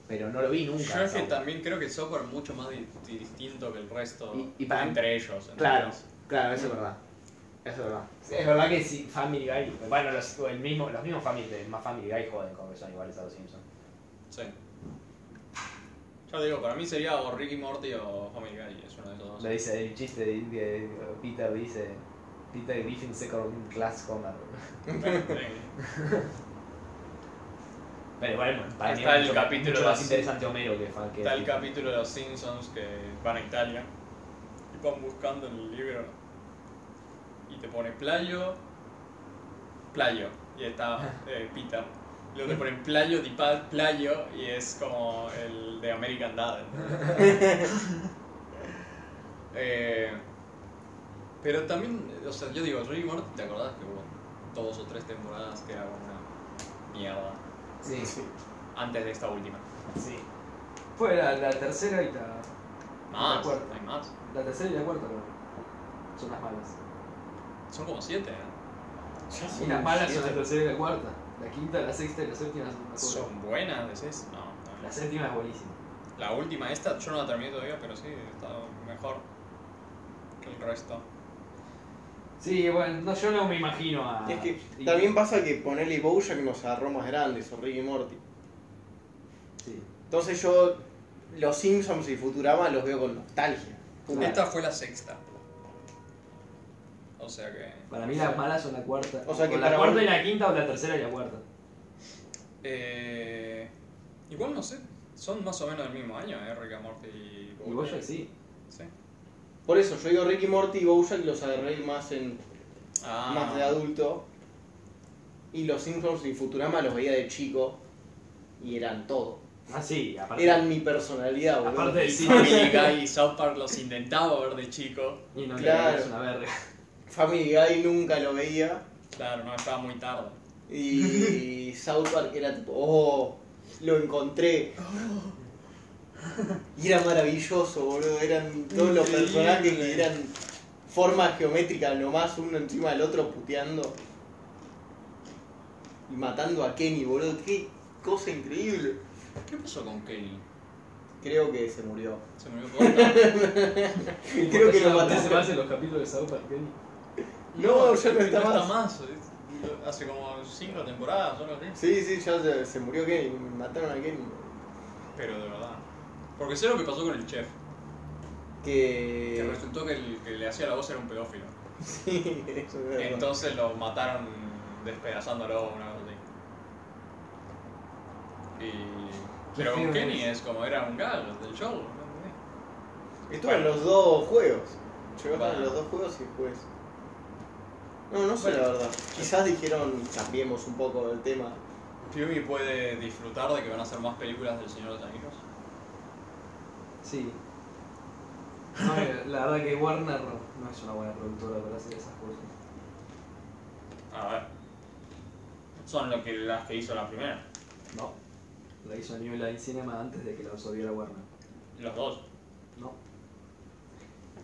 pero no lo vi nunca.
Yo es que
South Park.
también creo que South Park es mucho más di- di- distinto que el resto
Y- y para-
entre ellos. ¿entendés?
Claro, claro, eso es verdad. Eso es verdad. Es verdad que si Family Guy, bueno, los, o el mismo, los mismos Family, el más Family Guy joden con que son iguales a los Simpsons.
Sí. Yo digo, para mí sería o Ricky Morty o Family Guy, es uno de esos dos.
[LAUGHS] Lo dice el chiste de que Peter dice, Peter Griffin second class Homer.
Sí.
Pero bueno, para mí
Está
es
el
mucho,
capítulo
mucho
de
más
los-
interesante Homero que fan que
Está el capítulo de los Simpsons que van a Italia y van buscando en el libro y te pone playo, playo y está eh, Peter. Y luego te ponen playo, di pa- playo y es como el de American Dad. Eh, pero también, o sea, yo digo, Rick y Morty, ¿te acordás que hubo dos o tres temporadas que era una mierda
Sí,
antes de esta última?
Sí. Fue la, la tercera y la,
Más,
acuerdo.
hay más.
la tercera y la cuarta, creo. Son las malas.
Son como siete, ¿eh?
Y las malas son la tercera y la cuarta. La quinta, la sexta y la séptima son una cosa.
Son buenas, decís. No, no.
La séptima es buenísima.
La última, esta, yo no la terminé todavía, pero sí, está mejor que el resto.
Sí, bueno, no, yo no me imagino a.
Es que
y-
también pasa que ponerle Bojack nos agarró más grandes, o Rick y Morty.
Sí.
Entonces yo los Simpsons y Futurama los veo con nostalgia. Pura.
Esta fue la sexta. O sea que.
Para mí las malas son la cuarta.
O sea que
la
para
cuarta
vos-
y la quinta o la tercera y la cuarta.
Eh, igual no sé. Son más o menos del mismo año, ¿eh? Rick and Morty y
Y Bojack sí.
Sí.
Por eso yo digo Ricky Morty y Bojack los agarré más en
Ah,
más de adulto. Y los Simpsons y Futurama los veía de chico y eran todo.
Ah, sí, aparte.
Eran mi personalidad, boludo.
Aparte del
Y
cine.
Family Guy y South Park los intentaba ver de chico.
Y no
Claro.
es una verga.
Family Guy nunca lo veía.
Claro, no, estaba muy tarde.
Y South Park era tipo, oh, lo encontré. Y era maravilloso, boludo. Eran todos los
Increíble.
personajes que eran formas geométricas, nomás uno encima del otro puteando. Y matando a Kenny, boludo. Qué cosa increíble.
¿Qué pasó con Kenny?
Creo que se murió.
Se murió
[LAUGHS]
todo.
[LAUGHS] Creo que lo mataron.
más en los capítulos de South Park, Kenny.
No, ya no está más.
es- Hace como 5 temporadas, solo así.
Sí, sí, ya se, se murió Kenny. Mataron a Kenny.
Pero de verdad. Porque sé lo que pasó con el chef. Que
Que.
resultó que el que le hacía la voz era un pedófilo.
Sí, [LAUGHS] eso es verdad.
Entonces lo mataron despedazándolo o una cosa así. Y... Pero
feo
con Kenny
es.
es como era un gallo del show. ¿no?
Estuvieron los dos juegos. Yo
Bueno.
los dos juegos y después. No, no sé la verdad. Quizás dijeron, cambiemos un poco del tema.
Fiumi puede disfrutar de que van a hacer más películas del Señor de los Anillos.
Sí. No, eh, la verdad que Warner no es una buena productora para hacer esas cosas.
A ver. Son lo que, las que hizo la primera.
No. La hizo New Line Cinema antes de que la absorbiera Warner.
Los dos.
No.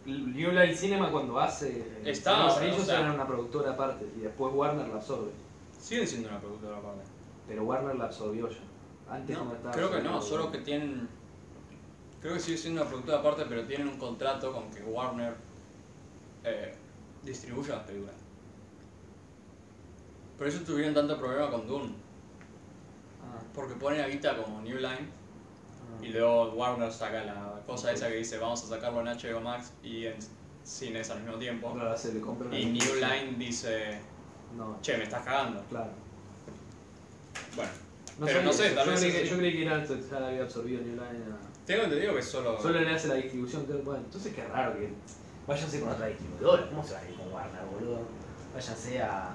New Line Cinema cuando hace... eh,
Estaba,
Los
o
Anillos
sea-
eran una productora aparte y después Warner la absorbe.
Siguen siendo una productora aparte.
Pero Warner la absorbió ya. Antes no, estaba...
creo que no,
absorbido.
solo que tienen. Creo que sigue siendo una productora aparte, pero tienen un contrato con que Warner eh, distribuya las películas. Por eso tuvieron tanto problema con Dune.
Ah,
Porque ponen a Guita como New Line
ah.
y luego Warner saca la cosa esa que dice vamos a sacarlo en HBO Max y en cines al mismo tiempo.
Claro, se le compra una
Y New
licencia.
Line dice,
No,
che, me estás cagando.
claro.
Bueno, pero no
sabía
sé,
eso.
tal
yo
vez.
Creí
es
que, yo
así.
creí que era, ya la había absorbido New Line. a-
Tengo entendido que es solo.
Solo le hace la distribución. creo, Bueno, entonces qué raro que
Váyanse con otra distribuidora. ¿Cómo se van a ir con Warner, boludo? Váyanse a. a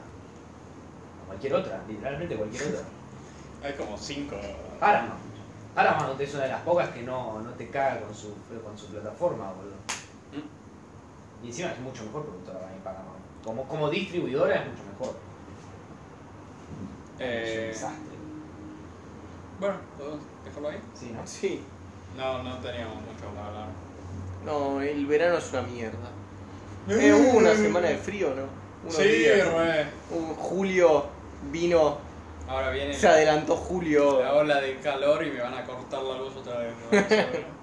cualquier otra, literalmente cualquier otra.
Hay como cinco.
Ah,
Paramount. Paramount es una de las pocas que no, no te caga con su, con su plataforma, boludo.
Mm.
Y encima es mucho mejor productora para mí Paramount. Como, como distribuidora es mucho mejor. Es un
Eh,
desastre.
Bueno, ¿puedo dejarlo ahí?
Sí, no.
Sí.
No, no teníamos mucho para hablar.
No, el verano es una mierda. Eh, hubo una semana de frío, ¿no? Unos
Mm. Sí,
días.
re.
Un julio vino,
Ahora viene
se adelantó julio. [LAUGHS]
la ola de calor y me van a cortar la luz otra vez. ¿no?